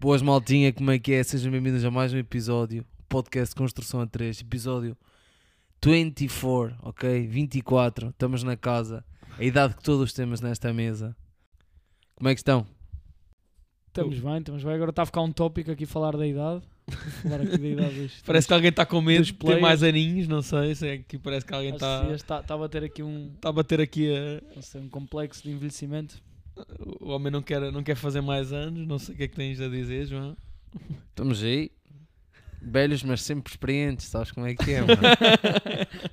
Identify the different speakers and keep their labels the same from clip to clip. Speaker 1: Boas maltinha, como é que é? Sejam bem-vindos a mais um episódio, podcast Construção a 3, episódio 24, ok? 24, estamos na casa, a idade que todos temos nesta mesa. Como é que estão?
Speaker 2: Estamos bem, estamos bem. Agora está a ficar um tópico aqui falar da idade. Vou falar aqui da idade dos-
Speaker 3: Parece que alguém está com medo
Speaker 2: dos
Speaker 3: de ter
Speaker 2: players.
Speaker 3: mais aninhos, não sei, se é que parece que alguém
Speaker 2: Acho que
Speaker 3: está
Speaker 2: se está está a bater aqui um,
Speaker 3: tá a bater aqui a...
Speaker 2: não sei, um complexo de envelhecimento.
Speaker 3: O homem não quer, não quer fazer mais anos, não sei o que é que tens a dizer, João.
Speaker 1: Estamos aí, velhos mas sempre experientes, sabes como é que é, mano?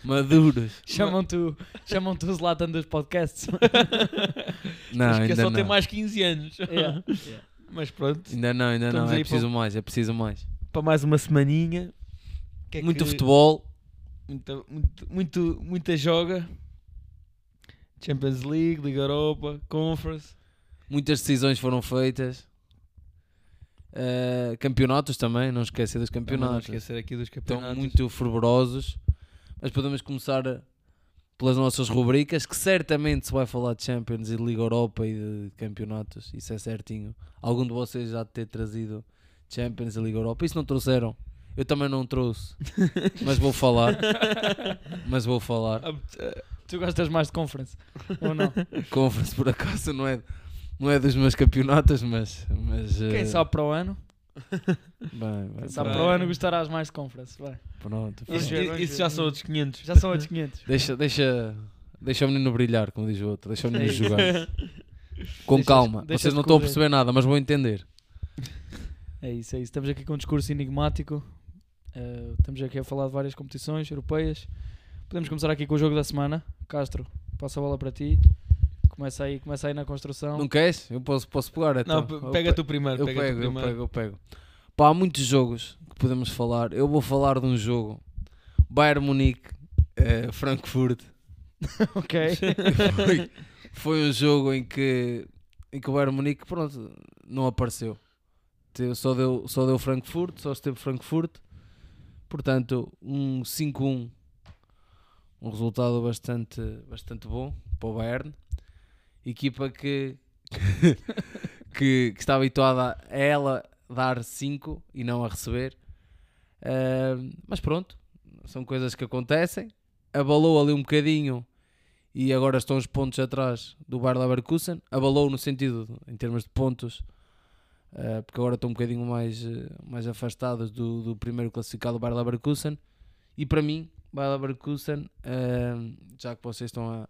Speaker 1: Maduros.
Speaker 2: Chamam-te o- chamam-te o Zlatan dos podcasts.
Speaker 1: Não,
Speaker 3: Mas quer
Speaker 1: ainda
Speaker 3: é só ter
Speaker 1: não.
Speaker 3: mais 15 anos.
Speaker 2: Yeah.
Speaker 3: Mas pronto,
Speaker 1: Ainda não, ainda
Speaker 3: Estamos
Speaker 1: não, é
Speaker 3: aí para-
Speaker 1: preciso mais, é preciso mais.
Speaker 3: para mais uma semaninha. Que é
Speaker 1: Muito
Speaker 3: que-
Speaker 1: futebol,
Speaker 3: Muita, muito, muito- muita joga. Champions League, Liga Europa, Conference.
Speaker 1: muitas decisões foram feitas. Eh, campeonatos também, não esquecer dos
Speaker 3: Também não
Speaker 1: campeonatos.
Speaker 3: esquecer aqui dos
Speaker 1: estão
Speaker 3: campeonatos.
Speaker 1: muito fervorosos, mas podemos começar a- pelas nossas rubricas, que certamente se vai falar de Champions e de Liga Europa e de campeonatos, isso é certinho. Algum de vocês já ter trazido Champions e Liga Europa, isso não trouxeram. Eu também não trouxe, mas vou falar, mas vou
Speaker 3: Ah,
Speaker 1: falar.
Speaker 2: Tu gostas mais de conference? Ou não?
Speaker 1: Conference por acaso não é, não é dos meus campeonatos, mas, mas eh,
Speaker 2: Quem sabe para o ano?
Speaker 1: bem, bem,
Speaker 2: Quem sabe
Speaker 1: bem,
Speaker 2: para o é ano gostarás mais de conference. Vai.
Speaker 1: pronto.
Speaker 2: Vamos
Speaker 3: Isso,
Speaker 2: ver, vamos
Speaker 3: isso
Speaker 2: ver.
Speaker 3: já são outros 500.
Speaker 2: Já são outros 500.
Speaker 1: Deixa, deixa, deixa o menino brilhar, como diz o outro, deixa o
Speaker 2: É
Speaker 1: menino
Speaker 2: isso.
Speaker 1: jogar. Com
Speaker 2: Deixa-te-
Speaker 1: calma,
Speaker 2: deixa-te
Speaker 1: vocês não estão a
Speaker 2: correr.
Speaker 1: perceber nada, mas vão entender.
Speaker 2: É isso, é isso. Estamos aqui com um discurso enigmático. Eh, estamos aqui a falar de várias competições europeias. Podemos começar aqui com o jogo da semana. Castro, passo a bola para ti. Começa aí, começa aí na construção.
Speaker 1: Não queres? é Eu posso, posso pegar então.
Speaker 3: Não, pe-
Speaker 1: Eu
Speaker 3: pega
Speaker 1: pe-
Speaker 3: tu primeiro.
Speaker 1: Eu
Speaker 3: pega tu
Speaker 1: pego, eu
Speaker 3: primeiro.
Speaker 1: pego, eu pego. Pá, há muitos jogos que podemos falar. Eu vou falar de um jogo. Bayern Munique, eh, Frankfurt.
Speaker 2: Ok.
Speaker 1: foi, foi um jogo em que, em que o Bayern Munique, pronto, não apareceu. Te- Só deu, só deu Frankfurt, só esteve Frankfurt. Portanto, um 5-1. Um resultado bastante, bastante bom para o Bayern. Equipa que, que, que está habituada a ela dar 5 e não a receber. Ahm, mas pronto, são coisas que acontecem. Abalou ali um bocadinho e agora estão os pontos atrás do Bayer Leverkusen. Abalou no sentido, de- em termos de pontos, eh, porque agora estão um bocadinho mais, eh, mais afastados do, do primeiro classificado, o Bayer Leverkusen. E para mim, Bayer Leverkusen, eh, já que vocês estão a-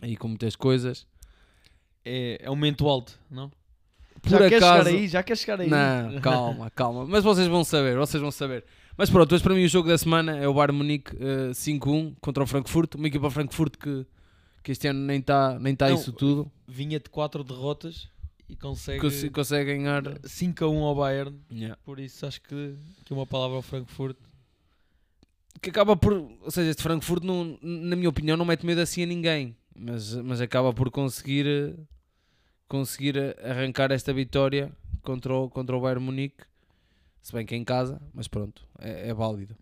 Speaker 1: aí com muitas coisas,
Speaker 3: É, é um momento alto, não?
Speaker 2: já
Speaker 1: por
Speaker 2: queres
Speaker 1: acaso-
Speaker 2: chegar aí? Já queres chegar aí?
Speaker 1: Não, calma, calma. Mas vocês vão saber, vocês vão saber. Mas pronto, hoje para mim o jogo da semana é o Bayern Munique eh, 5-1 contra o Frankfurt. Uma equipa Frankfurt que, que este ano nem está nem tá
Speaker 3: Não,
Speaker 1: isso tudo.
Speaker 3: Vinha de 4 derrotas e consegue
Speaker 1: Conse- consegue ganhar.
Speaker 3: 5 a 1 ao Bayern.
Speaker 1: Yeah.
Speaker 3: Por isso acho que, que uma palavra ao Frankfurt.
Speaker 1: Que acaba por. Ou seja, este Frankfurt, não, na minha opinião, não mete medo assim a ninguém. Mas, mas acaba por conseguir. eh, Conseguir eh, arrancar esta vitória contra o, contra o Bayern Munique. Se bem que é em casa, mas pronto, é, é válido.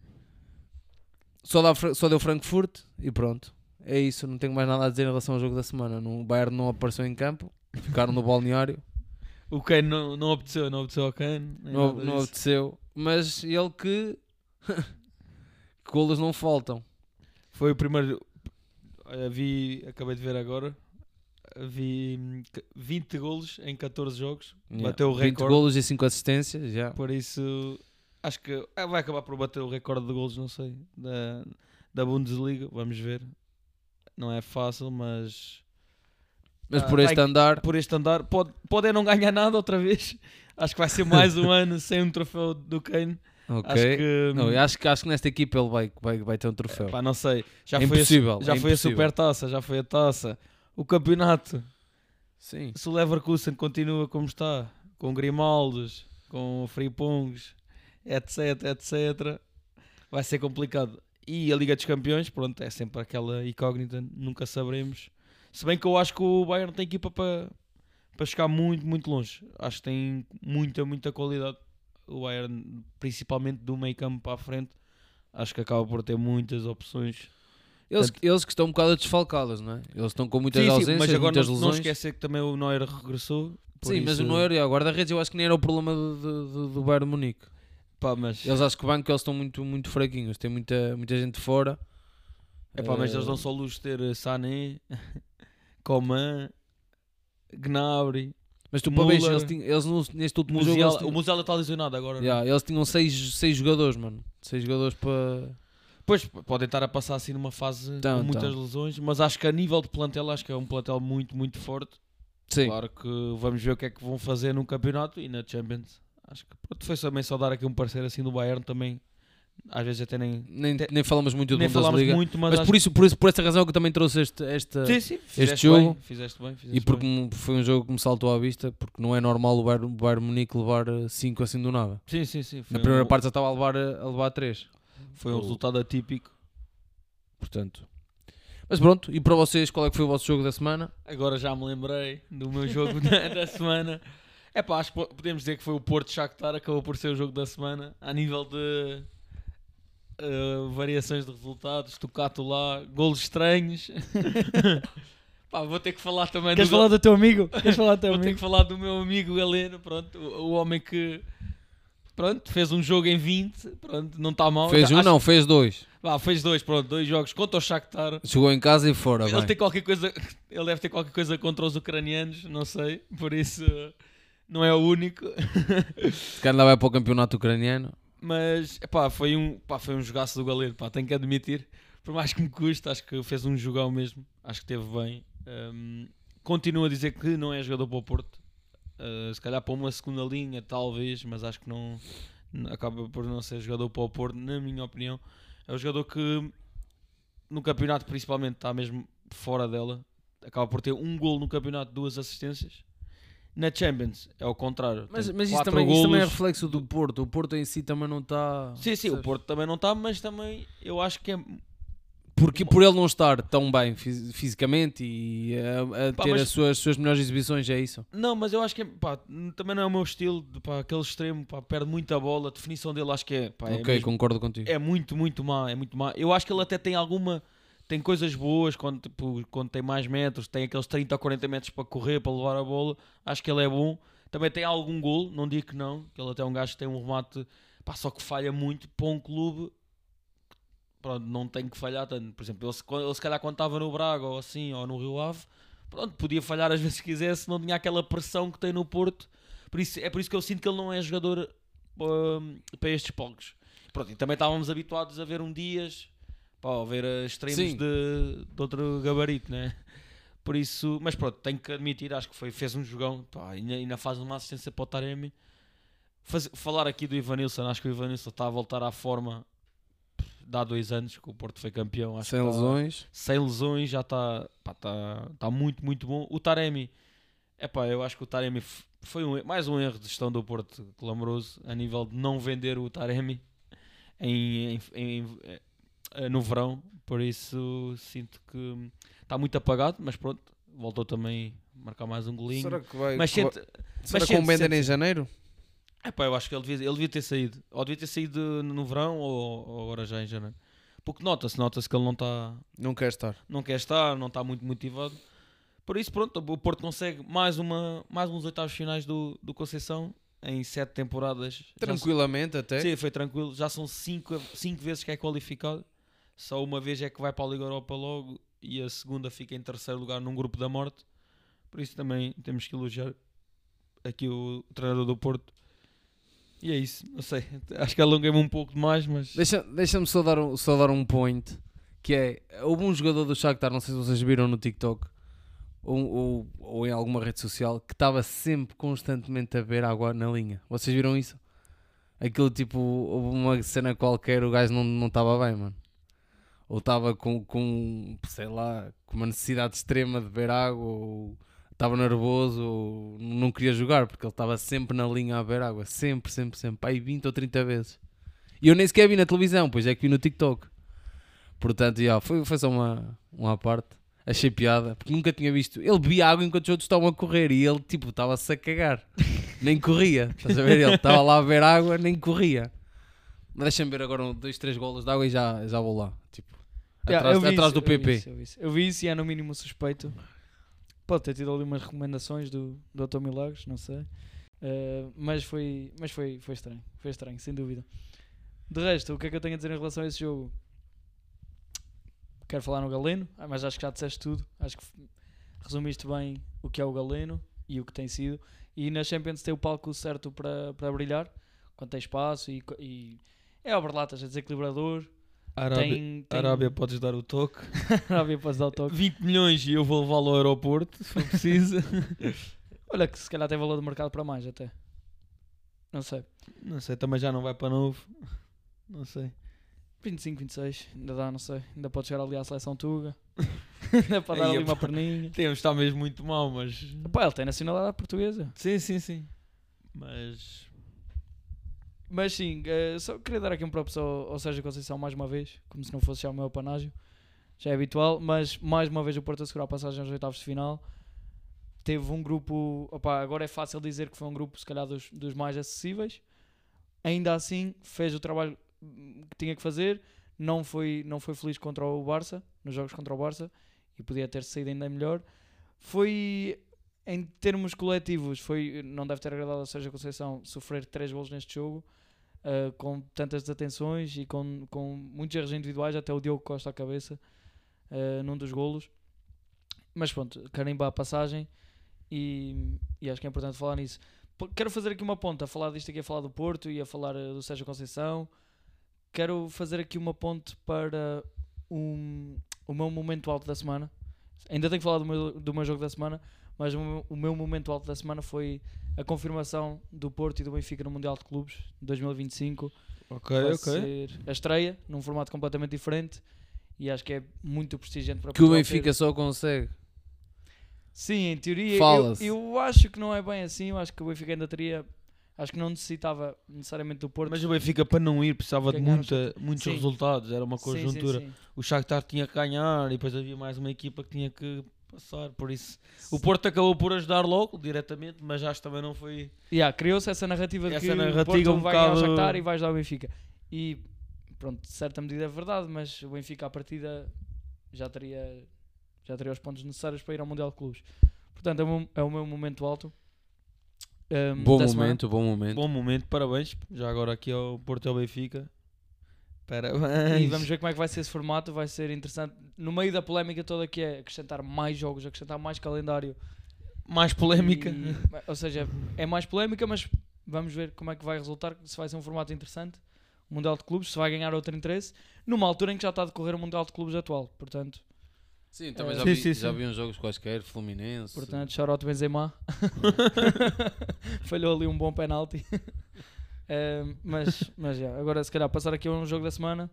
Speaker 1: Só, dá Fra- só deu Frankfurt e pronto. É isso, não tenho mais nada a dizer em relação ao jogo da semana. Não- O Bayern não apareceu em campo, ficaram no balneário.
Speaker 3: O Kane não, não obteceu, não obteceu ao Kane. nem
Speaker 1: não,
Speaker 3: nada
Speaker 1: não
Speaker 3: disso.
Speaker 1: apeteceu. Mas ele que. que golos não faltam.
Speaker 3: Foi o primeiro. Olha, vi, acabei de ver agora. Vi hum, que- 20 golos em 14 jogos. Bateu o
Speaker 1: 20
Speaker 3: recorde.
Speaker 1: golos e 5 assistências, já.
Speaker 3: Por isso acho que ah, vai acabar por bater o recorde de golos, não sei, da, da Bundesliga. Vamos ver. Não é fácil, mas
Speaker 1: Mas
Speaker 3: Ah,
Speaker 1: por
Speaker 3: vai
Speaker 1: este
Speaker 3: que-
Speaker 1: andar,
Speaker 3: por este andar. Pode, pode é não ganhar nada outra vez. Acho que vai ser mais um ano sem um troféu do Kane.
Speaker 1: ok.
Speaker 3: Acho que. hum,
Speaker 1: Não, eu acho que acho que nesta equipa ele vai, vai, vai ter um troféu.
Speaker 3: Pá, não sei. Já
Speaker 1: é
Speaker 3: foi, a,
Speaker 1: impossível.
Speaker 3: já
Speaker 1: é
Speaker 3: foi a
Speaker 1: impossível.
Speaker 3: super taça, já foi a taça. O campeonato.
Speaker 1: Sim.
Speaker 3: Se o Leverkusen continua como está, com Grimaldos, com Fripongs, etc, etc, vai ser complicado. E a Liga dos Campeões, pronto, é sempre aquela incógnita, nunca saberemos. Se bem que eu acho que o Bayern tem equipa para, para chegar muito, muito longe. Acho que tem muita, muita qualidade. O Bayern, principalmente do meio campo para a frente, acho que acaba por ter muitas opções.
Speaker 1: Eles, eles que estão um bocado desfalcados, não é? Eles estão com muitas
Speaker 3: Sim, sim,
Speaker 1: ausências,
Speaker 3: mas agora
Speaker 1: muitas
Speaker 3: não, não
Speaker 1: lesões.
Speaker 3: esquecer que também o Neuer regressou,
Speaker 1: Sim, mas o Neuer e o guarda-redes eu acho que nem era o problema do, do, do- do Bayern Munique.
Speaker 3: Pá, mas,
Speaker 1: Eles acho que o banco eles estão muito, muito fraquinhos, tem muita, muita gente fora.
Speaker 3: epá, É mas
Speaker 1: Eh,
Speaker 3: eles dão só luz de ter Sané, Coman, Gnabry.
Speaker 1: Eh, Mas tu para veres,
Speaker 3: Müller.
Speaker 1: eles, tinham- eles no- neste último
Speaker 3: Musiala-
Speaker 1: jogo...
Speaker 3: o
Speaker 1: Eles
Speaker 3: Musiala está lesionado agora.
Speaker 1: tinham,
Speaker 3: não é?
Speaker 1: Yeah, eles tinham seis, seis jogadores, mano. Seis jogadores para...
Speaker 3: Pois, p- podem estar a passar assim numa fase
Speaker 1: Então,
Speaker 3: com muitas
Speaker 1: então.
Speaker 3: lesões, mas acho que a nível de plantel, acho que é um plantel muito, muito forte.
Speaker 1: Sim.
Speaker 3: Claro que vamos ver o que é que vão fazer no campeonato e na Champions. Acho que pronto, foi também só dar aqui um parceiro assim do Bayern também. Às vezes até nem,
Speaker 1: Nem,
Speaker 3: Te-
Speaker 1: nem falamos muito do
Speaker 3: nem falámos
Speaker 1: Bundesliga.
Speaker 3: muito, mas,
Speaker 1: Mas
Speaker 3: acho
Speaker 1: por isso, por isso, por essa razão que eu também trouxe este, esta...
Speaker 3: Sim, sim, fizeste
Speaker 1: jogo-
Speaker 3: bem, fizeste bem, fizeste
Speaker 1: E porque
Speaker 3: bem.
Speaker 1: me- foi um jogo que me saltou à vista, porque não é normal o Bayern, o Bayern Munique levar 5 assim do nada.
Speaker 3: Sim, sim, sim. Foi
Speaker 1: Na primeira
Speaker 3: um,
Speaker 1: parte já estava a levar, eh, a levar 3.
Speaker 3: foi um resultado atípico.
Speaker 1: Portanto. Mas pronto, e para vocês, qual é que foi o vosso jogo da semana?
Speaker 3: Agora já me lembrei do meu jogo da, da semana. É pá, acho que po- podemos dizer que foi o Porto Shakhtar, acabou por ser o jogo da semana, a nível de eh, variações de resultados, tocato lá, golos estranhos. Pá, vou ter que falar também
Speaker 2: Queres
Speaker 3: do
Speaker 2: falar do teu amigo? Queres falar do teu
Speaker 3: Vou ter
Speaker 2: amigo?
Speaker 3: que falar do meu amigo Galeno, pronto, o, o homem que pronto, fez um jogo em 20, pronto, não está mal.
Speaker 1: fez
Speaker 3: Já
Speaker 1: um,
Speaker 3: acho-
Speaker 1: não, fez dois.
Speaker 3: Vá, fez dois, pronto, dois jogos contra o Shakhtar.
Speaker 1: Chegou em casa e fora.
Speaker 3: Ele
Speaker 1: bem.
Speaker 3: tem qualquer coisa, ele deve ter qualquer coisa contra os ucranianos, não sei, por isso eh, não é o único.
Speaker 1: Se calhar ainda vai para o campeonato ucraniano.
Speaker 3: Mas epá, foi um, pá, foi um jogaço do Galeno, pá, tenho que admitir. Por mais que me custe, acho que fez um jogão mesmo. Acho que teve bem. Hum, continuo a dizer que não é jogador para o Porto. Uh, se calhar para uma segunda linha, talvez, mas acho que não n- acaba por não ser jogador para o Porto, na minha opinião. É um jogador que no campeonato principalmente está mesmo fora dela. Acaba por ter um gol no campeonato, duas assistências. Na Champions é o contrário.
Speaker 1: Mas,
Speaker 3: Tem
Speaker 1: mas isso,
Speaker 3: quatro
Speaker 1: também, isso também é
Speaker 3: golos.
Speaker 1: reflexo do Porto. O Porto em si também não tá- está.
Speaker 3: Sim, sim, o
Speaker 1: percebes?
Speaker 3: Porto também não está, mas também eu acho que é. Pá,
Speaker 1: Porque por ele não estar tão bem fis- fisicamente e a, a
Speaker 3: Pá,
Speaker 1: ter
Speaker 3: mas-
Speaker 1: as, suas, as suas melhores exibições, é isso.
Speaker 3: Não, mas eu acho que é, pá, n- também não é o meu estilo, de, pá, aquele extremo, pá, perde muita bola, a definição dele acho que é, pá, é,
Speaker 1: ok,
Speaker 3: mesmo-
Speaker 1: concordo contigo.
Speaker 3: é muito, muito má, é muito má. Eu acho que ele até tem alguma, tem coisas boas quando, tipo, quando tem mais metros, tem aqueles 30 ou 40 metros para correr, para levar a bola, acho que ele é bom. Também tem algum gol, não digo que não, que ele até é um gajo que tem um remate, pá, só que falha muito para um clube que, pronto, não tem que falhar tanto. Por exemplo, ele se, ele se calhar quando estava no Braga ou assim, ou no Rio Ave, pronto, podia falhar às vezes que quisesse, não tinha aquela pressão que tem no Porto. Por isso, é por isso que eu sinto que ele não é jogador hum, para estes palcos. Pronto, e também estávamos habituados a ver um Dias, pá, a ver eh, extremos
Speaker 1: Sim.
Speaker 3: de, de outro gabarito, né? Por isso, mas pronto, tenho que admitir, acho que foi, fez um jogão, pá, ainda, ainda faz uma assistência para o Taremi. Faz- falar aqui do Ivanilson, acho que o Ivanilson está a voltar à forma de há dois anos, que o Porto foi campeão, acho
Speaker 1: Sem
Speaker 3: que está-
Speaker 1: lesões.
Speaker 3: sem lesões, já está tá, tá muito, muito bom. O Taremi, epá, eu acho que o Taremi f- foi um, er- mais um erro de gestão do Porto clamoroso a nível de não vender o Taremi em, em- em- eh, eh, no verão. Por isso sinto que está muito apagado, mas pronto, voltou também a marcar mais um golinho.
Speaker 1: que vai.
Speaker 3: mas sente,
Speaker 1: será
Speaker 3: mas
Speaker 1: que
Speaker 3: sente-
Speaker 1: o Bender
Speaker 3: sente-
Speaker 1: em janeiro?
Speaker 3: Epá, eu acho que ele devia, ele devia ter saído. Ou devia ter saído no verão ou, ou agora já em janeiro. Porque nota-se, nota-se que ele não tá está
Speaker 1: Não quer estar.
Speaker 3: não quer estar, não está muito motivado. Por isso, pronto, o Porto consegue mais, uma, mais uns oitavos finais do, do Conceição em sete temporadas. Já
Speaker 1: Tranquilamente
Speaker 3: são-
Speaker 1: até.
Speaker 2: é?
Speaker 3: Sim, foi tranquilo. Já são cinco, cinco vezes que é qualificado. Só uma vez é que vai para a Liga Europa logo e a segunda fica em terceiro lugar num grupo da morte. Por isso também temos que elogiar aqui o treinador do Porto. E é isso, não sei. Acho que alonguei-me um pouco demais, mas.
Speaker 1: Deixa- Deixa-me só, dar um, só dar um point, que é, houve um jogador do Shakhtar, não sei se vocês viram no TikTok, ou, ou, ou em alguma rede social, que estava sempre constantemente a ver água na linha. Vocês viram isso? Aquilo tipo, houve uma cena qualquer, o gajo não não estava bem, mano. Ou estava com, com, sei lá, com uma necessidade extrema de beber água, ou estava nervoso, ou não queria jogar, porque ele estava sempre na linha a beber água. Sempre, sempre, sempre. Pai, 20 ou 30 vezes. E eu nem sequer vi na televisão, pois é que vi no TikTok. Portanto, já, foi, foi só uma, uma à parte. Achei piada, porque nunca tinha visto. Ele bebia água enquanto os outros estavam a correr e ele, tipo, estava-se a cagar. nem corria. Estás a ver? Ele estava lá a beber água, nem corria. Mas deixa-me ver agora um, dois, três golas de água e já, já vou lá. Tipo,
Speaker 2: Yeah,
Speaker 1: atrás,
Speaker 2: eu vi
Speaker 1: atrás
Speaker 2: isso,
Speaker 1: do
Speaker 2: eu vi
Speaker 1: PP.
Speaker 2: isso, Eu vi, isso, eu vi isso e é no mínimo suspeito. Pode ter tido ali umas recomendações do Dr. Milagres, não sei. Eh, mas foi, mas foi, foi estranho. Foi estranho, sem dúvida. De resto, o que é que eu tenho a dizer em relação a esse jogo? Quero falar no Galeno, ah, mas acho que já disseste tudo. Acho que f- resumiste bem o que é o Galeno e o que tem sido. E na Champions tem o palco certo para, para brilhar, quando tem espaço e, co- e é overlatas, é desequilibrador.
Speaker 3: Arábia,
Speaker 2: tem, tem
Speaker 3: Arábia, podes dar o toque.
Speaker 2: Arábia pode dar o toque.
Speaker 3: 20 milhões e eu vou levá-lo ao aeroporto, se for preciso.
Speaker 2: Olha que se calhar tem valor de mercado para mais até. Não sei.
Speaker 3: não sei, também já não vai para novo. Não sei.
Speaker 2: 25, 26, ainda dá, não sei. Ainda pode chegar ali à seleção Tuga. ainda pode dar
Speaker 3: Aí,
Speaker 2: ali uma
Speaker 3: pá.
Speaker 2: perninha.
Speaker 3: Temos, está mesmo muito mal, mas.
Speaker 2: Pá, ele tem nacionalidade portuguesa.
Speaker 3: Sim, sim, sim. Mas.
Speaker 2: Mas sim, eh, só queria dar aqui um props ao, ao Sérgio Conceição mais uma vez, como se não fosse já o meu apanágio. Já é habitual, mas mais uma vez o Porto assegurar a passagem aos oitavos de final. Teve um grupo, opá, agora é fácil dizer que foi um grupo, se calhar, dos, dos mais acessíveis. Ainda assim, fez o trabalho hum, que tinha que fazer. Não foi, não foi feliz contra o Barça, nos jogos contra o Barça, e podia ter saído ainda melhor. Foi em termos coletivos, foi, não deve ter agradado a Sérgio Conceição sofrer três golos neste jogo, ah, com tantas desatenções e com, com muitos erros individuais, até o Diogo Costa à cabeça, ah, num dos golos. Mas pronto, carimba a passagem e, e acho que é importante falar nisso. P- Quero fazer aqui uma ponta, a falar disto aqui, a falar do Porto e a falar ah, do Sérgio Conceição. Quero fazer aqui uma ponte para um, o meu momento alto da semana. Ainda tenho que falar do meu, do meu jogo da semana, mas o meu, o meu momento alto da semana foi a confirmação do Porto e do Benfica no Mundial de Clubes 2025.
Speaker 3: Ok,
Speaker 2: Vai
Speaker 3: ok.
Speaker 2: ser a estreia, num formato completamente diferente. E acho que é muito prestigiante para
Speaker 1: Que o
Speaker 2: Portugal
Speaker 1: Benfica
Speaker 2: ter-
Speaker 1: só consegue.
Speaker 2: Sim, em teoria. Eu,
Speaker 1: Fala-se.
Speaker 2: eu acho que não é bem assim. Eu acho que o Benfica ainda teria. Acho que não necessitava necessariamente do Porto.
Speaker 3: Mas é o Benfica, para não ir, precisava de
Speaker 2: Ganhar
Speaker 3: muita- muitos
Speaker 2: Sim.
Speaker 3: resultados. Era uma
Speaker 2: Sim, sim,
Speaker 3: conjuntura.
Speaker 2: sim.
Speaker 3: O Shakhtar tinha que ganhar e depois havia mais uma equipa que tinha que passar. Por isso, o Porto acabou por ajudar logo, diretamente, mas acho que também não foi.
Speaker 2: Yeah, criou-se essa narrativa de
Speaker 3: Essa
Speaker 2: que
Speaker 3: narrativa
Speaker 2: o Porto
Speaker 3: um
Speaker 2: vai ganhar o
Speaker 3: bocado-
Speaker 2: Shakhtar e vais dar o Benfica. E pronto, de certa medida é verdade, mas o Benfica à partida já teria, já teria os pontos necessários para ir ao Mundial de Clubes. Portanto, é o meu, é o meu momento alto. ehm,
Speaker 1: Bom
Speaker 2: da semana.
Speaker 1: momento, bom momento.
Speaker 3: Bom momento, parabéns. Já agora aqui ao Porto e ao Benfica. Parabéns.
Speaker 2: E vamos ver como é que vai ser esse formato, vai ser interessante. No meio da polémica toda que é acrescentar mais jogos, acrescentar mais calendário.
Speaker 3: Mais polémica.
Speaker 2: E- ou seja, é mais polémica, mas vamos ver como é que vai resultar, se vai ser um formato interessante. O Mundial de Clubes, se vai ganhar outro interesse, numa altura em que já está a decorrer o Mundial de Clubes atual. Portanto,
Speaker 1: Sim, também
Speaker 2: Eh,
Speaker 1: já,
Speaker 3: sim,
Speaker 1: vi,
Speaker 3: sim,
Speaker 1: já
Speaker 3: sim.
Speaker 1: vi uns jogos quaisquer, Fluminense.
Speaker 2: portanto Charlotte Benzema falhou ali um bom penalti. Ehm, mas, mas já, agora se calhar passar aqui a um jogo da semana.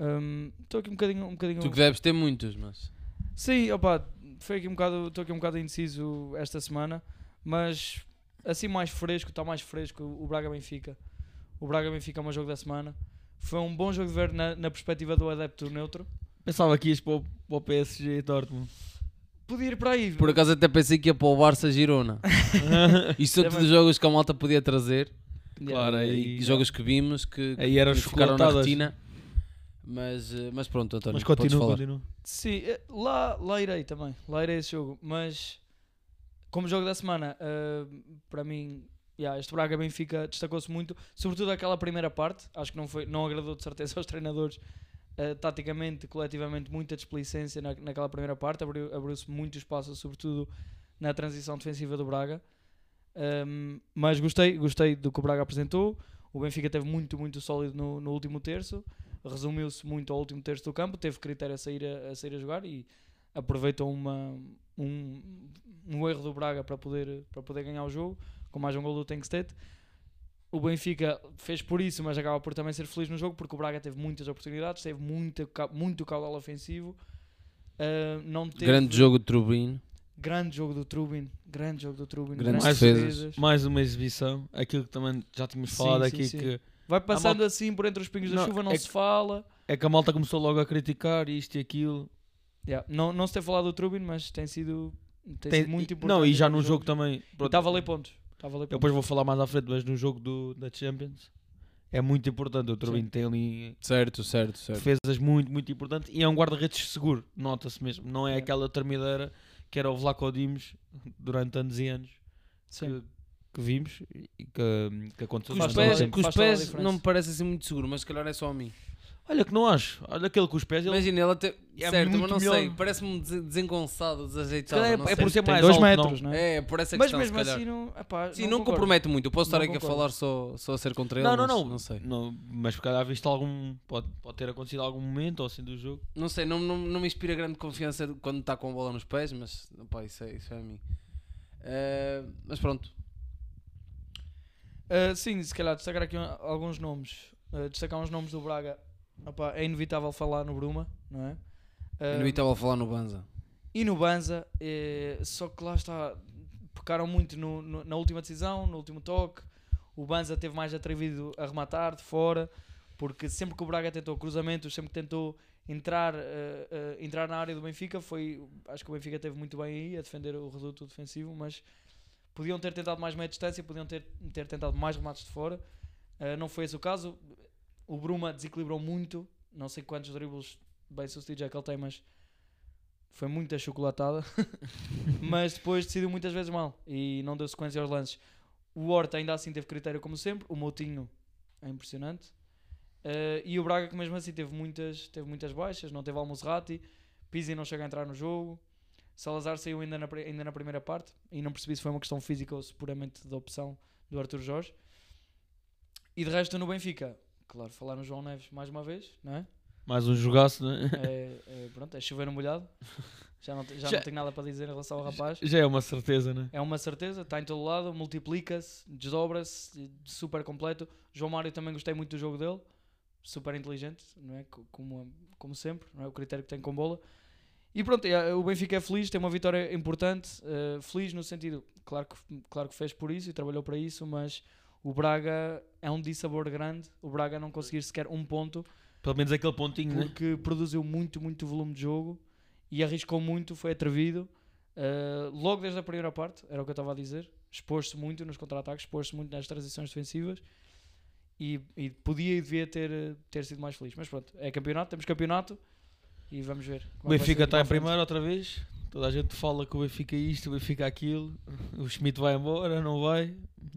Speaker 2: Ehm, Estou aqui um bocadinho. Um bocadinho
Speaker 1: Tu que deves ter muitos, mas.
Speaker 2: Sim, opa, foi aqui um bocado, estou aqui um bocado indeciso esta semana, mas assim mais fresco, está mais fresco o Braga Benfica. O Braga Benfica é o meu jogo da semana. Foi um bom jogo de ver na, na perspectiva do adepto neutro.
Speaker 3: Pensava que ias para o, para o PSG e Dortmund.
Speaker 2: Podia ir para aí.
Speaker 1: Por acaso até pensei que ia para o Barça Girona. Isto são
Speaker 2: Também.
Speaker 1: todos jogos que a malta podia trazer.
Speaker 2: Yeah.
Speaker 3: Claro,
Speaker 1: E
Speaker 3: aí,
Speaker 1: jogos que vimos que, que
Speaker 3: aí eram
Speaker 1: nos ficaram na
Speaker 3: chocolatadas.
Speaker 1: retina. Mas, eh, mas pronto, António,
Speaker 3: Mas
Speaker 1: podes
Speaker 3: continua,
Speaker 1: falar.
Speaker 3: continua.
Speaker 2: Sim, eh, lá, lá irei também. Lá irei esse jogo. Mas, como jogo da semana, eh, para mim, yeah, este Braga Benfica destacou-se muito. Sobretudo aquela primeira parte. Acho que não, foi, não agradou de certeza aos treinadores. eh, taticamente, coletivamente, muita desplicência na, naquela primeira parte. Abriu- Abriu-se muito espaço, sobretudo na transição defensiva do Braga. Ehm, mas gostei, gostei do que o Braga apresentou. O Benfica teve muito, muito sólido no, no último terço. Resumiu-se muito ao último terço do campo. Teve critério a sair a, a sair a jogar e aproveitou uma, um, um erro do Braga para poder, para poder ganhar o jogo. Com mais um gol do Tenkstedt. O Benfica fez por isso, mas acaba por também ser feliz no jogo porque o Braga teve muitas oportunidades, teve muita, ca- muito caudal ofensivo. Ehm, não teve
Speaker 1: Grande jogo de Trubin.
Speaker 2: Grande jogo do Trubin, grande jogo do Trubin,
Speaker 1: Grandes
Speaker 2: grandes
Speaker 1: defesas.
Speaker 2: defesas.
Speaker 3: Mais uma exibição. Aquilo que também já tínhamos
Speaker 2: Sim,
Speaker 3: falado
Speaker 2: sim,
Speaker 3: aqui
Speaker 2: sim.
Speaker 3: que
Speaker 2: Vai passando
Speaker 3: malta-
Speaker 2: assim por entre os pingos da
Speaker 3: Não,
Speaker 2: chuva, não
Speaker 3: é
Speaker 2: se
Speaker 3: que-
Speaker 2: fala.
Speaker 3: é que a malta começou logo a criticar isto e aquilo.
Speaker 2: Yeah, Não, não se tem falado do Trubin, mas tem sido, tem
Speaker 3: Tem-
Speaker 2: sido muito
Speaker 3: e-
Speaker 2: importante.
Speaker 3: Não, e já no
Speaker 2: nos
Speaker 3: jogo
Speaker 2: jogos.
Speaker 3: também.
Speaker 2: E
Speaker 3: pronto,
Speaker 2: Está a valer pontos. Está a valer
Speaker 3: Eu
Speaker 2: pontos.
Speaker 3: depois vou falar mais à frente, mas no jogo do, da Champions é muito importante. O Turbino tem ali
Speaker 1: Certo, certo, certo.
Speaker 3: defesas muito, muito importantes e é um guarda-redes seguro, nota-se mesmo. Não é
Speaker 2: Yeah.
Speaker 3: aquela termideira que era o Vlaco Dimos, durante anos e anos,
Speaker 2: Sim.
Speaker 3: que vimos e que, que aconteceu.
Speaker 1: Com os
Speaker 2: Faz toda a
Speaker 1: pés,
Speaker 2: diferença.
Speaker 1: com os
Speaker 2: Faz toda a
Speaker 1: pés
Speaker 2: diferença.
Speaker 1: não me parece assim muito seguro, mas se calhar é só a mim.
Speaker 3: Olha que não acho. Olha aquele com os pés. Ele,
Speaker 1: Imagina, ele até.
Speaker 3: É
Speaker 1: certo,
Speaker 3: muito
Speaker 1: mas não
Speaker 3: melhor.
Speaker 1: sei. Parece-me des- desengonçado,
Speaker 3: se
Speaker 1: desajeitado.
Speaker 3: calhar é,
Speaker 1: não
Speaker 3: é
Speaker 1: sei.
Speaker 3: por ser
Speaker 2: Tem
Speaker 3: mais
Speaker 2: dois
Speaker 3: alto,
Speaker 2: metros, não, é?
Speaker 1: É, por essa
Speaker 2: Mas
Speaker 1: questão,
Speaker 2: mesmo
Speaker 1: se calhar.
Speaker 2: assim não. epá,
Speaker 1: Sim, não,
Speaker 2: concordo.
Speaker 1: compromete muito. Eu posso estar
Speaker 2: Não
Speaker 1: aqui a
Speaker 2: concordo.
Speaker 1: falar só, só a ser contra ele.
Speaker 3: Não, não,
Speaker 1: mas
Speaker 3: não.
Speaker 1: Não sei.
Speaker 3: Não, mas se calhar viste algum. Pode, pode ter acontecido algum momento ou assim do jogo.
Speaker 1: Não sei, não, não, não me inspira grande confiança quando está com a bola nos pés, mas opá, isso, é, isso é a mim. Eh, mas pronto,
Speaker 2: Ah, sim, se calhar destacar aqui um- alguns nomes. Ah, destacar uns nomes do Braga. Epá, é inevitável falar no Bruma, não é? Ah,
Speaker 3: Eh,
Speaker 1: inevitável falar no Banza.
Speaker 2: E no Banza, eh, só que lá está, pecaram muito no- no- na última decisão, no último toque. O Banza teve mais atrevido a rematar de fora, porque sempre que o Braga tentou cruzamentos, sempre que tentou entrar, eh, eh, entrar na área do Benfica, foi, acho que o Benfica teve muito bem aí a defender o reduto defensivo, mas podiam ter tentado mais meia distância, podiam ter, ter tentado mais remates de fora. Eh, não foi esse o caso. O Bruma desequilibrou muito, não sei quantos dribles bem sucedidos é que ele tem, mas foi muito achocolatada, mas depois decidiu muitas vezes mal e não deu sequência aos lances. O Horta ainda assim teve critério como sempre, o Moutinho é impressionante. Eh, e o Braga que mesmo assim teve muitas, teve muitas baixas, não teve Almozerati, Pizzi não chega a entrar no jogo, Salazar saiu ainda na, pri- ainda na primeira parte e não percebi se foi uma questão física ou se puramente da opção do Arthur Jorge. E de resto no Benfica, claro, falar no João Neves mais uma vez, não é?
Speaker 3: Mais um jogaço, né?
Speaker 2: É, é, pronto, é chover no molhado. Já não, te- já
Speaker 3: Já-
Speaker 2: não tenho nada para dizer em relação ao rapaz.
Speaker 3: Já é uma certeza, né?
Speaker 2: É uma certeza, está em todo lado, multiplica-se, desdobra-se, super completo. João Mário também gostei muito do jogo dele, super inteligente, não é? Co- Como, como sempre, não é? O critério que tem com bola. E pronto, é, o Benfica é feliz, tem uma vitória importante, eh, feliz no sentido, claro que, claro que fez por isso e trabalhou para isso, mas o Braga é um dissabor grande, o Braga não conseguir sequer um ponto
Speaker 3: Pelo menos aquele pontinho, né?
Speaker 2: porque produziu muito, muito volume de jogo e arriscou muito, foi atrevido. Uh, logo desde a primeira parte, era o que eu estava a dizer, expôs-se muito nos contra-ataques, expôs-se muito nas transições defensivas e, e podia e devia ter, eh, ter sido mais feliz. Mas pronto, é campeonato, temos campeonato e vamos ver. como é
Speaker 3: O
Speaker 2: que vai
Speaker 3: Benfica
Speaker 2: ser daqui para
Speaker 3: está
Speaker 2: a
Speaker 3: em
Speaker 2: frente.
Speaker 3: primeiro outra vez. Toda a gente fala que o Benfica é isto, o Benfica é aquilo. O Schmidt vai embora, não vai.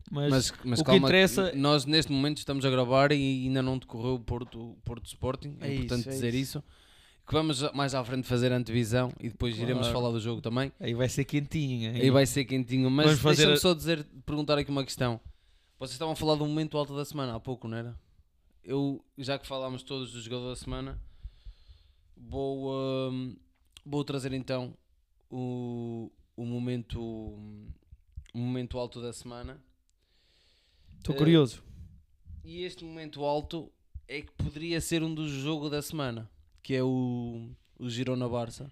Speaker 3: Mas,
Speaker 1: Mas, mas
Speaker 3: o que
Speaker 1: calma,
Speaker 3: interessa-
Speaker 1: nós neste momento estamos a gravar e ainda não decorreu o Porto, Porto Sporting. É,
Speaker 2: É isso,
Speaker 1: importante
Speaker 2: é
Speaker 1: dizer
Speaker 2: isso.
Speaker 1: isso. Que vamos mais à frente fazer a antevisão e depois iremos
Speaker 3: Claro.
Speaker 1: falar do jogo também.
Speaker 3: aí vai ser quentinho. hein?
Speaker 1: Aí vai ser quentinho, mas
Speaker 3: Vamos fazer
Speaker 1: deixa-me
Speaker 3: a-
Speaker 1: só dizer, perguntar aqui uma questão. Vocês estavam a falar do momento alto da semana há pouco, não era? Eu, já que falámos todos do jogador da semana, vou, hum, vou trazer então o, o momento o momento alto da semana.
Speaker 2: Estou
Speaker 3: É.
Speaker 1: Eh,
Speaker 2: curioso.
Speaker 1: E este momento alto é que poderia ser um dos jogos da semana, que é o, o Girona Barça.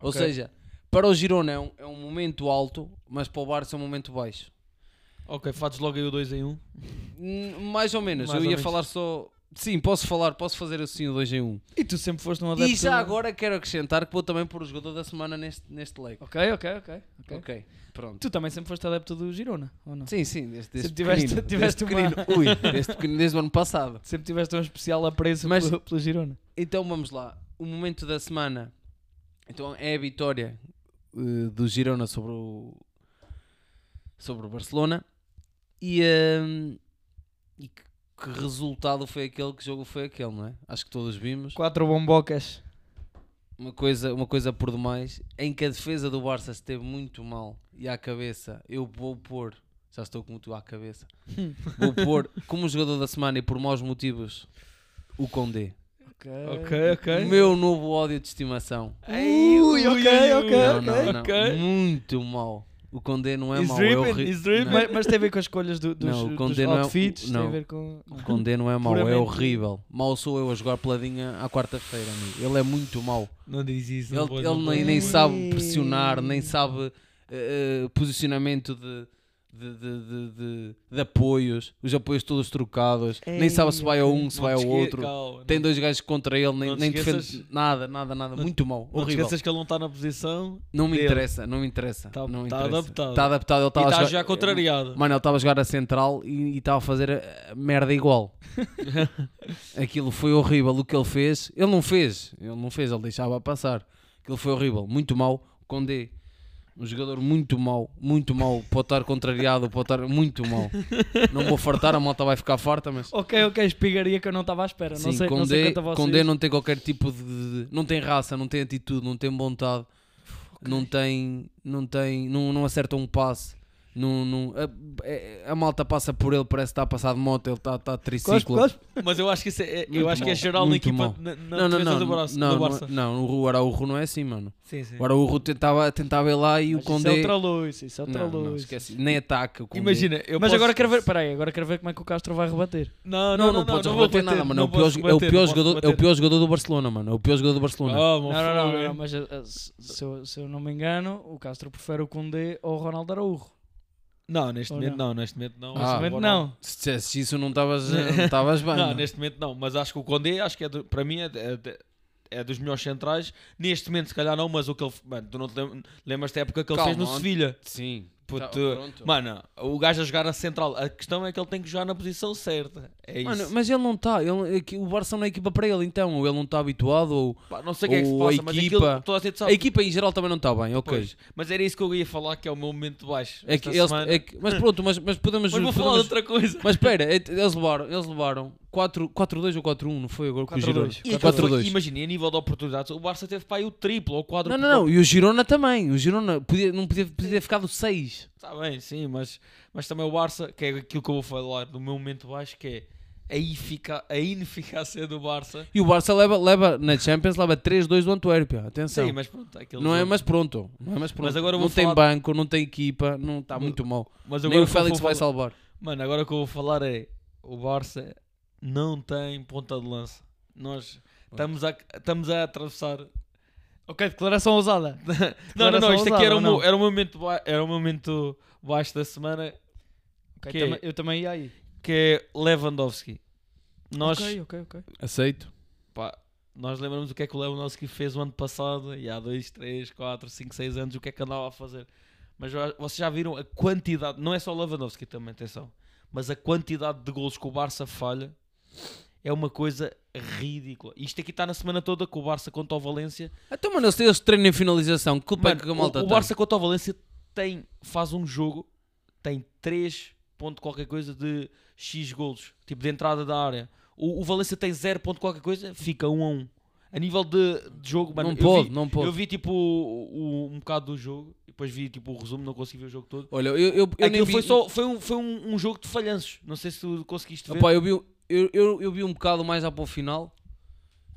Speaker 1: Ou
Speaker 3: Ok.
Speaker 1: seja, para o Girona é um, é um momento alto, mas para o Barça é um momento baixo.
Speaker 3: Ok, fazes logo aí o 2 em 1. Um.
Speaker 1: N- Hum, Mais ou menos,
Speaker 3: Mais
Speaker 1: eu
Speaker 3: ou
Speaker 1: ia
Speaker 3: menos.
Speaker 1: falar só. Sim, posso falar, posso fazer assim o 2 em 1. Um.
Speaker 2: E tu sempre foste um adepto.
Speaker 1: E já agora quero acrescentar que vou também pôr o jogador da semana neste, neste leque.
Speaker 2: Ok, ok, ok. ok.
Speaker 1: Ok, pronto.
Speaker 2: Tu também sempre foste adepto do Girona, ou não?
Speaker 1: Sim, sim, desde, desde
Speaker 2: Sempre tiveste-
Speaker 1: pequenino, desde
Speaker 2: tiveste uma-
Speaker 1: pequenino. Ui, desde pequenino, desde o ano passado.
Speaker 2: Sempre tiveste um especial apreço
Speaker 1: Mas-
Speaker 2: pelo, pelo Girona.
Speaker 1: Então vamos lá. O momento da semana então é a vitória eh, do Girona sobre o sobre o Barcelona e, ehm, e que, que resultado foi aquele, que jogo foi aquele, não é? Acho que todos vimos.
Speaker 2: Quatro bombocas.
Speaker 1: Uma coisa, uma coisa por demais, em que a defesa do Barça esteve muito mal e à cabeça, eu vou pôr, já estou com tu à cabeça, vou pôr como jogador da semana e por maus motivos o Condé.
Speaker 3: Ok, ok.
Speaker 1: É. O meu novo ódio de estimação.
Speaker 3: Ai,
Speaker 2: Ui, ok, ok.
Speaker 1: Não, não, não.
Speaker 3: ok.
Speaker 1: Muito mal. O Condé não é
Speaker 3: He's
Speaker 1: mau. É
Speaker 3: dripping,
Speaker 1: horri-
Speaker 3: he's dripping.
Speaker 1: Não.
Speaker 2: Mas, mas tem a ver com as escolhas do- dos,
Speaker 1: Não, o
Speaker 2: dos
Speaker 1: Conde não é-
Speaker 2: outfits,
Speaker 1: não.
Speaker 2: tem a ver com...
Speaker 1: O Condé não é mau, é
Speaker 2: Puramente.
Speaker 1: horrível. Mal sou eu a jogar peladinha à quarta-feira, amigo. Ele é muito mau.
Speaker 3: Não diz isso.
Speaker 1: Ele,
Speaker 3: não pode,
Speaker 1: ele
Speaker 3: não
Speaker 1: nem,
Speaker 3: pode.
Speaker 1: nem
Speaker 2: Ui.
Speaker 1: sabe pressionar, nem sabe eh, eh, posicionamento de, de, de, de- de- de apoios. Os apoios todos trocados.
Speaker 2: Ei,
Speaker 1: nem sabe se vai a um, se
Speaker 3: Não
Speaker 1: vai
Speaker 3: te
Speaker 1: ao
Speaker 3: esque-
Speaker 1: outro.
Speaker 3: calma,
Speaker 1: Tem
Speaker 3: não-
Speaker 1: dois gajos contra ele, nem,
Speaker 3: não te
Speaker 1: nem
Speaker 3: esqueças-
Speaker 1: defende nada, nada, nada.
Speaker 3: não te-
Speaker 1: muito mau,
Speaker 3: Não te
Speaker 1: horrível.
Speaker 3: esqueças que ele não está na posição.
Speaker 1: Não me
Speaker 3: dele.
Speaker 1: interessa, não me interessa.
Speaker 3: Tá-
Speaker 1: não me
Speaker 3: tá
Speaker 1: interessa.
Speaker 3: adaptado.
Speaker 1: Está adaptado, ele
Speaker 3: E
Speaker 1: estava
Speaker 3: está já contrariado.
Speaker 1: Mano, ele estava a jogar a central e e estava a fazer a- a merda igual. Aquilo foi horrível o que ele fez. Ele não fez, ele não fez, ele deixava passar. Aquilo foi horrível, muito mal. Condé, Um jogador muito mau, muito mau. Pode estar contrariado, pode estar muito mau. Não vou fartar, a malta vai ficar farta, mas.
Speaker 2: Ok, ok, espigaria que eu não estava à espera. não sei, não sei
Speaker 1: Condé,
Speaker 2: quanto a vocês.
Speaker 1: Condé não tem qualquer tipo de, de- Não tem raça, não tem atitude, não tem vontade, não tem. Não tem. Não, não acerta um passe. Não, não- a, é- a malta passa por ele, parece que está a passar de moto, ele está, está a triciclo.
Speaker 3: Mas eu acho que, isso é, é- eu
Speaker 1: Muito
Speaker 3: acho que é
Speaker 1: mal,
Speaker 3: geral na
Speaker 1: muito
Speaker 3: equipa
Speaker 1: mal.
Speaker 3: na, na
Speaker 1: Não, não,
Speaker 3: defesa
Speaker 1: não,
Speaker 3: do Barça.
Speaker 1: não,
Speaker 3: do Barça.
Speaker 1: não, não, o Araújo não é assim, mano.
Speaker 3: Sim, sim.
Speaker 1: O Araújo tentava, tentava ir lá e o
Speaker 2: Mas Isso é
Speaker 1: Condé.
Speaker 2: outra luz, isso é outra
Speaker 1: Não, não,
Speaker 2: luz.
Speaker 1: esquece. Nem ataca o Condé.
Speaker 3: Imagina, eu
Speaker 2: Mas
Speaker 3: posso-
Speaker 2: agora quero ver, peraí, agora quero ver como é que o Castro vai rebater.
Speaker 3: Não,
Speaker 1: Não,
Speaker 3: não,
Speaker 1: não, podes
Speaker 3: vou
Speaker 1: rebater nada,
Speaker 3: bater,
Speaker 1: mano. É o
Speaker 3: não
Speaker 1: pior,
Speaker 3: posso
Speaker 1: é o
Speaker 3: bater,
Speaker 1: pior
Speaker 3: não posso
Speaker 1: jogador, é o
Speaker 3: bater.
Speaker 1: pior jogador do Barcelona, mano. É o pior jogador do Barcelona.
Speaker 3: Oh, meu
Speaker 2: Não, não, não, não,
Speaker 3: fogo,
Speaker 2: não, mas eh, eh, se, se eu, se eu não me engano, o Castro prefere o Condé ou o Ronaldo Araújo.
Speaker 3: Não, neste
Speaker 2: Ou
Speaker 3: momento
Speaker 2: não?
Speaker 3: não, neste momento não.
Speaker 1: Ah,
Speaker 2: Neste momento
Speaker 3: Agora-
Speaker 2: não.
Speaker 1: Se dissesses isso, não estavas não estavas bem.
Speaker 3: Não,
Speaker 1: não.
Speaker 3: neste momento não, mas acho que o Condé, acho que é do- para mim é, é- é dos melhores centrais. Neste momento, se calhar não, mas o que ele. Mano, tu não te lem- lembras da época que ele
Speaker 1: Calma,
Speaker 3: fez no
Speaker 1: onde-
Speaker 3: Sevilha?
Speaker 1: Sim.
Speaker 3: Puto,
Speaker 1: Tá, pronto.
Speaker 3: mano, o gajo a jogar na central. A questão é que ele tem que jogar na posição certa. É isso.
Speaker 1: Mano, mas ele não está. O Barça não é equipa para ele, então. Ou ele não está habituado. Ou...
Speaker 3: Pá, não sei o que é que se
Speaker 1: o-
Speaker 3: passa,
Speaker 1: a
Speaker 3: mas
Speaker 1: equipa-
Speaker 3: aquilo toda a gente sabe.
Speaker 1: A equipa em geral também não está bem, ok.
Speaker 3: Tá. Pois, Mas era isso que eu ia falar, que é o meu momento baixo.
Speaker 1: É que
Speaker 3: esta
Speaker 1: eles-
Speaker 3: semana.
Speaker 1: é que- Mas pronto, mas, mas podemos.
Speaker 3: Mas vou falar de
Speaker 1: podemos-
Speaker 3: outra coisa.
Speaker 1: Mas espera, é- eles levaram, eles levaram 4 4-2 ou 4-1, não foi agora com o
Speaker 2: 4-2.
Speaker 1: Girona?
Speaker 3: E aquilo
Speaker 1: 4-2.
Speaker 3: foi- Imagina, e a nível de oportunidades, o Barça teve para aí o triplo ou o quadro.
Speaker 1: Não, não, não, e o Girona também. O Girona podia, não podia, podia ter ficado 6.
Speaker 3: Está Tá bem, sim, mas, mas também o Barça, que é aquilo que eu vou falar do meu momento baixo, que é a, efica- a ineficácia do Barça.
Speaker 1: E o Barça leva, leva na Champions, leva 3-2 do Antuérpia. Atenção.
Speaker 3: Sim, mas pronto, aquele
Speaker 1: não é
Speaker 3: jogo.
Speaker 1: mais pronto. Não é mais pronto.
Speaker 3: Mas agora eu
Speaker 1: não
Speaker 3: vou
Speaker 1: tem
Speaker 3: falar-
Speaker 1: banco, não tem equipa, não está
Speaker 3: Mas-
Speaker 1: muito mal.
Speaker 3: Mas
Speaker 1: Nem o
Speaker 3: que eu
Speaker 1: Félix
Speaker 3: vou
Speaker 1: vai
Speaker 3: falar-
Speaker 1: salvar.
Speaker 3: Mano, agora o que eu vou falar é: o Barça não tem ponta de lança. Nós estamos a, estamos a atravessar.
Speaker 2: Ok, declaração ousada.
Speaker 3: Não, não, não, isto aqui
Speaker 2: ousada,
Speaker 3: era o
Speaker 2: ou não?
Speaker 3: meu, era o meu momento, ba- era o meu momento baixo da semana,
Speaker 2: Ok,
Speaker 3: Que-
Speaker 2: tama- eu também ia aí.
Speaker 3: que é Lewandowski. Nós,
Speaker 2: Ok, ok, ok.
Speaker 1: Aceito.
Speaker 3: pá, nós lembramos o que é que o Lewandowski fez o ano passado, e há 2, 3, 4, 5, 6 anos, o que é que andava a fazer. Mas já- vocês já viram a quantidade, não é só o Lewandowski também, atenção, mas a quantidade de golos que o Barça falha é uma coisa ridícula. Isto aqui está na semana toda com o Barça contra o Valência.
Speaker 1: Então, mano, eles- eles treinam em finalização. Que culpa é
Speaker 3: Mano,
Speaker 1: que a malta
Speaker 3: o, o
Speaker 1: tem?
Speaker 3: Barça contra o Valência tem, faz um jogo, tem 3 ponto qualquer coisa de X golos, tipo de entrada da área. O, o Valência tem 0 ponto qualquer coisa, fica 1 um a 1. Um. A nível de, de jogo, mano,
Speaker 1: não
Speaker 3: eu
Speaker 1: pode,
Speaker 3: vi-
Speaker 1: não pode.
Speaker 3: Eu vi tipo o- o- um bocado do jogo, e depois vi tipo o resumo, não consegui ver o jogo todo.
Speaker 1: Olha, eu, eu, eu nem
Speaker 3: Aquilo
Speaker 1: vi...
Speaker 3: foi, só, foi, um, foi um, um jogo de falhanços. Não sei se tu conseguiste ver.
Speaker 1: Opa, eu, vi, eu, eu, eu vi um bocado mais lá para o final.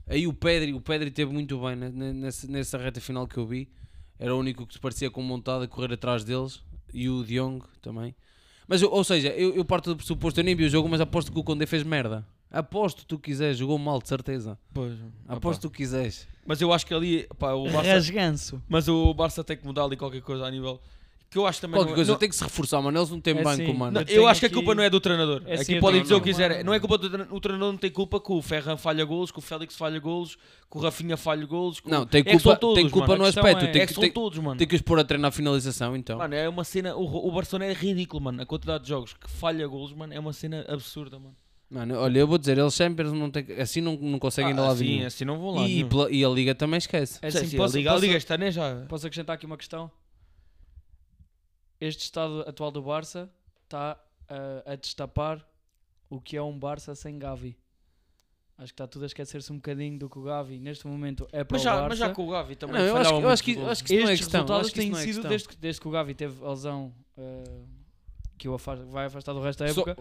Speaker 1: Aí o Pedri, o Pedri teve muito bem né, ne- nessa, nessa reta final que eu vi. Era o único que se parecia com montado a correr atrás deles. E o Diong também. Mas, eu- ou seja, eu, eu parto do pressuposto, eu nem vi o jogo, mas aposto que o Condé fez merda. Aposto tu quiseres, jogou mal, de certeza. Aposto tu quiseres.
Speaker 3: Mas eu acho que ali pá, o
Speaker 1: É,
Speaker 3: Barça,
Speaker 2: Rasganço.
Speaker 3: mas o Barça tem que mudar ali qualquer coisa a nível que eu acho também
Speaker 1: Qualquer
Speaker 3: não- é-
Speaker 1: coisa,
Speaker 3: não-
Speaker 1: tem que se reforçar, mano. Eles não têm
Speaker 2: É
Speaker 1: banco,
Speaker 2: assim,
Speaker 1: mano.
Speaker 3: Não,
Speaker 2: Eu
Speaker 3: eu
Speaker 2: tenho
Speaker 3: acho que a
Speaker 2: aqui-
Speaker 3: culpa não é do treinador.
Speaker 2: É assim,
Speaker 3: aqui
Speaker 2: eu
Speaker 3: podem
Speaker 1: tenho
Speaker 3: dizer o
Speaker 1: uma-
Speaker 3: que quiserem. Não é culpa do treinador. O treinador não tem culpa que o Ferran falha golos, que o Félix falha golos, que o Rafinha falha golos. que o-
Speaker 1: Não, tem
Speaker 3: É que são
Speaker 1: culpa,
Speaker 3: todos,
Speaker 1: tem culpa
Speaker 3: mano.
Speaker 1: no
Speaker 3: A
Speaker 2: questão
Speaker 1: aspecto.
Speaker 2: é-
Speaker 1: Tem,
Speaker 3: É
Speaker 1: que,
Speaker 3: que são
Speaker 1: tem,
Speaker 3: todos, mano.
Speaker 1: tem que os pôr a treinar a finalização, então.
Speaker 3: Mano, é uma cena. O, o Barcelona é ridículo, mano. A quantidade de jogos que falha golos, mano, é uma cena absurda, mano.
Speaker 1: Mano, olha, eu vou dizer, eles Champions não tem, assim não, não
Speaker 2: Ah,
Speaker 1: conseguem ainda lá
Speaker 3: assim,
Speaker 1: vir.
Speaker 3: assim não vou lá.
Speaker 1: E,
Speaker 3: nenhum.
Speaker 1: pela- e a Liga também esquece.
Speaker 2: né? É
Speaker 3: Sim,
Speaker 2: assim,
Speaker 3: sim,
Speaker 2: posso,
Speaker 3: a Liga, a
Speaker 2: posso-
Speaker 3: Liga está nem já.
Speaker 2: posso acrescentar aqui uma questão? Este estado atual do Barça está ah, a destapar o que é um Barça sem Gavi. Acho que está tudo a esquecer-se um bocadinho do que o Gavi neste momento é para
Speaker 3: Mas
Speaker 2: o
Speaker 3: já,
Speaker 2: Barça.
Speaker 3: mas já com o Gavi também.
Speaker 1: Não, eu acho,
Speaker 3: falhava
Speaker 1: que- eu
Speaker 3: muitos
Speaker 1: acho que, eu
Speaker 3: golos.
Speaker 1: acho que isso não é
Speaker 2: Estes
Speaker 1: questão. eu
Speaker 2: resultados
Speaker 1: acho que isso
Speaker 2: têm
Speaker 1: não é
Speaker 2: sido,
Speaker 1: questão.
Speaker 2: desde, que- desde que o Gavi teve a lesão eh, que o afasta- vai afastar do resto da
Speaker 1: Só-
Speaker 2: época,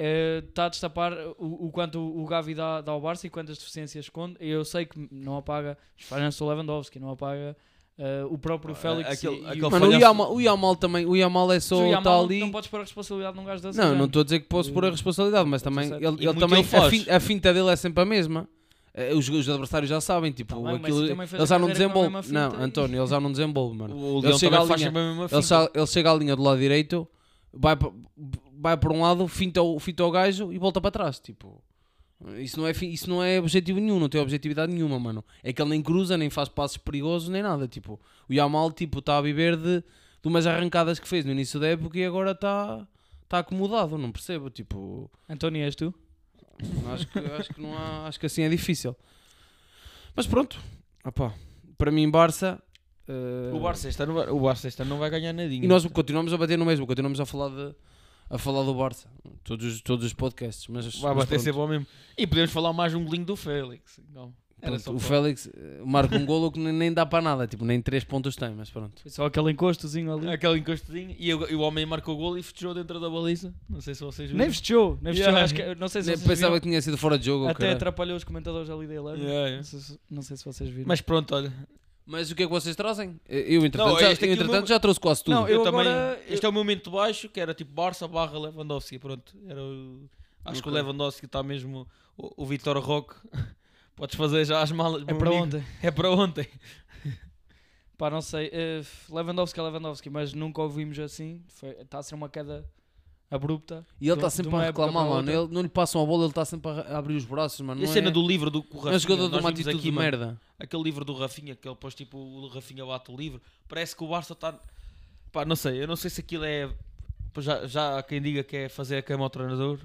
Speaker 2: eh, está a destapar o, o quanto o Gavi dá, dá ao Barça e quantas deficiências esconde. Eu sei que não apaga os falhanças do Lewandowski, não apaga eh, o próprio
Speaker 3: Ah,
Speaker 2: Félix.
Speaker 3: aquele-
Speaker 2: e, e
Speaker 3: aquele
Speaker 2: o- tá
Speaker 1: Mano, o
Speaker 3: falhaço-
Speaker 1: Yamal, o Yamal também, o Yamal é
Speaker 2: Mas o
Speaker 1: só
Speaker 2: Yamal
Speaker 1: está
Speaker 2: não-
Speaker 1: ali.
Speaker 2: Não podes pôr a responsabilidade num gajo da
Speaker 1: Não, não estou a dizer que posso pôr a
Speaker 2: Eh,
Speaker 1: responsabilidade, mas também
Speaker 2: certo.
Speaker 1: ele,
Speaker 3: E
Speaker 1: ele
Speaker 3: muito
Speaker 1: também
Speaker 3: ele
Speaker 1: a,
Speaker 3: faz.
Speaker 1: fin- a finta dele é sempre a mesma. Eh, Os, os adversários já sabem, tipo,
Speaker 2: Tá bem, mas
Speaker 1: aquilo,
Speaker 2: ele também fez
Speaker 1: eles
Speaker 2: a
Speaker 1: já não
Speaker 2: carreira com a
Speaker 1: desenvolvem.
Speaker 2: mesma
Speaker 1: Não,
Speaker 2: finta é e-
Speaker 1: António, eles já não desenvolvem, mano.
Speaker 3: O
Speaker 1: Ele
Speaker 3: Leão
Speaker 1: chega
Speaker 3: também
Speaker 1: à
Speaker 3: faz
Speaker 1: linha.
Speaker 3: sempre a mesma
Speaker 1: Ele,
Speaker 3: finta.
Speaker 1: sa- ele chega à linha do lado direito, vai para, vai para um lado, finta o, finta o gajo e volta para trás. Tipo, isso não, é, fi- isso não é objetivo nenhum, não tem objetividade nenhuma, mano. É que ele nem cruza, nem faz passos perigosos, nem nada. Tipo, o Yamal tipo, está a viver de, de umas arrancadas que fez no início da época e agora está está acomodado, não percebo. Tipo,
Speaker 2: António, és tu?
Speaker 1: acho que, acho que não há, acho que assim é difícil. Mas pronto, opá, para mim Barça, eh, eh,
Speaker 3: O Barça, este ano, vai- o Barça este ano não vai ganhar nadinha.
Speaker 1: E nós continuamos a bater no mesmo, continuamos a falar, de- a falar do Barça. Todos, os- todos os podcasts. Mas,
Speaker 3: Vai
Speaker 1: mas
Speaker 3: bater
Speaker 1: pronto.
Speaker 3: sempre ao mesmo. E podemos falar mais um golinho do Félix. Não, era
Speaker 1: Pronto,
Speaker 3: só
Speaker 1: o
Speaker 3: para-
Speaker 1: Félix eh, marca um golo que nem, nem dá para nada, tipo, nem 3 pontos tem, mas pronto.
Speaker 2: Foi só aquele encostozinho ali.
Speaker 3: Aquele encostadinho. E, o- e o homem marcou o golo e festejou dentro da baliza. Não sei se vocês viram.
Speaker 2: Nem festejou, nem festejou.
Speaker 3: Yeah.
Speaker 2: Acho que- não sei se
Speaker 1: Nem
Speaker 2: vocês
Speaker 1: pensava
Speaker 2: viram.
Speaker 1: que tinha né? sido fora de jogo. ou
Speaker 2: Até
Speaker 1: caralho.
Speaker 2: atrapalhou os comentadores ali da Eleven.
Speaker 3: Yeah, yeah.
Speaker 2: Não, sei se, não sei se vocês viram.
Speaker 3: Mas pronto, olha.
Speaker 1: Mas o que é que vocês trazem? Eu, entretanto,
Speaker 3: Não, é-
Speaker 1: já,
Speaker 3: este
Speaker 1: eu,
Speaker 3: aqui o
Speaker 1: entretanto
Speaker 3: meu-
Speaker 1: já trouxe quase tudo.
Speaker 2: Não, eu
Speaker 3: eu, também.
Speaker 2: agora-
Speaker 3: Este é o meu momento baixo, que era tipo Barça barra Lewandowski. Pronto. Era o- Acho que o
Speaker 1: Ok.
Speaker 3: Lewandowski está mesmo. O, o Vitor Roque. Podes fazer já as malas.
Speaker 2: é
Speaker 3: meu
Speaker 2: para
Speaker 3: amigo.
Speaker 2: ontem.
Speaker 3: É para ontem.
Speaker 2: Pá, não sei. eh, Lewandowski é Lewandowski, mas nunca o vimos assim. Foi- Está a ser uma queda abrupta.
Speaker 1: e ele
Speaker 2: de-
Speaker 1: está
Speaker 2: de
Speaker 1: sempre
Speaker 2: uma
Speaker 1: a
Speaker 2: época
Speaker 1: reclamar,
Speaker 2: para
Speaker 1: mano.
Speaker 2: outra.
Speaker 1: Ele, não lhe passam a bola, ele está sempre a a abrir os braços, mano.
Speaker 3: E a
Speaker 1: Não
Speaker 3: cena
Speaker 1: é,
Speaker 3: do livro do Rafinha.
Speaker 1: é um jogador de
Speaker 3: nós
Speaker 1: uma
Speaker 3: vimos
Speaker 1: atitude
Speaker 3: aqui,
Speaker 1: de
Speaker 3: mano.
Speaker 1: merda.
Speaker 3: aquele livro do Rafinha que ele pôs tipo o Rafinha bate o livro parece que o Barça está pá não sei eu não sei se aquilo é Pá, já, já há quem diga que é fazer a cama ao treinador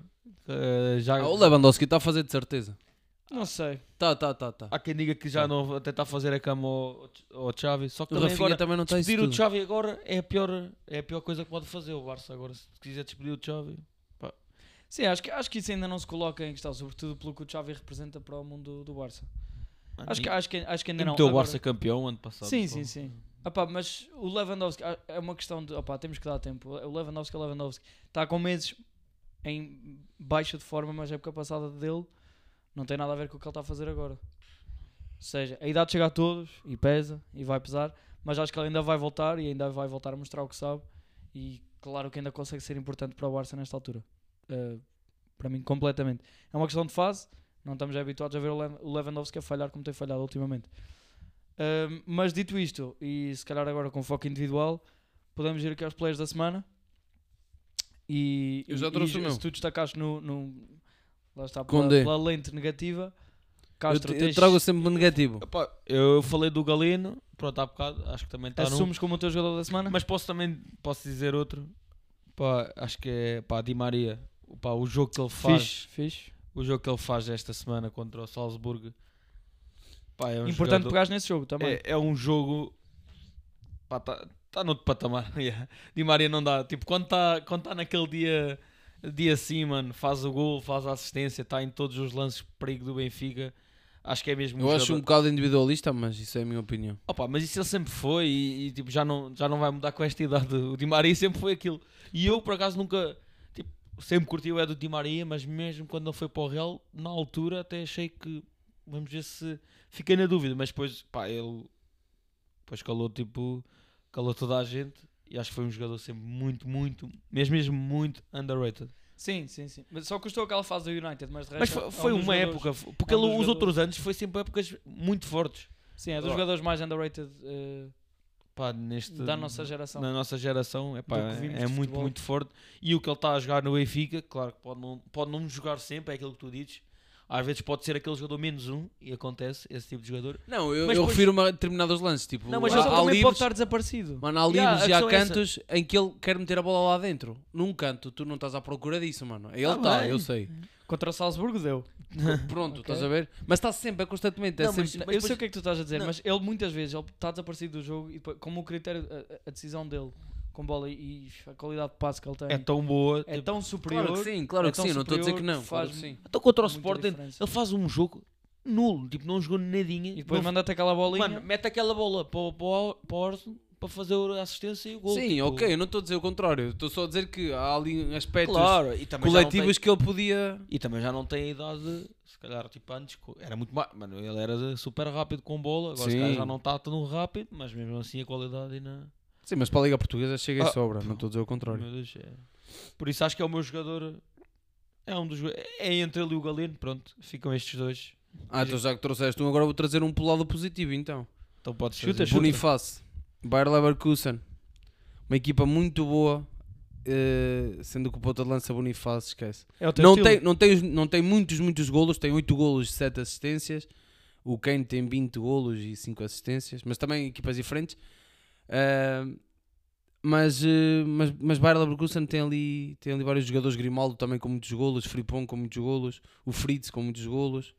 Speaker 3: eh, já
Speaker 1: Ah, o Lewandowski está a fazer de certeza.
Speaker 3: Ah.
Speaker 2: Não sei.
Speaker 1: Tá, tá, tá, tá.
Speaker 3: há quem diga que já não até está a fazer a cama ao, ao Xavi só que
Speaker 1: O
Speaker 3: também
Speaker 1: Rafinha
Speaker 3: agora
Speaker 1: também não está a isso
Speaker 3: despedir o
Speaker 1: tudo.
Speaker 3: Xavi agora é a pior é a pior coisa que pode fazer o Barça agora se quiser despedir o Xavi
Speaker 2: Sim, acho que, acho que isso ainda não se coloca em questão, sobretudo pelo que o Xavi representa para o mundo do, do Barça. Acho que, acho que, acho que ainda
Speaker 3: e
Speaker 2: não.
Speaker 3: meteu o
Speaker 2: Agora-
Speaker 3: Barça campeão ano passado
Speaker 2: Sim,
Speaker 3: pô.
Speaker 2: sim, sim. Ah pá, mas o Lewandowski ah, é uma questão de. opá, temos que dar tempo. O Lewandowski é Lewandowski. Está com meses em baixa de forma, mas a época passada dele não tem nada a ver com o que ele está a fazer agora. Ou seja, a idade chega a todos e pesa e vai pesar, mas acho que ele ainda vai voltar e ainda vai voltar a mostrar o que sabe. E claro que ainda consegue ser importante para o Barça nesta altura. Ah, para mim, completamente. É uma questão de fase. Não estamos habituados a ver o Lew- o Lewandowski a falhar como tem falhado ultimamente. Um, mas dito isto, e se calhar agora com foco individual, podemos ir aqui aos players da semana. E,
Speaker 1: Eu já
Speaker 2: e-
Speaker 1: trouxe
Speaker 2: e
Speaker 1: o meu.
Speaker 2: se tu destacaste no, no- lá está, pela,
Speaker 1: Condé.
Speaker 2: pela lente negativa,
Speaker 1: Eu,
Speaker 2: Castro,
Speaker 1: te- eu
Speaker 2: tens-
Speaker 1: trago sempre negativo.
Speaker 3: Epá, eu falei do Galeno pronto há bocado acho que também
Speaker 1: tá
Speaker 3: está no
Speaker 2: assumes como o teu jogador da semana.
Speaker 3: Mas posso também posso dizer outro. Pá, acho que é pá, Di Maria. Pá, o jogo que ele faz,
Speaker 2: fixe, fixe.
Speaker 3: o jogo que ele faz esta semana contra o Salzburgo. Pá, é um
Speaker 2: Importante
Speaker 3: jogador-
Speaker 2: pegares nesse jogo também.
Speaker 3: é, é um jogo pá, tá, tá noutro patamar. yeah. Di Maria não dá, tipo, quando está quando tá naquele dia dia assim, mano, faz o gol, faz a assistência, está em todos os lances de perigo do Benfica. Acho que é mesmo um
Speaker 1: Eu acho
Speaker 3: jogador-
Speaker 1: um bocado individualista, mas isso é a minha opinião.
Speaker 3: Opa, mas isso ele sempre foi e, e, tipo, já, não, já não vai mudar com esta idade. O Di Maria sempre foi aquilo. E eu, por acaso, nunca. Tipo, sempre curti o é do Di Maria, mas mesmo quando ele foi para o Real, na altura até achei que. Vamos ver se. Fiquei na dúvida, mas depois, pá, ele. Depois calou, tipo. Calou toda a gente e acho que foi um jogador sempre muito, muito. Mesmo, mesmo muito underrated.
Speaker 2: Sim, sim, sim. Mas só custou aquela fase do United, mas de
Speaker 3: Mas
Speaker 2: resto, é
Speaker 3: foi,
Speaker 2: um
Speaker 3: foi
Speaker 2: dos
Speaker 3: uma
Speaker 2: jogadores-
Speaker 3: época. Porque
Speaker 2: é um dos
Speaker 3: ele, os
Speaker 2: jogadores-
Speaker 3: outros anos foi sempre épocas muito fortes.
Speaker 2: Sim, é dos
Speaker 3: Ó.
Speaker 2: jogadores mais underrated eh,
Speaker 3: Pá, neste.
Speaker 2: da nossa geração.
Speaker 3: na nossa geração epá,
Speaker 2: Do que vimos
Speaker 3: é,
Speaker 2: de
Speaker 3: muito,
Speaker 2: futebol.
Speaker 3: muito forte. E o que ele está a jogar no Benfica, claro que pode não, pode não jogar sempre, é aquilo que tu dizes. Às vezes pode ser aquele jogador menos um, e acontece esse tipo de jogador.
Speaker 1: Não, eu,
Speaker 3: Mas
Speaker 1: eu
Speaker 3: depois-
Speaker 1: refiro-me a determinados lances. Tipo,
Speaker 3: Não,
Speaker 2: Mas
Speaker 1: há,
Speaker 2: ele
Speaker 3: Ah,
Speaker 1: há
Speaker 2: também
Speaker 1: livres,
Speaker 2: pode estar desaparecido.
Speaker 1: Mano, há
Speaker 3: Yeah,
Speaker 1: livros
Speaker 3: a
Speaker 1: e há
Speaker 3: questão é essa.
Speaker 1: cantos em que ele quer meter a bola lá dentro. Num canto, tu não estás à procura disso, mano. Ele
Speaker 3: Tá
Speaker 1: está,
Speaker 3: bem.
Speaker 1: eu sei.
Speaker 2: Contra o Salzburgo deu.
Speaker 1: Pronto,
Speaker 2: Ok.
Speaker 1: estás a ver? Mas está sempre, é constantemente. É
Speaker 3: Não, mas-
Speaker 1: sempre...
Speaker 2: Não,
Speaker 3: mas
Speaker 2: eu sei
Speaker 3: depois-
Speaker 2: o que é que tu estás a dizer,
Speaker 3: Não.
Speaker 2: mas ele muitas vezes ele está desaparecido do jogo e depois, como o critério, a- a, a decisão dele com bola e, e a qualidade de passe que ele tem
Speaker 3: É tão boa.
Speaker 2: é
Speaker 3: tipo,
Speaker 2: tão superior.
Speaker 1: Claro que sim, claro
Speaker 2: é
Speaker 1: que
Speaker 2: tão
Speaker 1: sim. Não estou a dizer que
Speaker 2: superior
Speaker 1: não.
Speaker 2: que
Speaker 1: Claro que
Speaker 2: faz-
Speaker 1: sim.
Speaker 3: Então contra o
Speaker 2: muita
Speaker 3: Sporting,
Speaker 2: diferença.
Speaker 3: ele faz um jogo nulo, tipo, não jogou nadinha.
Speaker 2: E depois
Speaker 3: não-
Speaker 2: manda-te aquela bolinha.
Speaker 3: Mano, mete aquela bola para, o- para, o- para o Orson para fazer a assistência e o gol.
Speaker 1: Sim,
Speaker 3: tipo,
Speaker 1: ok, eu não estou a dizer o contrário. Estou só a dizer que há ali aspectos
Speaker 3: Claro, e também já não tem-
Speaker 1: coletivos que ele podia.
Speaker 3: E também já não tem a idade, se calhar, tipo antes, co- era muito mais. Mano, ele era super rápido com bola, agora se calhar
Speaker 1: Sim.
Speaker 3: já não está tão rápido, mas mesmo assim a qualidade ainda.
Speaker 1: Sim, mas para a Liga Portuguesa chega e
Speaker 3: Ah,
Speaker 1: sobra. Não estou a dizer o contrário.
Speaker 3: Meu Deus, é. Por isso acho que é o meu jogador. É um dos. go- É entre ele e o Galeno, pronto, ficam estes dois.
Speaker 1: Ah, então já que trouxeste um, agora vou trazer um pelo lado positivo então.
Speaker 3: Então pode
Speaker 2: Chuta,
Speaker 3: fazer.
Speaker 2: chuta.
Speaker 1: Bonifácio, Bayer Leverkusen, uma equipa muito boa, eh, sendo que o ponta de lança Bonifácio, esquece.
Speaker 2: É o teu
Speaker 1: Não
Speaker 2: estilo.
Speaker 1: tem, não, tem, os- não tem muitos, muitos golos, tem 8 golos e 7 assistências. O Kane tem 20 golos e 5 assistências, mas também equipas diferentes. Ah, mas, eh, mas, mas Bayer Leverkusen tem ali, tem ali vários jogadores, Grimaldo também com muitos golos, Fripon com muitos golos, o Fritz com muitos golos.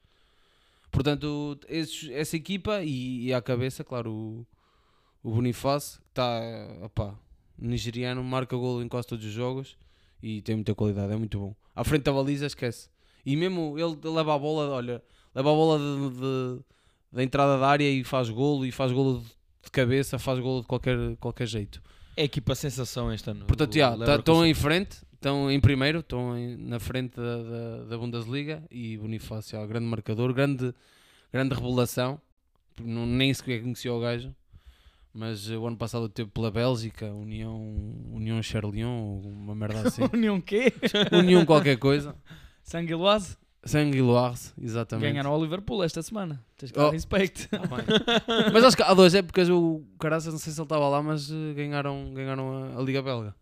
Speaker 1: Portanto, esses- essa equipa e, e à cabeça, claro, o, o Bonifácio, que está, opá, nigeriano, marca golo em quase todos os jogos e tem muita qualidade, é muito bom. À frente da baliza, esquece. E mesmo ele leva a bola, olha, leva a bola de- de- da entrada da área e faz golo, e faz golo de cabeça, faz golo de qualquer, qualquer jeito.
Speaker 3: É a equipa sensação este ano.
Speaker 1: Portanto,
Speaker 3: O
Speaker 1: já, tá-
Speaker 3: Leverkusen.
Speaker 1: estão em frente, estão em primeiro, estão em- na frente da, da, da Bundesliga e Bonifácio, ó, grande marcador, grande, grande revelação. Não, nem sequer conhecia o gajo, mas eh, o ano passado teve pela Bélgica, União, União Charlion, uma merda assim,
Speaker 2: União quê?
Speaker 1: União qualquer coisa,
Speaker 2: Sanguiloise.
Speaker 1: Sanguiloars, exatamente.
Speaker 2: Ganharam ao Liverpool esta semana. Tens que dar
Speaker 1: Oh.
Speaker 2: respeito.
Speaker 1: Tá bem. mas acho que há duas épocas o Caraças, não sei se ele estava lá, mas eh, ganharam, ganharam a, a Liga Belga.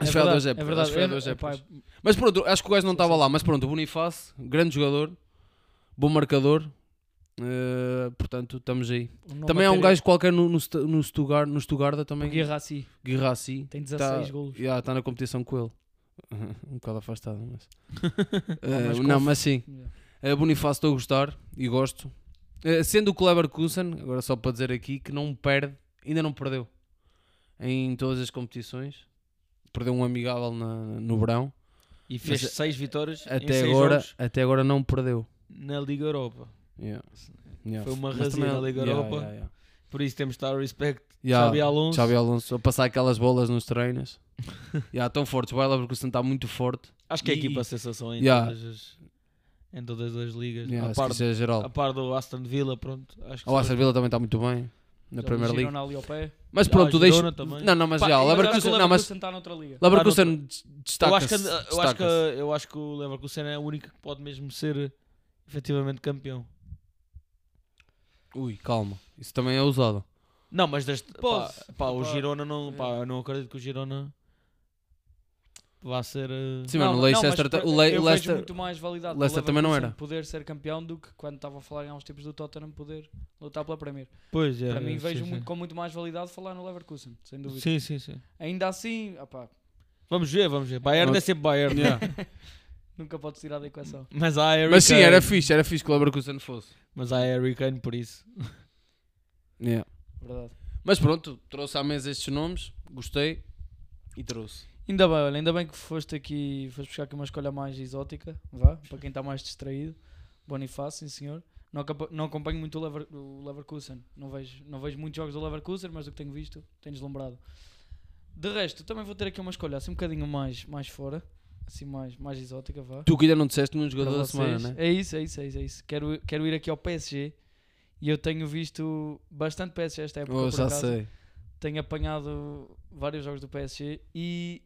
Speaker 2: É
Speaker 1: Acho que foi há duas épocas. acho que foi há duas
Speaker 2: epá, é-
Speaker 1: épocas. Mas pronto, acho que o gajo não estava lá. Mas pronto, o Bonifácio, grande jogador, bom marcador. eh, portanto, estamos aí.
Speaker 2: o nome
Speaker 1: também há um
Speaker 2: até-
Speaker 1: gajo qualquer no, no, Stu- no, Stuttgart, no Stuttgart
Speaker 2: o
Speaker 1: também.
Speaker 2: Guirassi.
Speaker 1: Guirassi.
Speaker 2: Tem
Speaker 1: Está
Speaker 2: 16 golos.
Speaker 1: está tá na competição com ele. Um bocado afastado, mas. Eh,
Speaker 2: mas
Speaker 1: não,
Speaker 2: conf-
Speaker 1: mas sim.
Speaker 2: Yeah.
Speaker 1: Eh, Bonifácio estou a gostar e gosto. Eh, sendo o Kleber Kusen, agora só para dizer aqui, que não perde, ainda não perdeu em todas as competições. Perdeu um amigável na- no verão.
Speaker 3: E fez
Speaker 1: Mas,
Speaker 3: seis vitórias em
Speaker 1: Até
Speaker 3: seis
Speaker 1: agora,
Speaker 3: jogos
Speaker 1: até agora não perdeu.
Speaker 3: na Liga Europa.
Speaker 1: Yeah. Yeah.
Speaker 3: Foi uma
Speaker 1: Mas
Speaker 3: razia
Speaker 1: também-
Speaker 3: na Liga
Speaker 1: yeah,
Speaker 3: Europa.
Speaker 1: yeah, yeah.
Speaker 3: Por isso temos de dar o respect
Speaker 1: Yeah,
Speaker 3: Xabi Alonso.
Speaker 1: Xabi Alonso, a passar aquelas bolas nos treinos. yeah, tão fortes. O Bayer Leverkusen está muito forte.
Speaker 3: Acho que é a
Speaker 1: E-
Speaker 3: equipa sensação em,
Speaker 1: Yeah.
Speaker 3: todas as, em todas as ligas.
Speaker 1: Yeah,
Speaker 3: a,
Speaker 1: acho
Speaker 3: par,
Speaker 1: que isso é
Speaker 3: a
Speaker 1: geral.
Speaker 3: par do Aston Villa, pronto. Acho que
Speaker 1: O
Speaker 3: são-
Speaker 1: Aston Villa também está muito bem na
Speaker 2: Já
Speaker 1: Premier League.
Speaker 2: Girona ali ao pé.
Speaker 1: Mas
Speaker 3: Ah,
Speaker 1: pronto, deixa.
Speaker 3: Girona também.
Speaker 1: Não, não, mas
Speaker 2: Pá,
Speaker 1: já, o
Speaker 2: mas acho que
Speaker 1: Leverkusen. Não, mas
Speaker 2: está noutra liga.
Speaker 1: Leverkusen des-
Speaker 3: eu acho,
Speaker 1: destaca-se.
Speaker 3: que, eu, acho que,
Speaker 1: destaca-se.
Speaker 3: eu acho que o Leverkusen é o único que pode mesmo ser efetivamente campeão.
Speaker 1: Ui, calma. Isso também é usado.
Speaker 3: Não, mas deste, pá,
Speaker 2: Posso?
Speaker 3: pá, o
Speaker 2: Pá,
Speaker 3: Girona não.
Speaker 2: é.
Speaker 3: Pá, eu não acredito que o Girona vá ser. eh,
Speaker 1: Sim, mano, o
Speaker 2: mas-
Speaker 1: Leicester,
Speaker 2: mas
Speaker 1: ta- o Le-
Speaker 2: eu
Speaker 1: o
Speaker 2: vejo
Speaker 1: Leicester-
Speaker 2: muito mais validade
Speaker 1: o Leicester
Speaker 2: pelo
Speaker 1: também não
Speaker 2: Leverkusen
Speaker 1: era.
Speaker 2: poder ser campeão do que quando estava a falar há uns tempos do Tottenham poder lutar pela Premier.
Speaker 3: Pois é.
Speaker 2: Para mim
Speaker 3: sim,
Speaker 2: vejo
Speaker 3: sim.
Speaker 2: muito- com muito mais validade falar no Leverkusen, sem dúvida.
Speaker 3: Sim, sim, sim.
Speaker 2: Ainda assim, opá,
Speaker 3: Vamos ver, vamos ver. Bayern
Speaker 1: Não-
Speaker 3: é sempre Bayern.
Speaker 2: nunca pode tirar da equação.
Speaker 3: Mas há Harry
Speaker 1: Mas sim,
Speaker 3: Kane.
Speaker 1: era fixe, era fixe que o Leverkusen fosse.
Speaker 3: Mas há Harry Kane por isso.
Speaker 2: Verdade.
Speaker 1: Mas pronto, trouxe à mesa estes nomes, gostei e trouxe.
Speaker 2: Ainda bem, olha, ainda bem que foste aqui, foste buscar aqui uma escolha mais exótica, vá, para quem está mais distraído. Bonifácio, sim senhor. Não, acompa- não acompanho muito o, Lever- o Leverkusen. Não vejo, não vejo muitos jogos do Leverkusen, mas do que tenho visto, tenho deslumbrado. De resto, também vou ter aqui uma escolha assim um bocadinho mais, mais fora, assim mais, mais exótica, vá.
Speaker 1: Tu que ainda não disseste num jogador
Speaker 2: para
Speaker 1: da semana,
Speaker 2: vocês.
Speaker 1: né?
Speaker 2: É isso, é isso, é isso. É isso. Quero, quero ir aqui ao PSG e eu tenho visto bastante PSG esta época.
Speaker 1: Eu
Speaker 2: é por
Speaker 1: Oh, já
Speaker 2: acaso.
Speaker 1: sei.
Speaker 2: Tenho apanhado vários jogos do PSG e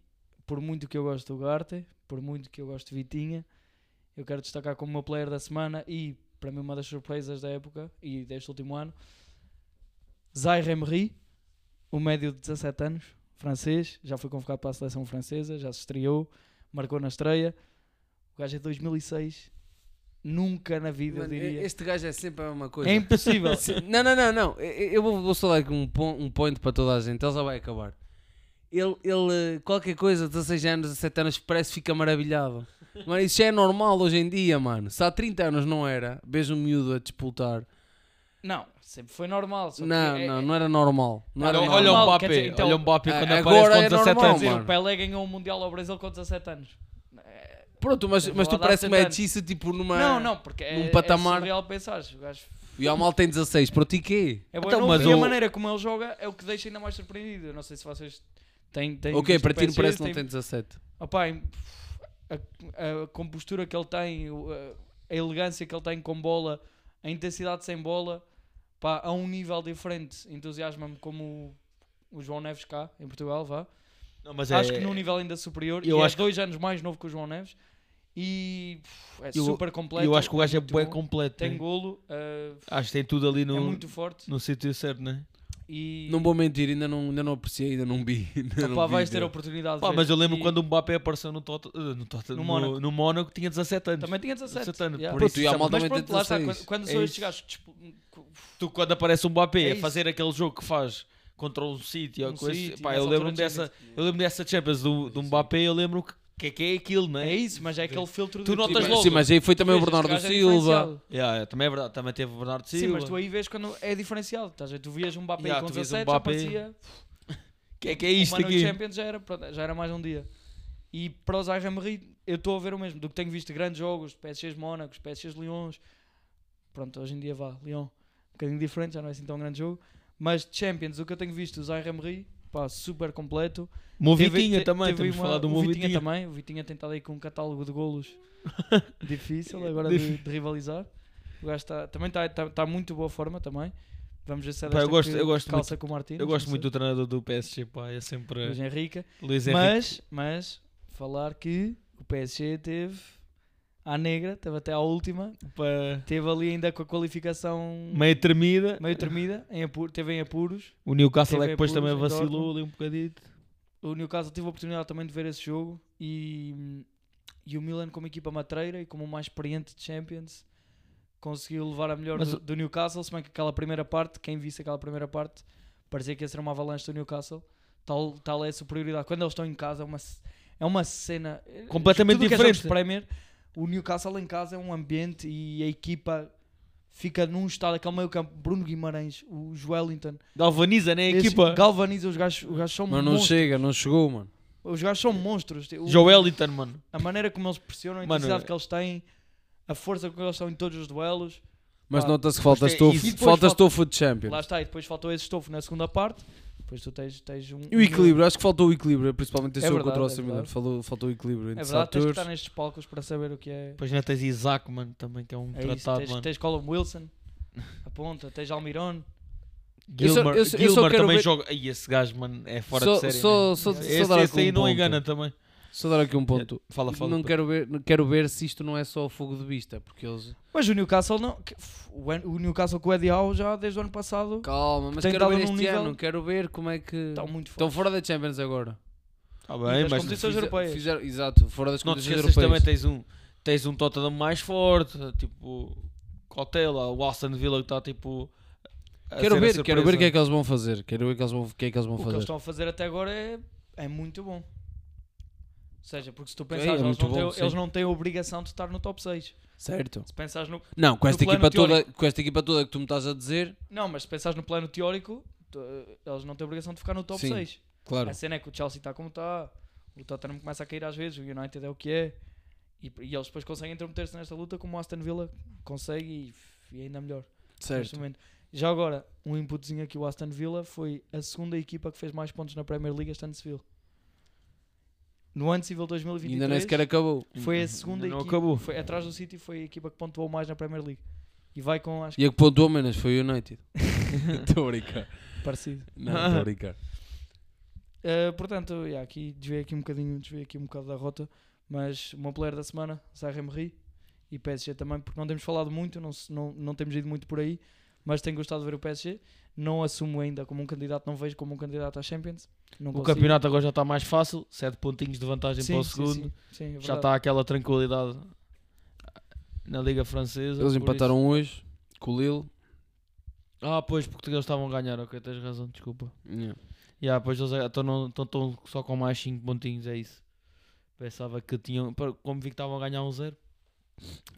Speaker 2: por muito que eu gosto do Garte, por muito que eu gosto de Vitinha, eu quero destacar como meu player da semana e para mim uma das surpresas da época e deste último ano, Zaire Emery, o médio de 17 anos, francês, já foi convocado para a seleção francesa, já se estreou, marcou na estreia. O gajo é de 2006, nunca na vida eu diria.
Speaker 1: este gajo é sempre a mesma coisa.
Speaker 2: É impossível.
Speaker 1: Assim, Não, não, não, não. Eu eu vou, vou só dar aqui um, pon- um point para toda a gente. Ele já vai acabar. Ele, ele, eh, qualquer coisa, 16 anos, 17 anos, parece que fica maravilhado. Mano, isso já é normal hoje em dia, mano. Se há 30 anos não era, beijo um miúdo a disputar.
Speaker 2: Não, sempre foi normal. só que
Speaker 1: Não,
Speaker 2: é-
Speaker 1: não, não era normal. Não era
Speaker 3: Olha,
Speaker 1: normal.
Speaker 3: olha o
Speaker 2: normal,
Speaker 3: Mbappé.
Speaker 2: quer dizer, então-
Speaker 3: olha o Mbappé
Speaker 1: Ah,
Speaker 3: quando
Speaker 1: agora
Speaker 3: aparece
Speaker 1: é
Speaker 3: com 17
Speaker 1: normal,
Speaker 3: anos.
Speaker 2: Quer dizer,
Speaker 1: mano.
Speaker 2: o Pelé ganhou o Mundial ao Brasil com 17 anos.
Speaker 1: Pronto, mas,
Speaker 2: Eu
Speaker 1: mas
Speaker 2: vou
Speaker 1: tu
Speaker 2: lá dar
Speaker 1: parece que
Speaker 2: 70
Speaker 1: metiste tipo numa.
Speaker 2: Não, não, porque é,
Speaker 1: num
Speaker 2: é
Speaker 1: patamar-
Speaker 2: surreal pensar. O gajo
Speaker 1: E o mal tem 16, para ti quê?
Speaker 2: é bom
Speaker 3: Então,
Speaker 2: novo
Speaker 3: mas
Speaker 2: e a
Speaker 3: o-
Speaker 2: maneira como ele joga é o que deixa ainda mais surpreendido. Eu não sei se vocês têm. têm
Speaker 1: ok,
Speaker 2: visto
Speaker 1: para
Speaker 2: o
Speaker 1: ti não
Speaker 2: PSG,
Speaker 1: parece que não
Speaker 2: têm-
Speaker 1: tem 17.
Speaker 2: Opá, em- a, a compostura que ele tem, o- a, a elegância que ele tem com bola, a intensidade sem bola, pá, a um nível diferente. Entusiasma-me como o, o João Neves cá, em Portugal, vá.
Speaker 3: Não, mas
Speaker 2: acho
Speaker 3: é-
Speaker 2: que num nível ainda superior.
Speaker 3: eu
Speaker 2: e
Speaker 3: acho
Speaker 2: é dois anos mais novo que o João Neves. E pff, é
Speaker 3: Eu-
Speaker 2: super completo.
Speaker 3: Eu acho que o gajo é
Speaker 2: muito
Speaker 3: bem
Speaker 2: bom.
Speaker 3: completo.
Speaker 2: Tem
Speaker 3: né?
Speaker 2: golo, eh,
Speaker 3: Acho que tem tudo ali no,
Speaker 2: é muito forte.
Speaker 3: no sítio certo, né?
Speaker 2: E
Speaker 1: Não vou mentir, ainda não, ainda não apreciei, ainda não vi. Ainda não
Speaker 2: opá,
Speaker 1: vi
Speaker 2: vais ter a
Speaker 1: dele.
Speaker 2: oportunidade de
Speaker 3: Pá,
Speaker 2: ver.
Speaker 3: mas eu lembro
Speaker 2: E
Speaker 3: quando o Mbappé apareceu no, Tot... eh, no, Tot...
Speaker 2: No
Speaker 3: no,
Speaker 2: Mónaco.
Speaker 3: no Mónaco tinha 17 anos.
Speaker 2: Também tinha 17.
Speaker 3: 17 anos,
Speaker 2: yeah.
Speaker 3: por
Speaker 1: Pronto,
Speaker 3: isso,
Speaker 1: e há
Speaker 3: sabe,
Speaker 1: malta
Speaker 2: Mas
Speaker 1: também tem
Speaker 2: pronto, lá está.
Speaker 1: 16.
Speaker 2: Quando, quando
Speaker 3: É
Speaker 2: são
Speaker 3: isso.
Speaker 2: estes gajos tipo,
Speaker 3: Tu quando aparece o Mbappé
Speaker 2: É
Speaker 3: a
Speaker 2: isso.
Speaker 3: fazer aquele jogo que faz contra um City ou
Speaker 2: Um
Speaker 3: coisa,
Speaker 2: City,
Speaker 3: pá,
Speaker 2: nessa
Speaker 3: eu
Speaker 2: altura
Speaker 3: lembro-me
Speaker 2: tinha
Speaker 3: dessa,
Speaker 2: 20.
Speaker 3: eu lembro dessa Champions do, do Mbappé, eu lembro que que é que é aquilo, não é?
Speaker 2: É isso, mas é aquele filtro
Speaker 3: Tu
Speaker 2: do
Speaker 3: notas
Speaker 1: Sim,
Speaker 3: Estás
Speaker 1: mas-
Speaker 3: logo.
Speaker 1: Sim, mas aí foi
Speaker 2: Tu
Speaker 1: também o
Speaker 2: vês, este
Speaker 1: Bernardo
Speaker 2: gajo é
Speaker 1: Silva.
Speaker 2: diferenciado.
Speaker 3: Yeah, yeah, também é verdade, também teve o Bernardo Silva.
Speaker 2: Sim, mas tu aí vês quando é diferenciado. Estás a ver? Tu vias um Mbappé
Speaker 3: Yeah,
Speaker 2: com
Speaker 3: tu vês um
Speaker 2: 17,
Speaker 3: Mbappé.
Speaker 2: já parecia...
Speaker 3: que é que é
Speaker 2: Isto
Speaker 3: isto
Speaker 2: uma noite
Speaker 3: aqui?
Speaker 2: Champions já era, pronto, já era mais um dia. E para os Emery, eu estou a ver o mesmo. Do que tenho visto grandes jogos, PSGs Mónacos, PSGs Leões. Pronto, hoje em dia vá, Lyon. Um bocadinho diferente, já não é assim tão grande jogo. Mas de Champions, o que eu tenho visto, os Emery, pá, super completo. Teve-
Speaker 3: Movitinha
Speaker 2: te-
Speaker 3: também,
Speaker 2: teve
Speaker 3: temos
Speaker 2: uma-
Speaker 3: falado do
Speaker 2: o Vitinha
Speaker 3: Movitinha.
Speaker 2: também. O Vitinha tem estado aí com um catálogo de golos difícil agora de, de rivalizar. O gajo tá, também está tá, tá muito boa forma também. Vamos ver se é
Speaker 3: Pá, eu
Speaker 2: desta
Speaker 3: gosto-
Speaker 2: que
Speaker 3: eu gosto
Speaker 2: calça com o Martínez,
Speaker 3: Eu gosto
Speaker 2: não
Speaker 3: muito
Speaker 2: sei. é.
Speaker 3: do treinador do PSG, pá, é sempre
Speaker 2: Luís Henrique.
Speaker 3: Luiz Henrique.
Speaker 2: Mas, mas, falar que o PSG teve à negra, teve até à última,
Speaker 3: pá,
Speaker 2: teve ali ainda com a qualificação meio,
Speaker 3: meio tremida.
Speaker 2: tremida, em apuro, teve em apuros.
Speaker 3: O Newcastle
Speaker 2: Teve
Speaker 3: é que depois
Speaker 2: apuros
Speaker 3: também
Speaker 2: em
Speaker 3: vacilou
Speaker 2: Dortmund.
Speaker 3: ali um bocadito.
Speaker 2: O Newcastle teve a oportunidade também de ver esse jogo e, e o Milan como equipa matreira e como o mais experiente de Champions conseguiu levar a melhor
Speaker 3: Mas
Speaker 2: do,
Speaker 3: o-
Speaker 2: do Newcastle, se bem que aquela primeira parte, quem visse aquela primeira parte, parecia que ia ser uma avalanche do Newcastle. Tal, tal é a superioridade. Quando eles estão em casa é uma, c- é uma cena eh,
Speaker 3: Completamente
Speaker 2: tudo o que é jogos
Speaker 3: diferente.
Speaker 2: de Premier, o Newcastle em casa é um ambiente e a equipa fica num estado, aquele meio campo, Bruno Guimarães, o Joelinton,
Speaker 3: Galvaniza, né? A
Speaker 2: esses
Speaker 3: equipa.
Speaker 2: galvaniza os gajos, os gajos são
Speaker 1: Mas não
Speaker 2: monstros.
Speaker 1: chega, não chegou, mano.
Speaker 2: Os gajos são monstros. O-
Speaker 3: Joeliton, mano.
Speaker 2: A maneira como eles pressionam, a
Speaker 3: Mano,
Speaker 2: intensidade que eles têm, a força com que eles estão em todos os duelos.
Speaker 1: Mas
Speaker 2: Pá, é
Speaker 1: nota-se que falta
Speaker 3: depois tem isso. E
Speaker 1: estofo,
Speaker 2: depois
Speaker 1: falta
Speaker 2: falta-
Speaker 1: estofo de Champions.
Speaker 2: Lá está, e depois faltou esse estofo na segunda parte. Depois tu tens, tens um.
Speaker 1: E o equilíbrio, acho que faltou o equilíbrio, principalmente esse
Speaker 2: É
Speaker 1: jogo
Speaker 2: verdade,
Speaker 1: contra o
Speaker 2: é
Speaker 1: AC Milan.
Speaker 2: verdade.
Speaker 1: Falou, faltou o equilíbrio
Speaker 2: É
Speaker 1: entre
Speaker 2: verdade, tens que estar
Speaker 1: Satur.
Speaker 2: nestes palcos para saber o que é.
Speaker 3: Depois ainda tens Isaac, mano, também, que é um
Speaker 2: é isso.
Speaker 3: tratado,
Speaker 2: Tens,
Speaker 3: mano.
Speaker 2: tens Colin Wilson, a ponta, tens Almiron.
Speaker 1: Eu só-
Speaker 3: Gilmer,
Speaker 1: eu só- eu só
Speaker 3: Gilmer
Speaker 1: quero
Speaker 3: também
Speaker 1: ver-
Speaker 3: joga. Ai, esse gajo, mano, é fora
Speaker 1: Só,
Speaker 3: de série.
Speaker 1: só,
Speaker 3: né?
Speaker 1: só, só
Speaker 3: esse
Speaker 1: dar
Speaker 3: esse
Speaker 1: aqui
Speaker 3: aí
Speaker 1: um
Speaker 3: não
Speaker 1: ponto.
Speaker 3: engana também.
Speaker 1: Só dar aqui um ponto.
Speaker 3: Fala, fala.
Speaker 1: Não quero ver, não quero ver se isto não é só fogo de vista, porque eles.
Speaker 2: Mas o Newcastle não. que- f- O En- o Newcastle com o Eddie Howe já desde o ano passado
Speaker 1: Calma, mas
Speaker 2: Tem
Speaker 1: quero
Speaker 2: dado
Speaker 1: ver
Speaker 2: num
Speaker 1: este
Speaker 2: nível-
Speaker 1: ano, quero ver como é que.
Speaker 2: estão muito
Speaker 1: Estão
Speaker 2: fortes.
Speaker 1: fora da Champions agora.
Speaker 3: Está
Speaker 2: E
Speaker 3: Ah, bem,
Speaker 2: das
Speaker 3: mas
Speaker 2: competições- Competições europeias.
Speaker 1: fizeram- exato, fora das
Speaker 3: não te
Speaker 1: competições
Speaker 3: esqueças também,
Speaker 1: europeias.
Speaker 3: tens um, tens um Tottenham mais forte, tipo, Cautela, o Aston Villa que está tipo. a
Speaker 1: Quero
Speaker 3: ser a
Speaker 1: ver, quero ver o que é
Speaker 3: surpresa.
Speaker 1: que eles vão fazer. Quero ver o que eles vão- o que é que eles vão
Speaker 2: O que eles
Speaker 1: fazer.
Speaker 2: estão a fazer até agora é, é muito bom. Ou seja, porque se tu
Speaker 1: é
Speaker 2: pensares, eles,
Speaker 1: muito
Speaker 2: não têm,
Speaker 1: bom, sim.
Speaker 2: eles não têm a obrigação de estar no top 6.
Speaker 1: Certo.
Speaker 2: Se pensares no,
Speaker 1: Não, com
Speaker 2: No
Speaker 1: esta,
Speaker 2: plano
Speaker 1: equipa toda, com esta equipa toda que tu me estás a dizer,
Speaker 2: Não, mas se pensares no plano teórico, tu- eles não têm obrigação de ficar no top
Speaker 1: Sim,
Speaker 2: 6.
Speaker 1: claro.
Speaker 2: A cena é que o Chelsea está como está, o Tottenham começa a cair às vezes, o United é o que é, e, e eles depois conseguem intermeter-se nesta luta como o Aston Villa consegue e, e ainda melhor neste
Speaker 1: Certo.
Speaker 2: momento. Já agora, um inputzinho aqui, o Aston Villa foi a segunda equipa que fez mais pontos na Premier League este ano civil. No ano civil
Speaker 1: E
Speaker 2: 2023,
Speaker 1: ainda nem sequer acabou.
Speaker 2: foi a segunda
Speaker 3: Ainda não
Speaker 2: equipa,
Speaker 3: acabou.
Speaker 2: foi, atrás do City foi a equipa que pontuou mais na Premier League. E vai com, acho que
Speaker 1: E a que pontuou menos foi o United. Estou a brincar.
Speaker 2: parecido.
Speaker 1: Não,
Speaker 3: Ah.
Speaker 1: estou a brincar.
Speaker 2: Uh, portanto, yeah, aqui desviei aqui um bocadinho, desviei aqui um bocado da rota, mas o meu player da semana, Sarre Emery e PSG também, porque não temos falado muito, não, se- não, não temos ido muito por aí, mas tenho gostado de ver o PSG. Não assumo ainda como um candidato, não vejo como um candidato à Champions. Não
Speaker 3: O
Speaker 2: consigo.
Speaker 3: campeonato agora já está mais fácil, 7 pontinhos de vantagem
Speaker 2: Sim,
Speaker 3: para o
Speaker 2: sim,
Speaker 3: segundo.
Speaker 2: sim, sim, é
Speaker 3: já tá.
Speaker 2: verdade.
Speaker 3: está aquela tranquilidade na Liga Francesa.
Speaker 1: Eles
Speaker 3: por
Speaker 1: empataram hoje com o Lille.
Speaker 3: isso- Ah, pois, porque eles estavam a ganhar, ok, tens razão, desculpa. E ah, pois eles estão só com mais 5 pontinhos, é isso. Pensava que tinham. pá, Como vi que estavam a ganhar um zero,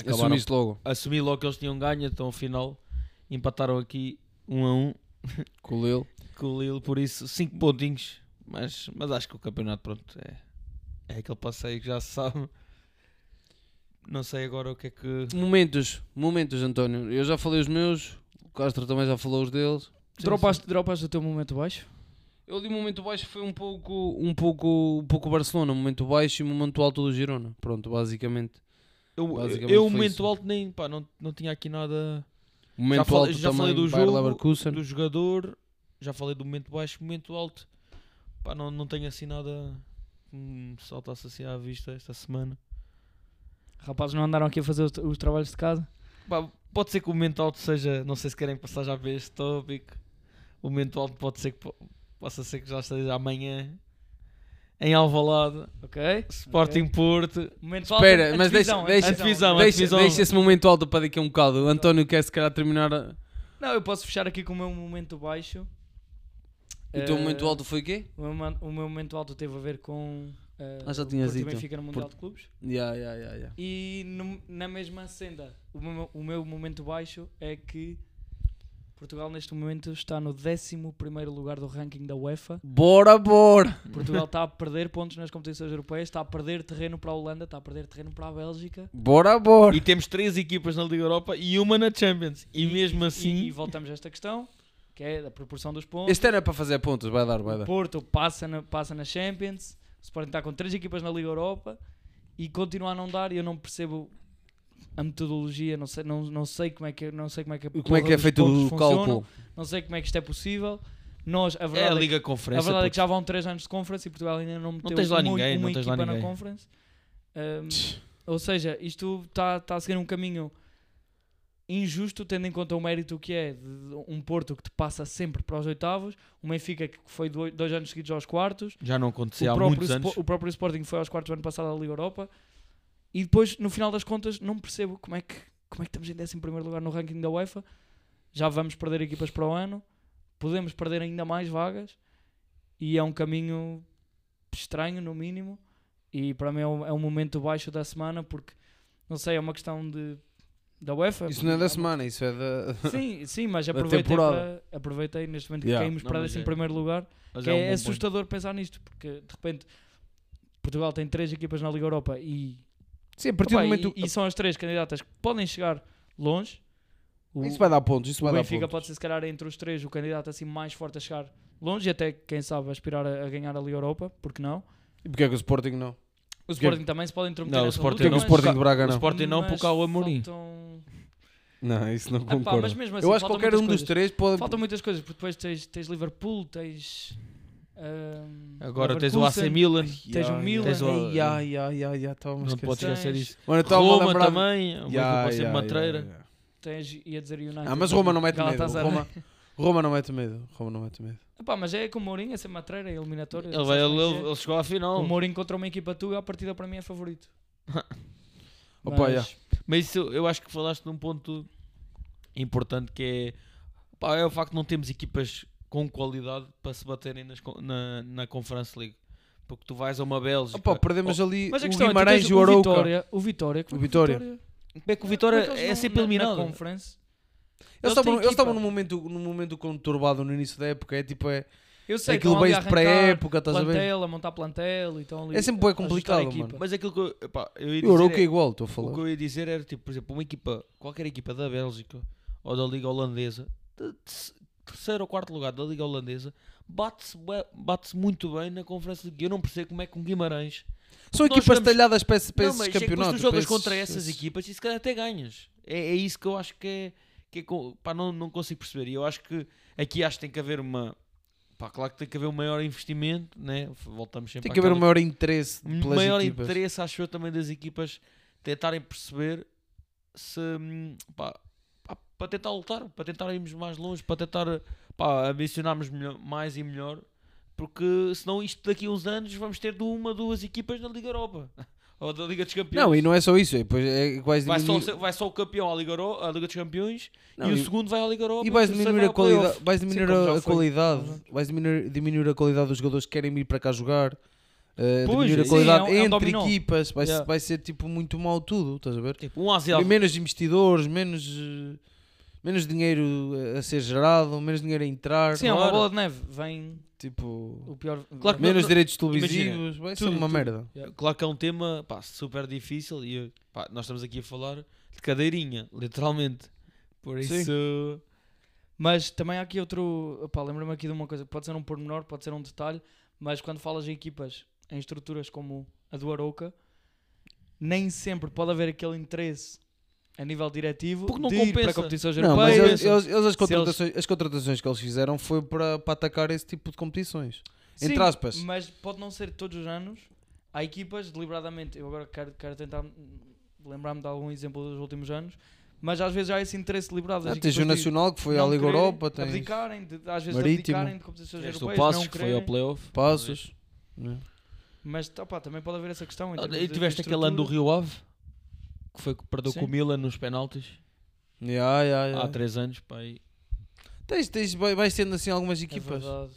Speaker 3: acabaram.
Speaker 1: Assumiste logo
Speaker 3: Assumi logo que eles tinham ganho, então afinal empataram aqui 1 um a 1 um,
Speaker 1: com o Lille.
Speaker 3: com o Lille, por isso 5 pontinhos. Mas, mas acho que o campeonato, pronto, é, é aquele passeio que já se sabe. Não sei agora o que é que.
Speaker 1: Momentos, momentos, António. Eu já falei os meus, o Castro também já falou os deles.
Speaker 2: Dropaste, dropaste o teu momento baixo?
Speaker 1: Eu li o momento baixo foi um pouco, um pouco, um pouco Barcelona, momento baixo e um momento alto do Girona. Pronto, basicamente.
Speaker 3: Eu,
Speaker 1: Basicamente
Speaker 3: eu
Speaker 1: foi
Speaker 3: momento
Speaker 1: isso.
Speaker 3: alto, nem. Pá, não, não tinha aqui nada
Speaker 1: Um Momento
Speaker 3: Já falei-
Speaker 1: alto
Speaker 3: já
Speaker 1: também
Speaker 3: falei do
Speaker 1: Bayer
Speaker 3: jogo,
Speaker 1: Leverkusen.
Speaker 3: do jogador. Já falei do momento baixo, momento alto. Pá, não, não tenho assim nada que me saltasse assim à vista esta semana.
Speaker 2: Rapazes não andaram aqui a fazer os, os trabalhos de casa?
Speaker 3: Pá, pode ser que o momento alto seja. Não sei se querem passar já para este tópico. O momento alto pode ser que po- possa ser que já esteja amanhã em Alvalade,
Speaker 2: Ok.
Speaker 3: Sporting Porto.
Speaker 2: Momento
Speaker 1: Espera,
Speaker 2: alto,
Speaker 1: mas deixa-
Speaker 2: antevisão,
Speaker 1: deixa-
Speaker 2: antevisão.
Speaker 3: antevisão.
Speaker 1: Deixa,
Speaker 3: divisão-
Speaker 1: deixa esse momento alto para daqui a um bocado. O António quer se calhar terminar. a-
Speaker 2: Não, eu posso fechar aqui com o meu momento baixo.
Speaker 1: O teu
Speaker 2: Eh,
Speaker 1: momento alto foi o quê?
Speaker 2: O meu, man- o meu momento alto teve a ver com a Uh,
Speaker 1: Ah, já
Speaker 2: o
Speaker 1: tinhas
Speaker 2: Porto também
Speaker 1: dito.
Speaker 2: fica no Mundial de Clubes.
Speaker 1: Yeah, yeah, yeah, yeah.
Speaker 2: E no- na mesma senda, o meu, o meu momento baixo é que Portugal neste momento está no 11 lugar do ranking da UEFA.
Speaker 1: Bora, bora!
Speaker 2: Portugal está a perder pontos nas competições europeias, está a perder terreno para a Holanda, está a perder terreno para a Bélgica.
Speaker 1: Bora, bora!
Speaker 3: E temos três equipas na Liga Europa e uma na Champions. E, mesmo assim,
Speaker 2: E, e voltamos a esta questão, que é da proporção dos pontos.
Speaker 1: Este ano é para fazer pontos, vai dar, vai
Speaker 2: O
Speaker 1: dar.
Speaker 2: Porto passa na, passa na Champions, o Sporting está com três equipas na Liga Europa e continua a não dar e eu não percebo a metodologia, não sei, não, não sei como é que não sei como é que, a
Speaker 1: Como é que
Speaker 2: porra
Speaker 1: é
Speaker 2: dos
Speaker 1: feito
Speaker 2: pontos
Speaker 1: o
Speaker 2: funcionam,
Speaker 1: cálculo?
Speaker 2: Não sei como é que isto é possível. Nós, a
Speaker 3: é a
Speaker 2: verdade, é,
Speaker 3: Liga
Speaker 2: que, a
Speaker 3: Conferência.
Speaker 2: verdade é que
Speaker 3: puto.
Speaker 2: já vão três anos de conference e Portugal ainda não meteu
Speaker 3: tens lá
Speaker 2: uma,
Speaker 3: ninguém,
Speaker 2: uma
Speaker 3: não tens lá
Speaker 2: equipa na
Speaker 3: ninguém.
Speaker 2: conference. Ahm, ou seja, isto está tá a seguir um caminho injusto, tendo em conta o mérito que é de um Porto que te passa sempre para os oitavos, o Benfica que foi do- dois anos seguidos aos quartos,
Speaker 3: Já não
Speaker 2: o
Speaker 3: acontecia há
Speaker 2: próprio,
Speaker 3: muitos
Speaker 2: Spo-
Speaker 3: anos.
Speaker 2: o próprio Sporting foi aos quartos do ano passado da Liga Europa, e depois, no final das contas, não percebo como é que, como é que estamos em 11 primeiro lugar no ranking da UEFA, já vamos perder equipas para o ano, podemos perder ainda mais vagas, e é um caminho estranho, no mínimo, e para mim é um, é um momento baixo da semana, porque, não sei, é uma questão de... Da UEFA?
Speaker 1: Isso não é da
Speaker 2: uma-
Speaker 1: semana, isso é da.
Speaker 2: Sim, sim, mas
Speaker 1: Da
Speaker 2: aproveitei,
Speaker 1: temporada.
Speaker 2: para- aproveitei neste momento
Speaker 1: Yeah.
Speaker 2: que caímos
Speaker 3: Não,
Speaker 2: para
Speaker 3: mas
Speaker 2: décimo
Speaker 3: é-
Speaker 2: primeiro lugar.
Speaker 3: Mas
Speaker 2: que
Speaker 3: é um
Speaker 2: é,
Speaker 3: bom ponto.
Speaker 2: assustador pensar nisto, porque de repente Portugal tem três equipas na Liga Europa e,
Speaker 1: Sim, a partir
Speaker 2: Opa,
Speaker 1: do
Speaker 2: e-
Speaker 1: momento.
Speaker 2: e são as três candidatas que podem chegar longe. O,
Speaker 1: Isso vai dar pontos, isso
Speaker 2: o
Speaker 1: vai dar
Speaker 2: Benfica
Speaker 1: pontos.
Speaker 2: pode ser, se calhar, entre os três, o candidato assim mais forte a chegar longe e até, quem sabe, aspirar a, a ganhar a Liga Europa, porque não?
Speaker 1: E porquê é que o Sporting não?
Speaker 2: O Sporting também se pode intrometer
Speaker 3: Não, o
Speaker 2: nessa
Speaker 3: Sporting
Speaker 1: Porquê é que
Speaker 2: luta,
Speaker 1: o
Speaker 3: não-
Speaker 2: mas-
Speaker 1: Sporting de Braga
Speaker 3: o
Speaker 1: não?
Speaker 3: Sport- Sporting não,
Speaker 2: mas
Speaker 3: porque há o Amorim.
Speaker 2: faltam-
Speaker 1: Não, isso não
Speaker 2: Ah, pá, mas
Speaker 1: concordo.
Speaker 2: mesmo assim,
Speaker 1: Eu acho que
Speaker 2: faltam
Speaker 1: qualquer
Speaker 2: muitas
Speaker 1: um dos
Speaker 2: coisas.
Speaker 1: três pode.
Speaker 2: Faltam muitas coisas, porque depois tens, tens Liverpool, tens. ahm,
Speaker 3: Agora tens o AC
Speaker 2: Leverkusen,
Speaker 3: Milan.
Speaker 2: tens o Milan.
Speaker 3: Tens o-
Speaker 1: Ai, ai, ai, ai, ai, estava a
Speaker 3: Não te podes
Speaker 2: Tens-
Speaker 3: esquecer disso.
Speaker 1: Mano, eu estava a
Speaker 3: Roma
Speaker 1: lembrar.
Speaker 3: também. Uma
Speaker 1: Ya,
Speaker 3: equipa sempre
Speaker 1: ya,
Speaker 3: matreira.
Speaker 1: ya, ya.
Speaker 2: Tens, ia dizer United.
Speaker 1: Ah, mas Roma não mete medo.
Speaker 2: Galatasaray.
Speaker 1: Roma, Roma não mete medo. Roma não mete medo.
Speaker 2: Epá, mas é com o Mourinho, é sempre uma treira, é eliminatória.
Speaker 3: Ele,
Speaker 2: não
Speaker 3: vai,
Speaker 2: sei como é
Speaker 3: ele,
Speaker 2: que é.
Speaker 3: ele chegou à final.
Speaker 2: O Mourinho contra uma equipa tua, a partida para mim é favorito.
Speaker 1: Opa,
Speaker 2: Mas-
Speaker 1: yeah.
Speaker 3: Mas isso, eu acho que falaste num ponto importante que é, pá, é o facto de não termos equipas com qualidade para se baterem nas con- na, na Conference League. Porque tu vais a uma Bélgica.
Speaker 1: Opa, perdemos ali
Speaker 2: Mas a
Speaker 1: o
Speaker 2: questão é
Speaker 1: Guimarães
Speaker 2: tu
Speaker 1: e
Speaker 2: tens
Speaker 1: o
Speaker 2: o
Speaker 1: Arouca.
Speaker 2: Vitória, o Vitória, como
Speaker 1: O
Speaker 2: é que
Speaker 1: Vitória.
Speaker 3: Como é que o Vitória
Speaker 2: Como é que eles
Speaker 3: é
Speaker 2: não-
Speaker 3: sempre
Speaker 2: na-
Speaker 3: eliminado?
Speaker 2: Na conference.
Speaker 1: Eles
Speaker 2: Eles têm
Speaker 1: estavam- eles estavam
Speaker 2: equipa.
Speaker 1: num momento, num momento conturbado no início da época. É tipo, é,
Speaker 2: Eu sei,
Speaker 1: aquilo
Speaker 2: estão ali
Speaker 1: base
Speaker 2: a
Speaker 1: de
Speaker 2: arrancar
Speaker 1: pré-época, estás a ver?
Speaker 2: Plantel, a montar plantel e estão ali.
Speaker 1: É sempre bué
Speaker 2: a ajustar a
Speaker 1: complicado,
Speaker 2: equipa.
Speaker 1: mano.
Speaker 3: Mas aquilo que eu, epá, eu ia
Speaker 1: E o
Speaker 3: dizer
Speaker 1: Arouca é
Speaker 3: é-
Speaker 1: igual, estou a
Speaker 3: o
Speaker 1: falar.
Speaker 3: que eu ia dizer era, tipo, por exemplo, uma equipa, qualquer equipa da Bélgica ou da Liga Holandesa, de te- terceiro ou quarto lugar da Liga Holandesa, bate-se bué- bate-se muito bem na Conference League. Eu não percebo como é que um Guimarães
Speaker 1: São
Speaker 3: Nós
Speaker 1: equipas
Speaker 3: jogamos-
Speaker 1: talhadas para, esse- para
Speaker 3: Não,
Speaker 1: esses
Speaker 3: mas é que depois
Speaker 1: campeonatos.
Speaker 3: tu jogas
Speaker 1: para esses-
Speaker 3: contra essas
Speaker 1: esses-
Speaker 3: equipas e se calhar até ganhas. É, é isso que eu acho que é. Que é co- pá, não, não consigo perceber. E eu acho que aqui acho que tem que haver uma. Pá, claro que tem que haver um maior investimento, né? F- Voltamos sempre
Speaker 1: Tem que haver um
Speaker 3: àquela-
Speaker 1: maior interesse
Speaker 3: um
Speaker 1: pelas
Speaker 3: maior
Speaker 1: equipas.
Speaker 3: interesse, acho eu, também das equipas tentarem perceber se. hum, Pá, pá, para tentar lutar, para tentar irmos mais longe, para tentar pá, ambicionarmos melhor- mais e melhor. Porque senão isto daqui a uns anos vamos ter de uma, duas equipas na Liga Europa. Ou da Liga dos Campeões.
Speaker 1: Não, e não é só isso. É, depois é, vais
Speaker 3: Vai só,
Speaker 1: diminuir,
Speaker 3: o- vai só o campeão à Liga, Euro- à Liga dos Campeões
Speaker 1: Não,
Speaker 3: e o
Speaker 1: e-
Speaker 3: segundo vai à Liga Europa.
Speaker 1: e vais
Speaker 3: o terceiro
Speaker 2: é
Speaker 1: diminuir a
Speaker 3: vai ao playoff.
Speaker 1: qualidade. Vais diminuir
Speaker 2: como
Speaker 1: a,
Speaker 2: já
Speaker 1: a
Speaker 2: foi.
Speaker 1: qualidade. Vais diminuir, diminuir a qualidade dos jogadores que querem vir para cá jogar. eh,
Speaker 3: Pois,
Speaker 1: diminuir a
Speaker 3: sim,
Speaker 1: qualidade
Speaker 2: é um- é um
Speaker 1: entre
Speaker 2: dominó.
Speaker 1: equipas. Vai,
Speaker 3: Yeah.
Speaker 1: vai ser tipo muito mal tudo, estás a ver?
Speaker 3: Tipo, um Asia.
Speaker 1: E menos investidores, menos, eh, menos dinheiro eh, a- a ser gerado, menos dinheiro a entrar.
Speaker 2: Sim, é uma
Speaker 3: Claro.
Speaker 2: bola de neve. Vem
Speaker 1: Tipo,
Speaker 2: o pior.
Speaker 3: Claro que
Speaker 1: menos
Speaker 3: não-
Speaker 1: direitos
Speaker 3: imagina,
Speaker 1: televisivos. Vai ser
Speaker 3: tudo,
Speaker 1: uma
Speaker 3: tudo.
Speaker 1: merda.
Speaker 3: Claro que é um tema pá, super difícil e eu- pá, nós estamos aqui a falar de cadeirinha, literalmente. Por
Speaker 1: Sim.
Speaker 3: isso.
Speaker 2: Mas também há aqui outro. Opá, lembra-me aqui de uma coisa. Pode ser um pormenor, pode ser um detalhe. Mas quando falas em equipas, em estruturas como a do Arouca, nem sempre pode haver aquele interesse a nível diretivo
Speaker 3: Porque não
Speaker 2: de ir para
Speaker 3: compensa.
Speaker 2: competições
Speaker 1: Não, mas eles,
Speaker 2: europeias.
Speaker 1: eles- eles as,
Speaker 2: Se
Speaker 1: contratações, as contratações que eles fizeram foi para, para atacar esse tipo de competições. entre aspas.
Speaker 2: Mas pode não ser todos os anos. Há equipas, deliberadamente, eu agora quero, quero tentar hum, lembrar-me de algum exemplo dos últimos anos, mas às vezes há esse interesse deliberado. das
Speaker 1: Ah, tens o
Speaker 2: equipas de-
Speaker 1: Nacional que foi à
Speaker 2: não
Speaker 1: Liga
Speaker 2: quererem,
Speaker 1: Europa, tens
Speaker 2: abdicarem de- às vezes
Speaker 1: Marítimo.
Speaker 2: abdicarem de competições
Speaker 3: Este
Speaker 2: europeias, Então, não quererem.
Speaker 3: playoff.
Speaker 1: Passos. né?
Speaker 2: Mas tá, pá, também pode haver essa questão. em termos
Speaker 3: Ah, E
Speaker 2: de-
Speaker 3: tiveste
Speaker 2: de
Speaker 3: aquele ano do
Speaker 2: estrutura.
Speaker 3: Rio Ave que foi que perdeu
Speaker 2: Sim. É.
Speaker 3: com o Milan nos penaltis
Speaker 1: Ya, ya, ya.
Speaker 2: Ah,
Speaker 3: há 3 anos. Pá, aí.
Speaker 1: Tens, tens, vai- vais tendo assim algumas
Speaker 2: É
Speaker 1: equipas.
Speaker 2: verdade.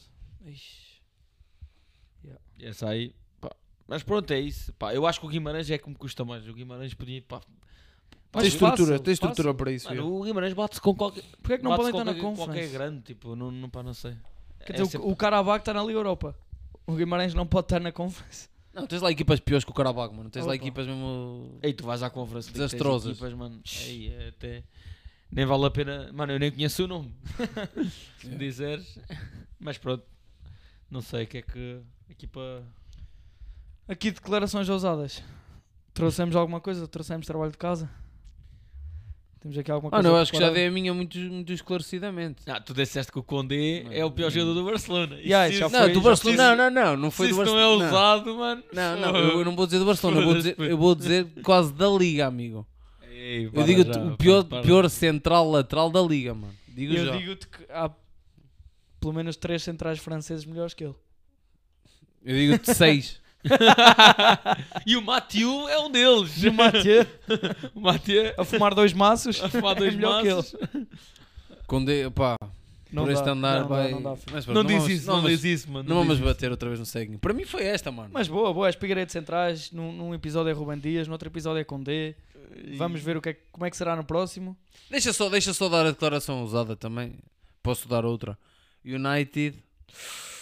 Speaker 2: Ixi.
Speaker 3: Essa aí. pá, Mas pronto, é isso. Pá, eu acho que o Guimarães é que me custa mais. O Guimarães podia. Pá,
Speaker 2: Pá,
Speaker 1: tem estrutura,
Speaker 2: fácil,
Speaker 1: tem estrutura
Speaker 2: fácil.
Speaker 1: para isso.
Speaker 3: mano,
Speaker 1: eu.
Speaker 3: o Guimarães bate-se com qualquer.
Speaker 2: Porquê é que não
Speaker 3: bate-se
Speaker 2: podem estar
Speaker 3: com
Speaker 2: na
Speaker 3: qualquer, qualquer
Speaker 2: Conference?
Speaker 3: grande, tipo, não, não, pá, não sei.
Speaker 2: Quer
Speaker 3: É
Speaker 2: dizer, o-
Speaker 3: sempre-
Speaker 2: o Carabao está na Liga Europa. O Guimarães não pode estar na Conference.
Speaker 1: Não, tens lá equipas piores que o Carabago, mano. Tens lá
Speaker 2: Opa.
Speaker 1: equipas mesmo.
Speaker 3: Ei, tu vais à Conference League, tens
Speaker 1: Desastrosas.
Speaker 3: equipas, mano. Ei, é até... Nem vale a pena. Mano, eu nem conheço o nome. Se me dizeres. Mas pronto. Não sei o que é que. a Equipa.
Speaker 2: Aqui declarações ousadas. Trouxemos alguma coisa? Trouxemos trabalho de casa? Temos aqui alguma
Speaker 1: Ah,
Speaker 2: coisa?
Speaker 1: não, acho que já
Speaker 2: preparada?
Speaker 1: dei a minha muito, muito esclarecidamente.
Speaker 3: Ah, tu disseste que o Condé é o pior jogador do Barcelona. Isso-
Speaker 2: Yeah, já foi,
Speaker 3: isso-
Speaker 1: Não, do
Speaker 3: preciso-
Speaker 1: Barcelona. Não, não, não, não foi
Speaker 3: se
Speaker 1: do
Speaker 3: isso não
Speaker 1: Barcelona.
Speaker 3: é ousado, mano.
Speaker 1: Não, não, eu, eu não vou dizer do Barcelona, eu vou dizer, eu vou dizer quase da Liga, amigo.
Speaker 3: Ei,
Speaker 1: Eu
Speaker 3: para
Speaker 1: digo
Speaker 3: já,
Speaker 1: o pior,
Speaker 3: para, para.
Speaker 1: pior central lateral da Liga, mano. Digo
Speaker 2: Eu
Speaker 1: já.
Speaker 2: digo-te que há pelo menos três centrais franceses melhores que ele.
Speaker 1: Eu digo-te 6.
Speaker 3: e o Matiu é um deles.
Speaker 2: E o Mathieu
Speaker 3: o é- Matiu
Speaker 2: a fumar dois maços
Speaker 3: a fumar dois
Speaker 2: é melhor que ele.
Speaker 3: maços.
Speaker 1: Quando eu, pá,
Speaker 2: Não
Speaker 1: por este
Speaker 2: dá,
Speaker 1: andar
Speaker 2: não dá,
Speaker 1: vai.
Speaker 2: não dá.
Speaker 1: mas, pronto,
Speaker 3: Não diz
Speaker 1: vamos-
Speaker 3: isso,
Speaker 1: não
Speaker 3: não
Speaker 1: vamos-
Speaker 3: diz isso, mano.
Speaker 1: Não
Speaker 3: diz
Speaker 1: vamos
Speaker 3: isso.
Speaker 1: bater outra vez no seguinho. Para mim foi esta, mano.
Speaker 2: Mas boa, boa. As Figueiredo centrais. Num, num episódio é Ruben Dias, no outro episódio é Condé. Vamos ver o que é que- como é que será no próximo.
Speaker 1: Deixa só, deixa só dar a declaração usada também. Posso dar outra. United.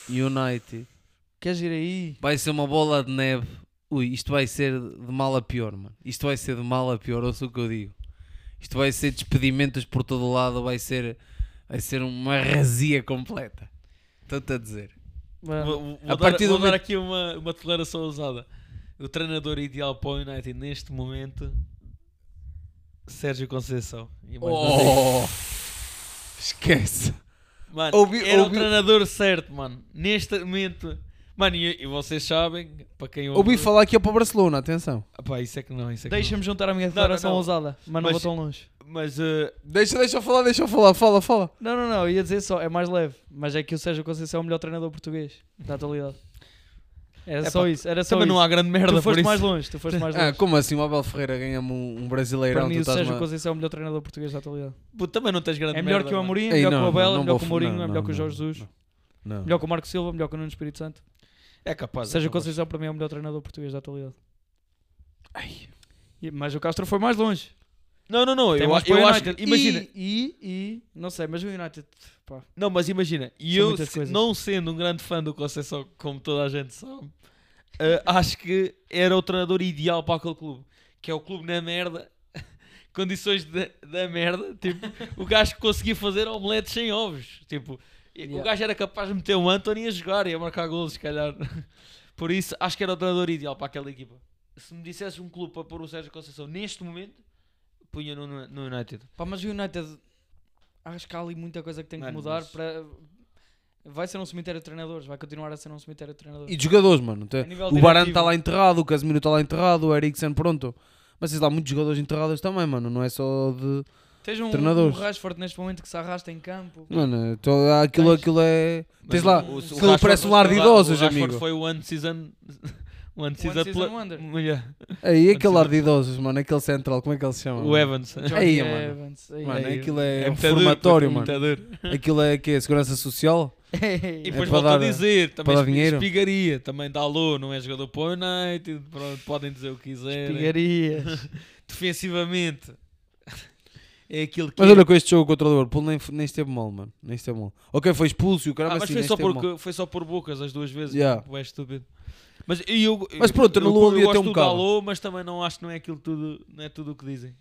Speaker 1: United.
Speaker 2: Queres ir aí?
Speaker 1: Vai ser uma bola de neve. Ui, isto vai ser de mal a pior, mano. Isto vai ser de mal a pior, ouça o que eu digo. Isto vai ser despedimentos por todo lado, vai ser, vai ser uma razia completa. Estou-te a dizer.
Speaker 2: Mano,
Speaker 3: Vou, vou- vou
Speaker 1: A
Speaker 3: dar,
Speaker 1: partir
Speaker 3: vou
Speaker 1: do
Speaker 3: dar
Speaker 1: momento-
Speaker 3: aqui uma, uma declaração ousada. O treinador ideal para o United neste momento, Sérgio Conceição. E mais nada.
Speaker 1: Oh! Esquece.
Speaker 3: Mano,
Speaker 1: Ouvi-
Speaker 3: era
Speaker 1: ouvi-
Speaker 3: o treinador certo, mano. Neste momento. Mano, e, e vocês sabem, para quem ouve...
Speaker 1: Ouvi falar que é para o Barcelona, atenção.
Speaker 3: Ah, pá, isso é que não, isso é que
Speaker 2: Deixa-me juntar a minha
Speaker 3: não,
Speaker 2: declaração
Speaker 3: não.
Speaker 2: ousada, mas não
Speaker 3: Mas-
Speaker 2: vou tão longe.
Speaker 3: não. Mas eh,
Speaker 1: Deixa, deixa eu falar, deixa eu falar, fala, fala.
Speaker 2: Não, não, não, eu ia dizer só, é mais leve, mas é que o Sérgio Conceição é o melhor treinador português da atualidade. Era
Speaker 3: É
Speaker 2: só
Speaker 3: pá,
Speaker 2: isso, era só
Speaker 3: também
Speaker 2: isso.
Speaker 3: não há grande merda
Speaker 2: tu
Speaker 3: por
Speaker 2: foste
Speaker 3: isso.
Speaker 2: mais longe, tu foste mais longe.
Speaker 1: Ah, como assim? O Abel Ferreira ganha-me um, um
Speaker 2: Para
Speaker 1: brasileirão,
Speaker 2: mim,
Speaker 1: tu
Speaker 2: o
Speaker 1: estás
Speaker 2: Sérgio
Speaker 1: uma-
Speaker 2: Conceição é o melhor treinador português da atualidade.
Speaker 3: Pô, também não tens grande
Speaker 2: É melhor
Speaker 3: merda,
Speaker 2: que o
Speaker 3: mano.
Speaker 2: Amorim,
Speaker 1: Ei,
Speaker 2: é melhor que
Speaker 1: não,
Speaker 2: o Abel,
Speaker 1: não,
Speaker 2: é
Speaker 1: não
Speaker 2: melhor
Speaker 1: vou
Speaker 2: que o
Speaker 1: fu-
Speaker 2: Mourinho,
Speaker 1: não,
Speaker 2: é melhor que o
Speaker 1: não,
Speaker 2: Jorge
Speaker 1: não,
Speaker 2: Jesus,
Speaker 1: Não.
Speaker 2: melhor que o Marco Silva, melhor que o Nuno Espírito Santo.
Speaker 3: É capaz. é
Speaker 2: Sérgio
Speaker 3: capaz.
Speaker 2: Conceição para mim é o melhor treinador português da atualidade. E- Mas o Castro foi mais longe.
Speaker 3: Não, não, não.
Speaker 2: Tem
Speaker 3: Eu,
Speaker 2: mais para o
Speaker 3: eu acho
Speaker 2: United.
Speaker 3: que. Imagina.
Speaker 2: E, e, e- não sei, mas o United, pá,
Speaker 3: Não, mas imagina. E
Speaker 2: São
Speaker 3: eu,
Speaker 2: muitas
Speaker 3: se-
Speaker 2: coisas.
Speaker 3: não sendo um grande fã do Conceição, como toda a gente sabe, eh, acho que era o treinador ideal para aquele clube. Que é o clube na merda. Condições da- da merda. Tipo, o gajo que conseguia fazer omeletes sem ovos. Tipo, e-
Speaker 2: Yeah.
Speaker 3: o gajo era capaz de meter o Anthony a jogar e a marcar golos, se calhar. Por isso, acho que era o treinador ideal para aquela equipa. Se me dissesse um clube para pôr o Sérgio Conceição neste momento, punha no, no no United.
Speaker 2: Pá, mas o United acho que há ali muita coisa que tem que
Speaker 3: Mano,
Speaker 2: mudar
Speaker 3: mas-
Speaker 2: para. Vai ser um cemitério de treinadores, vai continuar a ser um cemitério de treinadores.
Speaker 1: E de jogadores, mano. Tem-
Speaker 2: A nível
Speaker 1: O Barano
Speaker 2: diretivo.
Speaker 1: está lá enterrado, o Casemiro está lá enterrado, o Eriksen, pronto. Mas tens lá muitos jogadores enterrados também, mano. Não é só de.
Speaker 2: Tens um, um
Speaker 1: treinadores.
Speaker 2: Rashford neste momento que se arrasta em campo.
Speaker 1: Mano, tô- aquilo,
Speaker 2: Tens.
Speaker 1: aquilo é.
Speaker 3: Mas
Speaker 1: Tens
Speaker 3: o-
Speaker 1: lá.
Speaker 3: o- o
Speaker 1: aquilo
Speaker 3: Rashford-
Speaker 1: parece um lar de
Speaker 3: o Ra- o
Speaker 1: idosos,
Speaker 3: Rashford
Speaker 1: amigo.
Speaker 3: foi o One Season. One Season,
Speaker 2: season
Speaker 3: pla-
Speaker 2: wonder.
Speaker 3: Yeah.
Speaker 1: Aí aquele
Speaker 3: Antes
Speaker 1: lar de idosos, mano. Aquele central, como é que ele se chama?
Speaker 3: O
Speaker 1: mano?
Speaker 3: Evans.
Speaker 1: Ei, mano.
Speaker 2: Evans. ei.
Speaker 1: Mano,
Speaker 3: Ei,
Speaker 1: aquilo é, um
Speaker 3: muito duro,
Speaker 1: formatório,
Speaker 3: é
Speaker 1: mano.
Speaker 3: muito duro.
Speaker 1: Aquilo é que é? Segurança Social?
Speaker 3: E
Speaker 2: Ei.
Speaker 3: depois
Speaker 1: para
Speaker 3: volto a
Speaker 1: dar-
Speaker 3: dizer, também
Speaker 1: dar
Speaker 3: espi-
Speaker 1: dinheiro?
Speaker 3: espigaria, também dá alô, não é jogador para o United, pronto, podem dizer o que
Speaker 1: né?
Speaker 3: quiserem.
Speaker 2: Pigarias.
Speaker 3: Defensivamente, é aquilo que...
Speaker 1: Mas
Speaker 3: é.
Speaker 1: olha, com este jogo contra o Liverpool nem, nem esteve mal, mano. Nem esteve mal. Ok, foi expulso e o cara
Speaker 3: Ah, mas
Speaker 1: assim,
Speaker 3: foi,
Speaker 1: nem
Speaker 3: só
Speaker 1: esteve
Speaker 3: por,
Speaker 1: mal.
Speaker 3: foi só por bocas as duas vezes,
Speaker 1: Yeah.
Speaker 3: é estúpido. Mas, e eu,
Speaker 1: Mas pronto,
Speaker 3: eu, eu,
Speaker 1: anulou ali
Speaker 3: eu
Speaker 1: até
Speaker 3: gosto
Speaker 1: um
Speaker 3: do
Speaker 1: bocado.
Speaker 3: Dalot, mas também não acho que não é aquilo tudo, não é tudo o que dizem.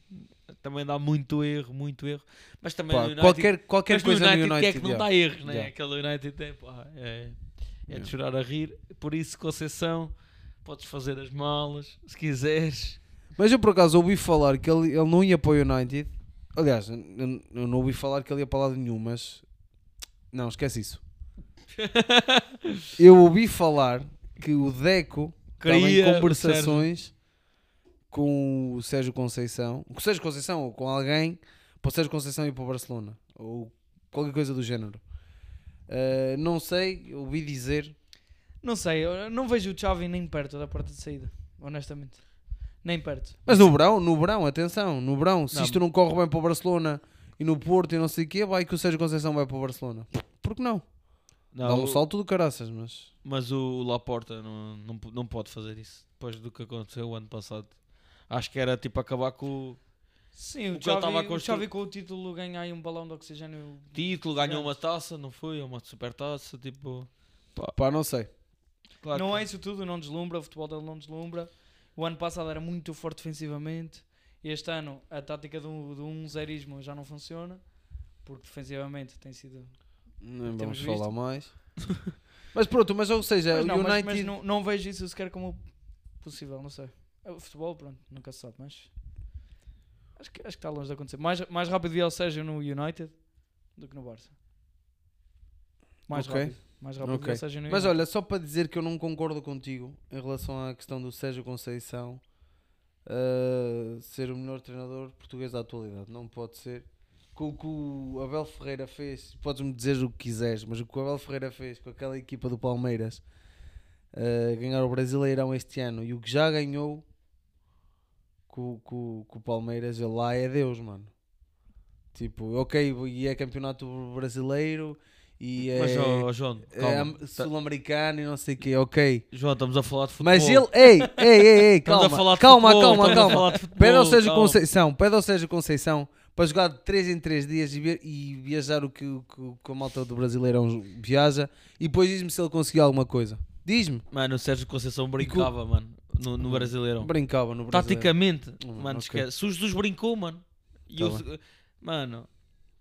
Speaker 3: Também dá muito erro, muito erro. Mas também
Speaker 1: Pá,
Speaker 3: no United-
Speaker 1: qualquer qualquer
Speaker 3: Mas no
Speaker 1: coisa
Speaker 3: United,
Speaker 1: no
Speaker 3: que é
Speaker 1: United.
Speaker 3: que não
Speaker 1: yeah.
Speaker 3: dá erros, né?
Speaker 1: Yeah.
Speaker 3: Aquele United é, pá, é, é
Speaker 1: Yeah.
Speaker 3: de chorar a rir. Por isso, Conceição, podes fazer as malas se quiseres.
Speaker 1: Mas eu por acaso ouvi falar que ele, ele não ia para o United. Aliás, eu n- eu não ouvi falar que ele ia para lado nenhum, mas. Não, esquece isso. eu ouvi falar que o Deco estava em
Speaker 3: Queria o
Speaker 1: conversações com o Sérgio Conceição. Com o Sérgio Conceição ou com alguém para o Sérgio Conceição ir para o Barcelona. Ou qualquer coisa do género. Ah, não sei, ouvi dizer.
Speaker 2: não sei, eu não vejo o Xavi nem perto da porta de saída, honestamente. Nem perto.
Speaker 1: Mas no verão, no verão, atenção, no verão, se
Speaker 3: Não.
Speaker 1: isto não corre bem para o Barcelona e no Porto e não sei o quê, vai que o Sérgio Conceição vai para o Barcelona. Por que não?
Speaker 3: Não,
Speaker 1: Dá um
Speaker 3: o-
Speaker 1: salto do caraças, mas.
Speaker 3: Mas o Laporta não, não, po- não pode fazer isso. Depois do que aconteceu o ano passado. Acho que era tipo acabar com o
Speaker 2: Sim, o
Speaker 3: que ele tava a
Speaker 2: Xavi, o
Speaker 3: construir-
Speaker 2: Xavi com o título ganha aí um balão de oxigênio.
Speaker 3: título, ganhou uma taça, não foi? Uma super taça, tipo...
Speaker 1: Pá, não sei.
Speaker 3: Claro
Speaker 2: não
Speaker 3: que-
Speaker 2: é isso tudo, não deslumbra, o futebol dele não deslumbra. O ano passado era muito forte defensivamente. Este ano a tática do, do um zerismo já não funciona, porque defensivamente tem sido.
Speaker 1: Não vamos
Speaker 2: Temos visto.
Speaker 1: falar mais. mas pronto, mas ou seja,
Speaker 2: Mas não,
Speaker 1: o
Speaker 2: mas-
Speaker 1: United.
Speaker 2: mas não, não vejo isso sequer como possível, não sei. O futebol, pronto, nunca se sabe, mas acho que, acho que está longe de acontecer. Mais, mais rápido via o Sérgio no United do que no Barça. Mais
Speaker 1: Ok.
Speaker 2: rápido. Mais rápido
Speaker 1: Ok.
Speaker 2: via o Sérgio
Speaker 3: né?
Speaker 2: no
Speaker 1: Mas
Speaker 2: United.
Speaker 1: olha, só para dizer que eu não concordo contigo em relação à questão do Sérgio Conceição uh, ser o melhor treinador português da atualidade. Não pode ser. Com o que o Abel Ferreira fez, podes-me dizer o que quiseres, mas o que o Abel Ferreira fez com aquela equipa do Palmeiras uh, ganhar o Brasileirão este ano e o que já ganhou com, com, com o Palmeiras, ele lá é Deus, mano. Tipo, ok, e é campeonato brasileiro e é
Speaker 3: Mas, ó, ó, João,
Speaker 1: é,
Speaker 3: calma. tá-
Speaker 1: am- sul-americano e não sei o quê, ok.
Speaker 3: João, estamos a falar de futebol.
Speaker 1: Mas ele, ei, ei, ei, ei,
Speaker 3: Estamos
Speaker 1: calma,
Speaker 3: a falar de
Speaker 1: calma,
Speaker 3: futebol,
Speaker 1: calma,
Speaker 3: estamos a
Speaker 1: calma.
Speaker 3: falar de futebol,
Speaker 1: Pede ao Sérgio
Speaker 3: calma.
Speaker 1: Conceição, pede ao Sérgio Conceição para jogar de 3 em 3 dias e, ver- e viajar o que, o que- o que a malta do Brasileirão viaja e depois diz-me se ele conseguiu alguma coisa. Diz-me.
Speaker 3: Mano, o Sérgio Conceição brincava, mano, no, no Brasileirão.
Speaker 1: Brincava no Hum. Brasileirão.
Speaker 3: Taticamente,
Speaker 1: Hum, ok.
Speaker 3: mano, esquece. Se o Jesus brincou, mano. E
Speaker 1: Tá
Speaker 3: o se- Mano,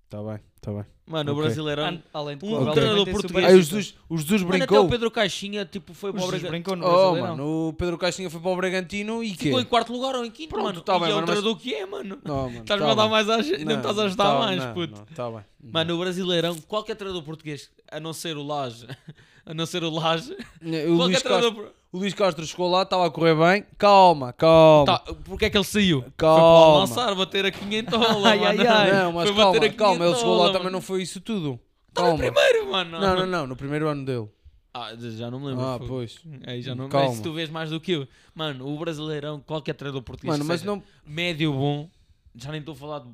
Speaker 1: Está Tá bem, está bem.
Speaker 3: mano,
Speaker 1: Ok.
Speaker 3: o Brasileirão...
Speaker 2: An- além de que
Speaker 3: um
Speaker 2: o Abel
Speaker 1: treinador
Speaker 2: também tem
Speaker 3: português-
Speaker 2: super-
Speaker 1: Aí o Jesus, o Jesus
Speaker 3: então. Mano, até o
Speaker 1: brincou.
Speaker 3: Pedro Caixinha, tipo, foi
Speaker 2: O
Speaker 3: para o
Speaker 2: Jesus
Speaker 3: Brasileirão.
Speaker 2: brincou no
Speaker 1: Oh,
Speaker 2: Brasileirão.
Speaker 1: mano, o Pedro Caixinha foi para o Bragantino e quê?
Speaker 3: Ficou em quarto lugar ou em quinto,
Speaker 1: é? Pronto,
Speaker 3: mano.
Speaker 1: tá
Speaker 3: e
Speaker 1: bem,
Speaker 3: é o
Speaker 1: mano, mas-
Speaker 3: treinador que é, mano.
Speaker 1: Não, mano,
Speaker 3: Estás-me
Speaker 1: tá
Speaker 3: a dar
Speaker 1: bem.
Speaker 3: mais aj- Não estás a ajudar
Speaker 1: tá-
Speaker 3: mais,
Speaker 1: não,
Speaker 3: puto.
Speaker 1: não, Tá bem.
Speaker 3: Mano, o Brasileirão, qualquer treinador português, a não ser o Laje, a não ser o Laje,
Speaker 1: O
Speaker 3: qualquer
Speaker 1: Luís Castro-
Speaker 3: é treinador. por-
Speaker 1: O Luís Castro chegou lá, estava a correr bem. Calma, calma.
Speaker 3: Tá, porque é que ele saiu?
Speaker 1: Calma.
Speaker 3: Foi para o Almançar bater a 500 mano.
Speaker 2: Ai, ai, ai.
Speaker 3: Foi
Speaker 1: Não, mas
Speaker 3: bater
Speaker 1: calma,
Speaker 3: a
Speaker 1: calma. Ele chegou lá
Speaker 3: quinhentola,
Speaker 1: também, não
Speaker 3: mano.
Speaker 1: foi isso tudo.
Speaker 3: Tá no
Speaker 1: Calma.
Speaker 3: primeiro, mano.
Speaker 1: Não, não, não. No primeiro ano dele.
Speaker 3: Ah, já não me lembro.
Speaker 1: Ah,
Speaker 3: foi.
Speaker 1: pois.
Speaker 3: Aí já não
Speaker 1: Calma.
Speaker 3: mas se tu vês mais do que eu. Mano, o Brasileirão, qualquer treinador português,
Speaker 1: Mano,
Speaker 3: que
Speaker 1: mas
Speaker 3: seja,
Speaker 1: não.
Speaker 3: médio bom, já nem estou a falar de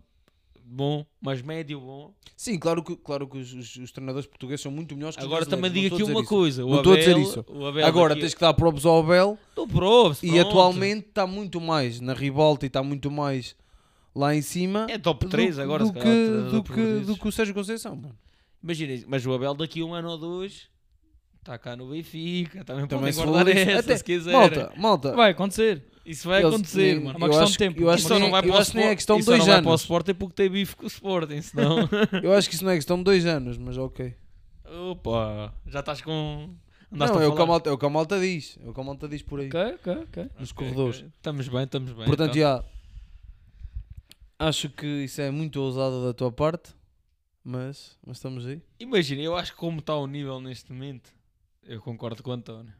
Speaker 3: bom, mas médio bom,
Speaker 1: Sim, claro que, claro que os, os- os treinadores portugueses são muito melhores que os
Speaker 3: Agora também digo
Speaker 1: brasileiros,
Speaker 3: aqui
Speaker 1: não
Speaker 3: uma
Speaker 1: estou a dizer
Speaker 3: coisa. O
Speaker 1: Não estou
Speaker 3: Abel,
Speaker 1: a dizer isso.
Speaker 3: O Abel
Speaker 1: isso. Agora
Speaker 3: aqui-
Speaker 1: tens que dar provas ao Abel
Speaker 3: Tu provas,
Speaker 1: e
Speaker 3: pronto.
Speaker 1: atualmente está muito mais na ribalta e está muito mais lá em cima
Speaker 3: É top
Speaker 1: do,
Speaker 3: 3 agora,
Speaker 1: do,
Speaker 3: se calhar,
Speaker 1: que,
Speaker 3: treinador
Speaker 1: do,
Speaker 3: por
Speaker 1: que,
Speaker 3: vezes.
Speaker 1: do que o Sérgio Conceição. Mano.
Speaker 3: Imagina, mas o Abel daqui a um ano ou dois está cá no Benfica. Também,
Speaker 1: Também
Speaker 3: podem
Speaker 1: se
Speaker 3: guardar
Speaker 1: valoriza.
Speaker 3: essa,
Speaker 1: Até-
Speaker 3: se quiser.
Speaker 1: Malta, malta.
Speaker 2: Vai acontecer.
Speaker 3: Isso vai
Speaker 1: eles-
Speaker 3: acontecer,
Speaker 1: nem-
Speaker 3: mano. É
Speaker 2: uma
Speaker 1: eu
Speaker 2: questão
Speaker 1: acho
Speaker 2: de
Speaker 1: que-
Speaker 2: tempo.
Speaker 1: Eu acho
Speaker 3: Isso
Speaker 1: que
Speaker 3: só
Speaker 1: nem-
Speaker 3: não vai para
Speaker 1: eu
Speaker 3: o
Speaker 1: acho que nem é
Speaker 3: Sport-
Speaker 1: questão de
Speaker 3: isso só não
Speaker 1: dois
Speaker 3: vai para o
Speaker 1: anos.
Speaker 3: Sporting porque tem bife com o Sporting, senão...
Speaker 1: Eu acho que isso não é questão de dois anos, mas ok.
Speaker 3: Opa, já estás com... Andaste
Speaker 1: Não,
Speaker 3: a
Speaker 1: é o, que a
Speaker 3: falar.
Speaker 1: malta, é o que a malta diz. É o que a malta diz por aí,
Speaker 2: Ok, ok, ok.
Speaker 1: nos
Speaker 3: Ok,
Speaker 1: corredores.
Speaker 3: ok. Estamos bem, estamos bem.
Speaker 1: Portanto,
Speaker 3: então.
Speaker 1: já. Acho que isso é muito ousado da tua parte, mas, mas estamos aí.
Speaker 3: Imagina, eu acho que como está o nível neste momento, eu concordo com o António.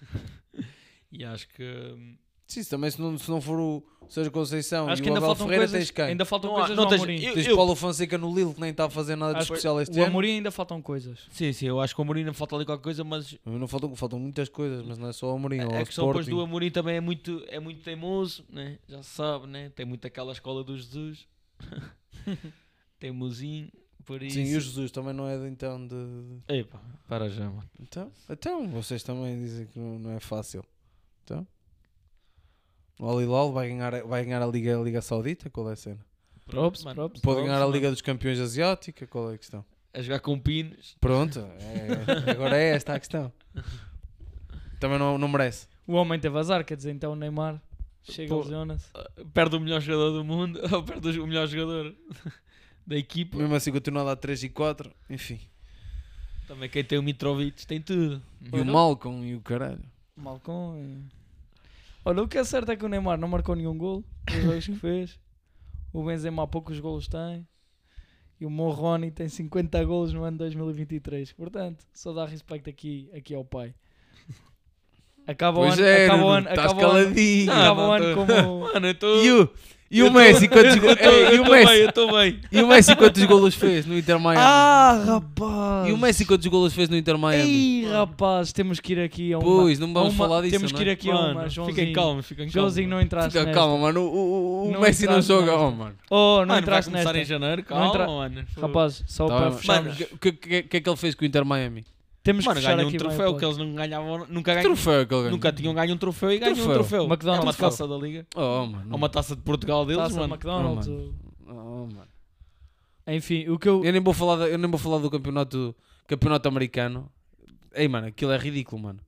Speaker 3: e acho que... hum,
Speaker 1: Sim, se também se não, se não for o Sérgio Conceição
Speaker 2: Acho
Speaker 1: e
Speaker 2: que
Speaker 1: o
Speaker 2: ainda
Speaker 1: Abel
Speaker 2: faltam
Speaker 1: Ferreira,
Speaker 2: coisas.
Speaker 1: tens quem?
Speaker 2: Ainda faltam
Speaker 3: Não há-
Speaker 2: coisas
Speaker 3: não
Speaker 2: ao
Speaker 3: tens-
Speaker 2: Amorim.
Speaker 3: eu-
Speaker 1: Tens Paulo Fonseca no Lille que nem está a fazer nada de
Speaker 2: Acho que
Speaker 1: especial este
Speaker 2: O
Speaker 1: ano.
Speaker 2: Amorim ainda faltam coisas.
Speaker 3: Sim, sim, eu acho que o Amorim não falta ali qualquer coisa, mas
Speaker 1: Não faltam, faltam muitas coisas, mas não é só o Amorim.
Speaker 3: a
Speaker 1: é
Speaker 3: a
Speaker 1: o
Speaker 3: questão depois
Speaker 1: Sporting.
Speaker 3: do Amorim também é muito, é muito teimoso, né? já se sabe, né? tem muito aquela escola do Jesus, teimosinho, por isso...
Speaker 1: Sim, e o Jesus também não é de, então de...
Speaker 3: Epa, para já, mano.
Speaker 1: Então, então, vocês também dizem que não, não é fácil. Então, o Al Hilal vai ganhar, vai ganhar a, Liga, a Liga Saudita? Qual é a cena?
Speaker 2: Props,
Speaker 3: Mano,
Speaker 1: Pode
Speaker 2: props.
Speaker 3: Props,
Speaker 1: ganhar a
Speaker 3: mano.
Speaker 1: Liga dos Campeões Asiática? Qual é a questão?
Speaker 3: A jogar com pinos.
Speaker 1: Pronto, é- agora é esta a questão. Também não, não merece.
Speaker 2: O homem teve azar, quer dizer, então o Neymar chega,
Speaker 3: Pô.
Speaker 2: lesiona-se.
Speaker 3: uh, perde o melhor jogador do mundo, ou perde o melhor jogador da equipa.
Speaker 1: Mesmo assim, continua a dar 3 e 4. Enfim.
Speaker 3: Também quem tem o Mitrovic tem tudo.
Speaker 1: E
Speaker 2: Uhum.
Speaker 1: o Malcolm e o caralho.
Speaker 2: Malcom. E... eh. Olha, o que é certo é que o Neymar não marcou nenhum gol nos jogos que fez. O Benzema há poucos golos tem. E o Morroni tem 50 golos no ano 2023. Portanto, só dá respeito aqui, aqui ao pai. Acaba o
Speaker 1: pois
Speaker 2: ano,
Speaker 1: é,
Speaker 2: acaba o
Speaker 1: Nuno,
Speaker 2: ano,
Speaker 1: estás
Speaker 2: acaba o ano,
Speaker 1: caladinho.
Speaker 2: acaba o
Speaker 3: Ah,
Speaker 2: ano
Speaker 3: mano,
Speaker 2: como...
Speaker 3: Mano, eu estou.
Speaker 1: E o, e o Messi, quantos, go- Ei, e o
Speaker 3: bem, eu
Speaker 1: Messi,
Speaker 3: estou bem.
Speaker 1: e o Messi quantos golos fez no Inter Miami?
Speaker 2: Ah, rapaz!
Speaker 1: E o Messi quantos golos fez no Inter Miami?
Speaker 2: Ei, rapaz, temos que ir aqui a um uma...
Speaker 1: Pois, não vamos
Speaker 2: a uma-
Speaker 1: falar disso,
Speaker 2: Temos
Speaker 1: não
Speaker 2: que ir
Speaker 1: é?
Speaker 2: aqui a uma,
Speaker 3: Mano,
Speaker 2: Joãozinho.
Speaker 3: fiquem calmos, fiquem calmos.
Speaker 2: Joãozinho, não entraste
Speaker 1: Fica
Speaker 2: nesta.
Speaker 1: calma, mano. O, o- o
Speaker 2: Não
Speaker 1: Messi não
Speaker 2: entraste
Speaker 1: joga,
Speaker 2: nesta.
Speaker 1: oh, mano.
Speaker 2: Oh, não
Speaker 3: Mano, vai
Speaker 2: entraste
Speaker 3: começar
Speaker 2: nesta.
Speaker 3: em janeiro,
Speaker 2: Não
Speaker 3: calma,
Speaker 2: entra-
Speaker 3: mano. Fogo.
Speaker 2: Rapaz, só
Speaker 1: Tá
Speaker 2: para
Speaker 1: bem,
Speaker 2: fechar.
Speaker 1: mano, o que, que- que é que ele fez com o Inter Miami?
Speaker 2: Temos
Speaker 3: Mano,
Speaker 2: que fechar
Speaker 3: ganham um
Speaker 2: aqui bem o
Speaker 3: troféu que
Speaker 1: é
Speaker 2: podcast.
Speaker 3: eles não ganhavam, nunca
Speaker 1: Que
Speaker 3: ganham.
Speaker 1: troféu é que ele ganha?
Speaker 3: Nunca tinham ganho um troféu e ganham um
Speaker 1: Troféu.
Speaker 3: troféu. É uma
Speaker 2: McDonald's.
Speaker 3: taça da liga.
Speaker 1: Oh, mano.
Speaker 3: É uma taça de Portugal deles,
Speaker 2: Taça,
Speaker 3: mano.
Speaker 2: McDonald's.
Speaker 1: Não,
Speaker 2: ou-
Speaker 1: Oh, mano.
Speaker 2: Enfim, o que eu.
Speaker 1: Eu nem vou falar, da- eu nem vou falar do campeonato, campeonato americano. Ei, mano, aquilo é ridículo, mano.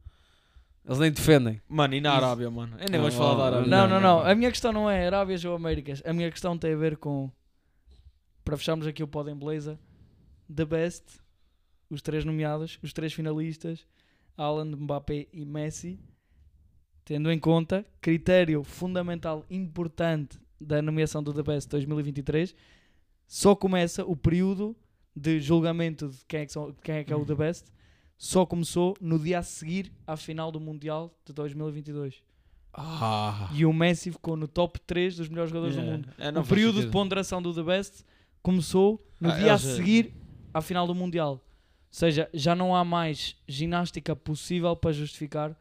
Speaker 1: Eles nem defendem.
Speaker 3: Mano, e na Arábia, mano? Eu nem vamos falar da Arábia.
Speaker 1: Não,
Speaker 2: Não, não,
Speaker 1: não,
Speaker 2: não.
Speaker 1: não.
Speaker 2: A minha questão não é Arábias ou Américas. A minha questão tem a ver com. Para fecharmos aqui o Pod em Beleza, The Best, os três nomeados, os três finalistas, Alan, Mbappé e Messi, tendo em conta critério fundamental importante da nomeação do The Best 2023, só começa o período de julgamento de quem é que, são- quem é, que é o The Best, só começou no dia a seguir à final do Mundial de 2022.
Speaker 1: Ah.
Speaker 2: E o Messi ficou no top 3 dos melhores jogadores do mundo. o período de ponderação do The Best começou no
Speaker 3: Ah,
Speaker 2: dia a
Speaker 3: eles, eh,
Speaker 2: seguir à final do Mundial. Ou seja, já não há mais ginástica possível para justificar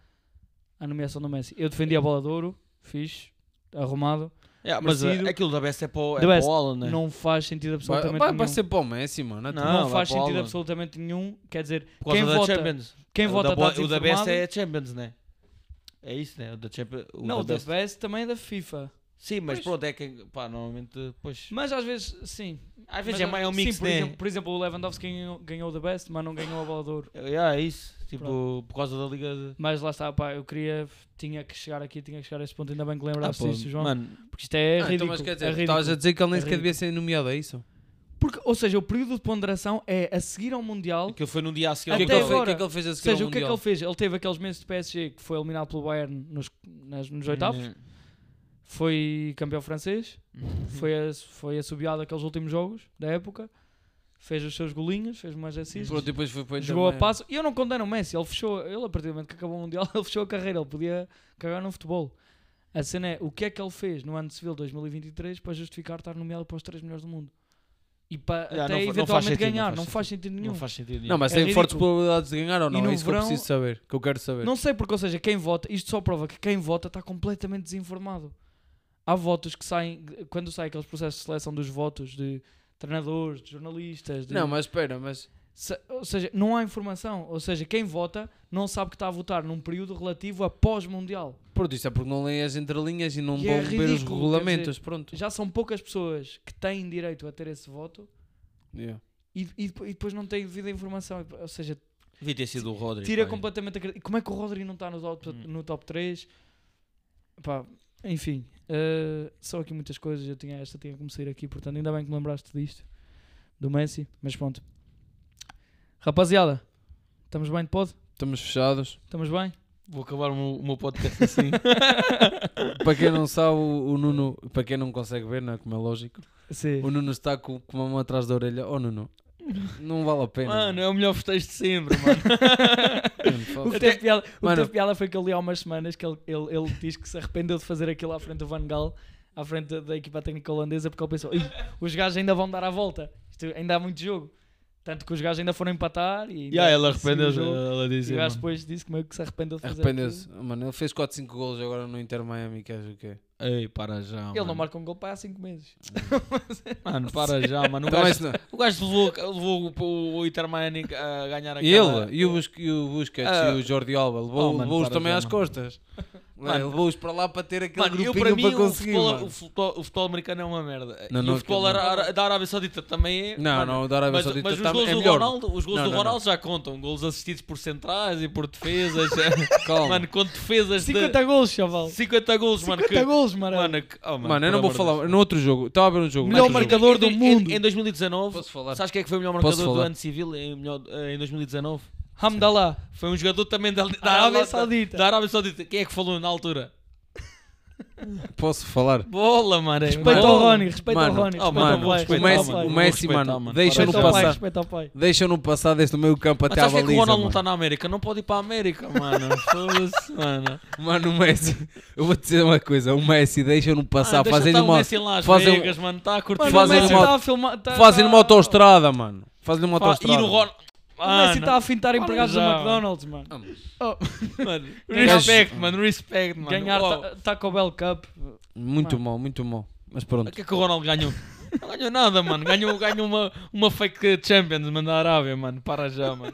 Speaker 2: a nomeação do Messi. Eu defendi a bola de ouro, fixe, arrumado.
Speaker 3: É, mas
Speaker 2: merecido.
Speaker 3: eh, aquilo da Best é para o, é
Speaker 2: The
Speaker 3: para
Speaker 2: Best.
Speaker 3: o Alan, né?
Speaker 2: Não faz sentido absolutamente
Speaker 1: Vai, vai, vai
Speaker 2: nenhum.
Speaker 1: ser para o Messi, mano. é
Speaker 3: Não,
Speaker 2: Não,
Speaker 3: vai
Speaker 2: faz
Speaker 3: para o
Speaker 2: sentido
Speaker 3: Alan.
Speaker 2: absolutamente nenhum. Quer dizer,
Speaker 3: Por causa
Speaker 2: quem
Speaker 3: da
Speaker 2: vota,
Speaker 3: Champions.
Speaker 2: quem
Speaker 3: O
Speaker 2: vota
Speaker 3: da
Speaker 2: está
Speaker 3: bo- O da
Speaker 2: desinformado.
Speaker 3: Best é a Champions, né? É isso, né? O da Champions. o
Speaker 2: Não, o
Speaker 3: da
Speaker 2: The
Speaker 3: Best.
Speaker 2: Best também é da FIFA.
Speaker 3: Sim, mas
Speaker 2: Pois.
Speaker 3: pronto, é que. Pá, normalmente. Pois.
Speaker 2: Mas às vezes, sim.
Speaker 3: Às vezes
Speaker 2: Mas,
Speaker 3: é mais um mix,
Speaker 2: sim, por,
Speaker 3: né?
Speaker 2: exemplo, por exemplo, o Lewandowski ganhou, ganhou o The Best, mas não ganhou a bola de ouro.
Speaker 3: É, é isso. Tipo, por causa da Liga. De...
Speaker 2: Mas lá está, pá, eu queria, tinha que chegar aqui, tinha que chegar a este ponto, ainda bem que
Speaker 3: Ah,
Speaker 2: lembraste
Speaker 3: pô,
Speaker 2: disto, João.
Speaker 3: Mano,
Speaker 2: Porque isto é
Speaker 1: Ah, então,
Speaker 2: ridículo.
Speaker 1: mas quer
Speaker 2: é
Speaker 1: dizer,
Speaker 2: ridículo.
Speaker 1: estavas a dizer que ele nem
Speaker 2: É
Speaker 1: sequer devia ser nomeado, é isso?
Speaker 2: Porque, ou seja, o período de ponderação é a seguir ao Mundial.
Speaker 3: aquilo foi num dia a seguir
Speaker 1: O
Speaker 3: ao
Speaker 1: que, é que
Speaker 2: Até
Speaker 1: ele fez,
Speaker 3: Mundial.
Speaker 1: o que
Speaker 2: agora.
Speaker 1: é que ele fez a
Speaker 2: Ou
Speaker 1: seguir
Speaker 2: seja,
Speaker 1: ao
Speaker 2: o que é que
Speaker 1: Mundial?
Speaker 2: ele fez? Ele teve aqueles meses de PSG que foi eliminado pelo Bayern nos, nas- nos oitavos,
Speaker 3: Uhum.
Speaker 2: foi campeão francês,
Speaker 3: Uhum.
Speaker 2: foi, a, foi assobiado aqueles últimos jogos da época, fez os seus golinhos, fez mais assistes.
Speaker 1: Pronto, depois foi para
Speaker 2: Jogou a
Speaker 1: também.
Speaker 2: passo e eu não condeno o Messi. Ele fechou, ele a partir do momento que acabou o Mundial, ele fechou a carreira. Ele podia cagar no futebol. A cena é o que é que ele fez no ano civil 2023 para justificar estar nomeado para os 3 melhores do mundo e para
Speaker 3: Yeah,
Speaker 2: até
Speaker 3: não fa- não faz
Speaker 2: eventualmente
Speaker 3: sentido,
Speaker 2: ganhar.
Speaker 3: não faz
Speaker 2: Não faz sentido nenhum.
Speaker 3: Não faz sentido nenhum.
Speaker 1: Não, mas
Speaker 2: É
Speaker 1: tem
Speaker 2: ridículo.
Speaker 1: fortes probabilidades de ganhar ou não?
Speaker 2: no
Speaker 1: é isso que
Speaker 2: verão-
Speaker 1: eu preciso saber. Que eu quero saber.
Speaker 2: Não sei porque, ou seja, quem vota, isto só prova que quem vota está completamente desinformado. Há votos que saem, quando saem aqueles processos de seleção dos votos de treinadores, de jornalistas, de
Speaker 1: Não, mas espera, mas.
Speaker 2: Se- ou seja, não há informação. Ou seja, quem vota não sabe que está a votar num período relativo a pós-mundial.
Speaker 1: Pronto, isso é porque não leem as entrelinhas e não
Speaker 2: E
Speaker 1: vão
Speaker 2: é
Speaker 1: ver os
Speaker 2: ridículo,
Speaker 1: regulamentos. Pronto.
Speaker 2: Já são poucas pessoas que têm direito a ter esse voto
Speaker 1: Yeah.
Speaker 2: e, e depo- e depois não têm devida informação. Ou seja,
Speaker 3: Devia ter sido o Rodrigo.
Speaker 2: tira
Speaker 3: pá.
Speaker 2: completamente a credi- E Como é que o Rodrigo não está no top,
Speaker 3: Hum.
Speaker 2: no top 3? Pá, enfim, eh, são aqui muitas coisas. Eu tinha esta, tinha como sair aqui, portanto, ainda bem que me lembraste disto, do Messi. Mas pronto, rapaziada, estamos bem de pod?
Speaker 1: Estamos fechados.
Speaker 2: Estamos bem?
Speaker 3: Vou acabar o meu, o meu podcast assim.
Speaker 1: para quem não sabe, o, o Nuno, para quem não consegue ver, não é como é lógico,
Speaker 2: Sim.
Speaker 1: o Nuno está com, com uma mão atrás da orelha. Oh, Nuno, não vale a pena.
Speaker 2: Ah,
Speaker 3: mano, é o melhor festejo de sempre, mano.
Speaker 1: Mano, fala-
Speaker 2: O que, teve piada, o que
Speaker 1: Mano.
Speaker 2: teve piada foi que ele há umas semanas que ele, ele, ele diz que se arrependeu de fazer aquilo à frente do Van Gaal, à frente da, da equipa técnica holandesa, porque ele pensou, "Ih, os gajos ainda vão dar a volta, Isto ainda há muito jogo. Tanto que os gajos ainda foram empatar e, ainda
Speaker 3: E aí ela
Speaker 2: seguiu o
Speaker 3: arrependeu-se.
Speaker 2: jogo.
Speaker 3: Ela
Speaker 2: E
Speaker 3: dizia.
Speaker 2: o gajo
Speaker 3: mano.
Speaker 2: depois disse que meio que se arrependeu de fazer
Speaker 1: eh, Arrependeu-se. Ah, Mano, ele fez 4, 5 golos agora no Inter Miami, queres o quê?
Speaker 3: Ei, para já.
Speaker 1: Oh,
Speaker 2: aquilo. Ele
Speaker 3: mano.
Speaker 2: não marca um gol para há 5 meses.
Speaker 3: Mano, para já, mano. O
Speaker 1: Então,
Speaker 3: gajo,
Speaker 1: isso não-
Speaker 3: o gajo levou, levou o, o Inter Miami a ganhar
Speaker 1: E
Speaker 3: aquela...
Speaker 1: ele, e o, Busque- e o Busquets
Speaker 3: Ah.
Speaker 1: e o Jordi Alba, levou-
Speaker 3: Oh, mano,
Speaker 1: levou-os
Speaker 3: para
Speaker 1: também
Speaker 3: já,
Speaker 1: às
Speaker 3: mano.
Speaker 1: costas.
Speaker 3: Mano.
Speaker 1: Levou-os para lá para ter aquele
Speaker 3: Mano, eu
Speaker 1: grupinho
Speaker 3: para mim
Speaker 1: para
Speaker 3: o,
Speaker 1: conseguir.
Speaker 3: futebol, é
Speaker 1: mano.
Speaker 3: o futebol- o futebol americano é uma merda.
Speaker 1: Não,
Speaker 3: e
Speaker 1: não,
Speaker 3: o futebol
Speaker 1: aquilo
Speaker 3: ara- ara- da Arábia Saudita também é.
Speaker 1: Não,
Speaker 3: mano.
Speaker 1: não, o da Arábia
Speaker 3: mas,
Speaker 1: Saudita
Speaker 3: mas os
Speaker 1: tá-
Speaker 3: gols
Speaker 1: é
Speaker 3: do
Speaker 1: melhor.
Speaker 3: Ronaldo, os gols
Speaker 1: Não,
Speaker 3: do
Speaker 1: não,
Speaker 3: Ronaldo já contam. Gols assistidos por centrais e por defesas.
Speaker 1: Calma.
Speaker 3: mano, quando defesas de
Speaker 2: 50 gols, chaval.
Speaker 3: 50 gols, mano.
Speaker 2: 50
Speaker 3: que-
Speaker 2: gols, mano.
Speaker 3: Mano, que- oh,
Speaker 1: mano, eu não vou
Speaker 3: por amor de
Speaker 1: falar.
Speaker 3: Deus.
Speaker 1: No outro jogo, estava a ver um jogo.
Speaker 2: Melhor
Speaker 1: outro jogo.
Speaker 2: marcador do
Speaker 3: Em- em-
Speaker 2: mundo.
Speaker 3: Em, 2019,
Speaker 1: Posso falar?
Speaker 3: sabes quem é que foi o melhor
Speaker 1: Posso
Speaker 3: marcador do
Speaker 1: falar?
Speaker 3: ano civil em, melhor- em 2019?
Speaker 2: Hamdallah.
Speaker 3: Foi um jogador também da, da,
Speaker 2: Arábia
Speaker 3: da-
Speaker 2: Saudita.
Speaker 3: da Arábia Saudita. Quem é que falou na altura?
Speaker 1: Posso falar?
Speaker 3: Bola, mano. é
Speaker 2: Respeita
Speaker 3: bola.
Speaker 2: ao Rony, respeita ao
Speaker 1: Mano,
Speaker 2: Roni.
Speaker 3: oh,
Speaker 2: respeita
Speaker 3: mano,
Speaker 2: ao pai,
Speaker 1: o
Speaker 3: respeita
Speaker 1: Messi,
Speaker 2: respeita
Speaker 3: ao
Speaker 2: ao
Speaker 1: o
Speaker 3: mano.
Speaker 2: pai.
Speaker 1: Messi
Speaker 3: Respeitar,
Speaker 1: mano,
Speaker 3: mano.
Speaker 1: deixa-no
Speaker 2: Respeita ao pai,
Speaker 1: passar,
Speaker 2: respeita ao pai.
Speaker 1: deixa-no passar desde o meio campo até
Speaker 3: Mas
Speaker 1: à
Speaker 3: sabes que é que o
Speaker 1: baliza.
Speaker 3: Ronaldo
Speaker 1: mano.
Speaker 3: não está na América? Não pode ir para a América, mano. Foda-se, mano.
Speaker 1: Mano, o Messi, eu vou te dizer uma coisa: o Messi deixa-no passar,
Speaker 3: Ah, deixa
Speaker 1: fazendo
Speaker 3: estar o
Speaker 1: uma,
Speaker 3: Messi lá às
Speaker 1: fazem-
Speaker 3: Vegas, mano. Tá Está a curtir.
Speaker 2: Mano, o
Speaker 1: Fazem
Speaker 2: Messi
Speaker 1: uma-
Speaker 2: está a filmar. Tá,
Speaker 1: fazem uma
Speaker 2: tá-
Speaker 1: autoestrada, mano. Fazem uma
Speaker 3: Pá, Ah, E
Speaker 1: autoestrada.
Speaker 3: no Ronaldo...
Speaker 2: O Messi
Speaker 3: Mano,
Speaker 2: está a fintar empregados do
Speaker 3: já.
Speaker 2: McDonald's, mano.
Speaker 1: Ah, mas-
Speaker 3: mano.
Speaker 2: Ganhar-
Speaker 3: Respect, mano. Respect, mano.
Speaker 2: Ganhar
Speaker 3: Oh,
Speaker 2: ta- Taco Bell Cup.
Speaker 1: Muito mal, muito mal. Mas pronto.
Speaker 3: O que é que o Ronaldo ganhou? Não ganhou nada, mano. Ganhou, ganhou uma, uma fake Champions, mano, da Arábia, mano. Para já, mano.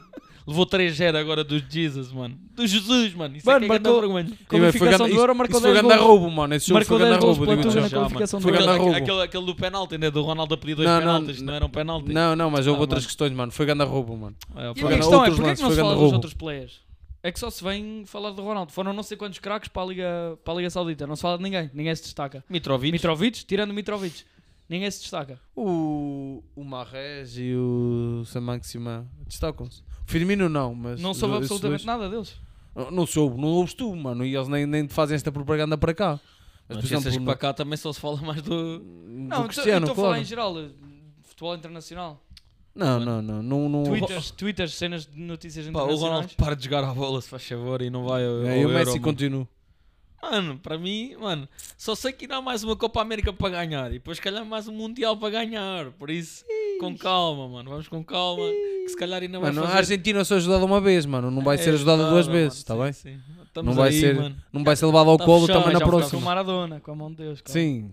Speaker 3: Levou 3-0 agora do Jesus, mano. Do Jesus, mano. Isso
Speaker 2: Mano,
Speaker 3: é que é grande
Speaker 2: marcou-
Speaker 3: vergonha.
Speaker 2: Qualificação do Euro, marcou
Speaker 1: isso foi
Speaker 2: 10
Speaker 1: grande
Speaker 2: golos.
Speaker 1: roubo, mano. Esse jogo foi
Speaker 2: Marcou
Speaker 1: grande
Speaker 2: 10 gols
Speaker 1: roubo,
Speaker 2: pela
Speaker 1: digo
Speaker 2: Tuga na
Speaker 3: já, mano.
Speaker 2: qualificação do
Speaker 1: Foi
Speaker 2: Euro.
Speaker 1: grande
Speaker 3: Aquele,
Speaker 1: roubo.
Speaker 3: aquele, aquele do penalti, né? Do Ronaldo a pedir dois
Speaker 1: Não, não,
Speaker 3: penaltis. Não, um eram penaltis.
Speaker 1: Não, não, mas houve
Speaker 3: Ah,
Speaker 1: outras
Speaker 3: mano.
Speaker 1: questões, mano. Foi grande roubo, mano.
Speaker 2: E
Speaker 3: É,
Speaker 1: Foi
Speaker 2: a
Speaker 3: pá,
Speaker 2: minha
Speaker 1: grande-
Speaker 2: questão é,
Speaker 1: outros
Speaker 2: porquê é que
Speaker 1: lances,
Speaker 2: não
Speaker 1: foi
Speaker 2: se
Speaker 1: grande
Speaker 2: fala dos
Speaker 1: roubo.
Speaker 2: outros players? É que só se vem falar do Ronaldo. Foram não sei quantos craques para a Liga, para a Liga Saudita. Não se fala de ninguém. Ninguém se destaca.
Speaker 3: Mitrovic.
Speaker 2: Mitrovic, tirando Mitrovic. Ninguém se destaca.
Speaker 1: O, o Marrez e o Samanxima destacam-se. O Firmino não, mas.
Speaker 2: Não soube
Speaker 1: esses
Speaker 2: absolutamente
Speaker 1: dois-
Speaker 2: nada deles.
Speaker 1: Não, não soube, não ouves tu, mano. E eles nem, nem te fazem esta propaganda para cá. Mas,
Speaker 3: Mas
Speaker 1: por
Speaker 3: pensas
Speaker 1: exemplo,
Speaker 3: que para cá também só se fala mais do...
Speaker 2: Não,
Speaker 1: não,
Speaker 2: eu
Speaker 1: do
Speaker 2: estou eu
Speaker 1: Cristiano,
Speaker 2: estou a falar
Speaker 1: claro.
Speaker 2: em geral. eh, Futebol internacional.
Speaker 1: Não, não, não. não, não
Speaker 2: Twitters, twitters, cenas de notícias
Speaker 3: Pá, o Ronaldo
Speaker 2: internacionais.
Speaker 3: para de jogar a bola, se faz favor, e não vai ao,
Speaker 1: É,
Speaker 3: ao
Speaker 1: e o
Speaker 3: Euro,
Speaker 1: Messi
Speaker 3: mano.
Speaker 1: continua.
Speaker 3: Mano, para mim, mano, só sei que ainda há mais uma Copa América para ganhar. E depois, se calhar, mais um Mundial para ganhar. Por isso, com calma, mano. Vamos com calma. Que se calhar ainda vai
Speaker 1: Mano, a
Speaker 3: fazer... É,
Speaker 1: Argentina só ajudada uma vez, mano.
Speaker 2: É,
Speaker 1: Não vai ser ajudada duas vezes, está bem?
Speaker 3: Não
Speaker 1: vai ser- Não vai ser levada ao
Speaker 3: Tá
Speaker 1: colo
Speaker 3: fechado,
Speaker 1: também na
Speaker 3: já fechado.
Speaker 2: Com o
Speaker 1: próxima.
Speaker 2: Maradona, com a mão de Deus. calma.
Speaker 1: Sim.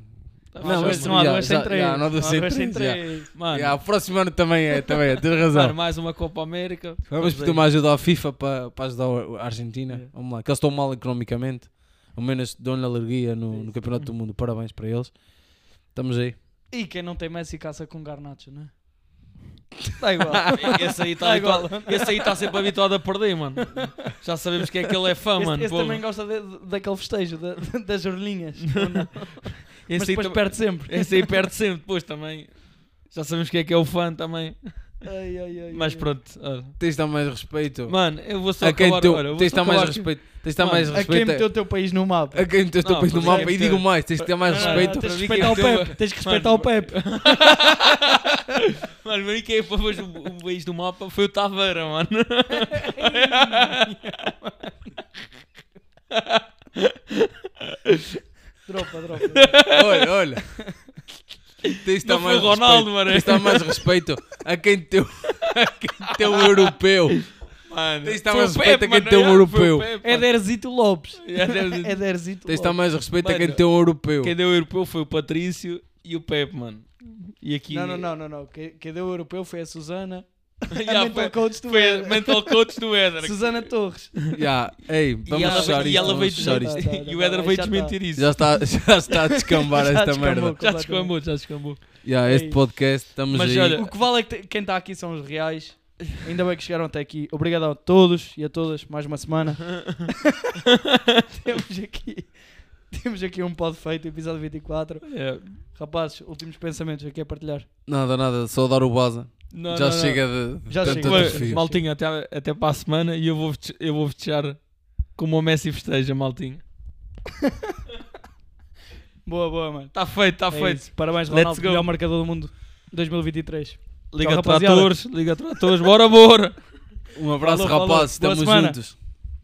Speaker 2: Não,
Speaker 1: Não,
Speaker 2: mas
Speaker 1: mas
Speaker 2: não há
Speaker 1: já-
Speaker 2: duas sem
Speaker 1: já-
Speaker 2: três.
Speaker 1: já, não há duas sem três, já.
Speaker 2: três.
Speaker 3: Mano,
Speaker 1: E a próxima ano também é, também é. Tens razão.
Speaker 3: mano, mais uma Copa América.
Speaker 1: Vamos
Speaker 3: Estamos
Speaker 1: pedir
Speaker 3: aí.
Speaker 1: uma ajuda à FIFA para, para ajudar o- a Argentina.
Speaker 2: Yeah.
Speaker 1: Vamos lá, que eles estão mal economicamente. Ao menos dão-lhe alergia no, no Campeonato do Mundo. Parabéns para eles. Estamos aí.
Speaker 2: E quem não tem Messi caça com Garnacho, não é? Está igual.
Speaker 3: Ah, Esse aí está
Speaker 2: Tá igual.
Speaker 3: habituado- esse aí tá sempre habituado a perder, mano. Já sabemos que é que ele é fã,
Speaker 2: Esse,
Speaker 3: mano.
Speaker 2: esse
Speaker 3: pô.
Speaker 2: também gosta de- de- daquele festejo, da- das orlinhas. ou não?
Speaker 3: Esse
Speaker 2: Mas
Speaker 3: aí
Speaker 2: depois
Speaker 3: tam-
Speaker 2: perde sempre.
Speaker 3: Esse aí perde sempre, depois também. Já sabemos que é que é o fã também.
Speaker 2: Ai, ai, ai,
Speaker 3: Mas
Speaker 2: ai.
Speaker 3: pronto. olha.
Speaker 1: Tens de dar mais respeito.
Speaker 3: Mano, eu vou só
Speaker 1: a quem
Speaker 3: acabar
Speaker 1: teu,
Speaker 3: olha, eu vou
Speaker 1: então, tens de
Speaker 3: só
Speaker 1: dar mais
Speaker 3: acabar-
Speaker 1: respeito. Tens de dar
Speaker 3: Mano,
Speaker 1: mais
Speaker 2: A quem
Speaker 1: respeito.
Speaker 2: meteu o teu país no mapa?
Speaker 1: A quem meteu o teu
Speaker 3: Não,
Speaker 1: país no
Speaker 3: porque é
Speaker 1: mapa. E
Speaker 3: que-
Speaker 1: digo mais, tens de ter mais
Speaker 3: Não, não, não,
Speaker 1: respeito.
Speaker 2: Tens de
Speaker 3: para mim
Speaker 2: respeitar o
Speaker 3: quem meteu-
Speaker 2: Pepe. Tens de respeitar
Speaker 3: Mano,
Speaker 2: o Pepe.
Speaker 3: Mano, mas quem pôs o, é o país do mapa foi o Taveira, mano.
Speaker 2: Dropa, dropa.
Speaker 1: Olha, olha. Tens de dar
Speaker 3: Não foi
Speaker 1: mais
Speaker 3: o Ronaldo,
Speaker 1: respeito.
Speaker 3: mano.
Speaker 1: Tens de dar mais respeito a quem teu, a quem teu europeu.
Speaker 3: Mano,
Speaker 1: Tens de dar
Speaker 3: foi
Speaker 1: mais
Speaker 3: o
Speaker 1: respeito a
Speaker 3: Pepe,
Speaker 1: quem
Speaker 3: mano,
Speaker 1: tem um
Speaker 3: yeah, foi o
Speaker 1: europeu.
Speaker 2: É
Speaker 3: Pepe, mano.
Speaker 2: Ederzito Lopes. É
Speaker 3: Yeah, Ederzito.
Speaker 2: Ederzito
Speaker 1: Tens de dar
Speaker 2: Lopes.
Speaker 1: mais respeito a
Speaker 3: Mano,
Speaker 1: quem teu europeu.
Speaker 3: Quem deu o europeu foi o Patrício e o Pepe, mano. E aqui.
Speaker 2: Não, não, não, não, não. Quem quem deu o europeu foi a Susana.
Speaker 3: Yeah,
Speaker 2: a mental
Speaker 3: foi-
Speaker 2: coach do
Speaker 3: Foi a
Speaker 2: Éder.
Speaker 3: mental coach do Éder.
Speaker 2: Susana Torres.
Speaker 1: Já, ei, vamos
Speaker 3: e ela,
Speaker 1: fechar
Speaker 3: e
Speaker 1: isto,
Speaker 3: ela
Speaker 1: vamos
Speaker 3: veio
Speaker 1: fechar isto.
Speaker 2: desmentir.
Speaker 3: desmentir.
Speaker 2: Tá, tá,
Speaker 3: E o
Speaker 2: tá,
Speaker 3: Éder
Speaker 2: tá,
Speaker 3: veio
Speaker 2: já tá.
Speaker 3: desmentir isso.
Speaker 1: Já está, já está a descambar
Speaker 2: Já
Speaker 1: esta
Speaker 2: descambou.
Speaker 1: merda.
Speaker 3: Já descambou, já descambou.
Speaker 1: Já, este
Speaker 2: Ei.
Speaker 1: podcast, estamos
Speaker 3: Mas
Speaker 1: aí.
Speaker 3: olha-
Speaker 2: O que vale é que te- quem está aqui são os reais. Ainda bem que chegaram até aqui. Obrigado a todos e a todas. Mais uma semana. temos aqui. Temos aqui um pod feito, episódio 24.
Speaker 3: É.
Speaker 2: Rapazes, últimos pensamentos aqui a partilhar.
Speaker 1: Nada, nada, só dar o baza.
Speaker 3: Não,
Speaker 1: já
Speaker 3: não, não.
Speaker 1: chega de
Speaker 2: Já
Speaker 1: tanta
Speaker 2: chega.
Speaker 3: Ué,
Speaker 1: atrofia.
Speaker 2: Mal-
Speaker 3: Maltinha, até, até para a semana e eu vou fech- eu vou fechar como o Messi festeja, maltinha.
Speaker 2: Boa, boa, mano.
Speaker 3: Está Tá feito, está
Speaker 2: É
Speaker 3: feito.
Speaker 2: isso. Parabéns,
Speaker 3: Let's
Speaker 2: Ronaldo,
Speaker 3: go.
Speaker 2: melhor marcador do mundo 2023.
Speaker 3: Liga
Speaker 2: Tchau, rapaziada.
Speaker 3: tratores, liga tratores, bora, bora.
Speaker 1: Um abraço,
Speaker 2: Falou, falou.
Speaker 1: rapazes,
Speaker 2: Boa
Speaker 1: estamos
Speaker 2: semana.
Speaker 1: juntos.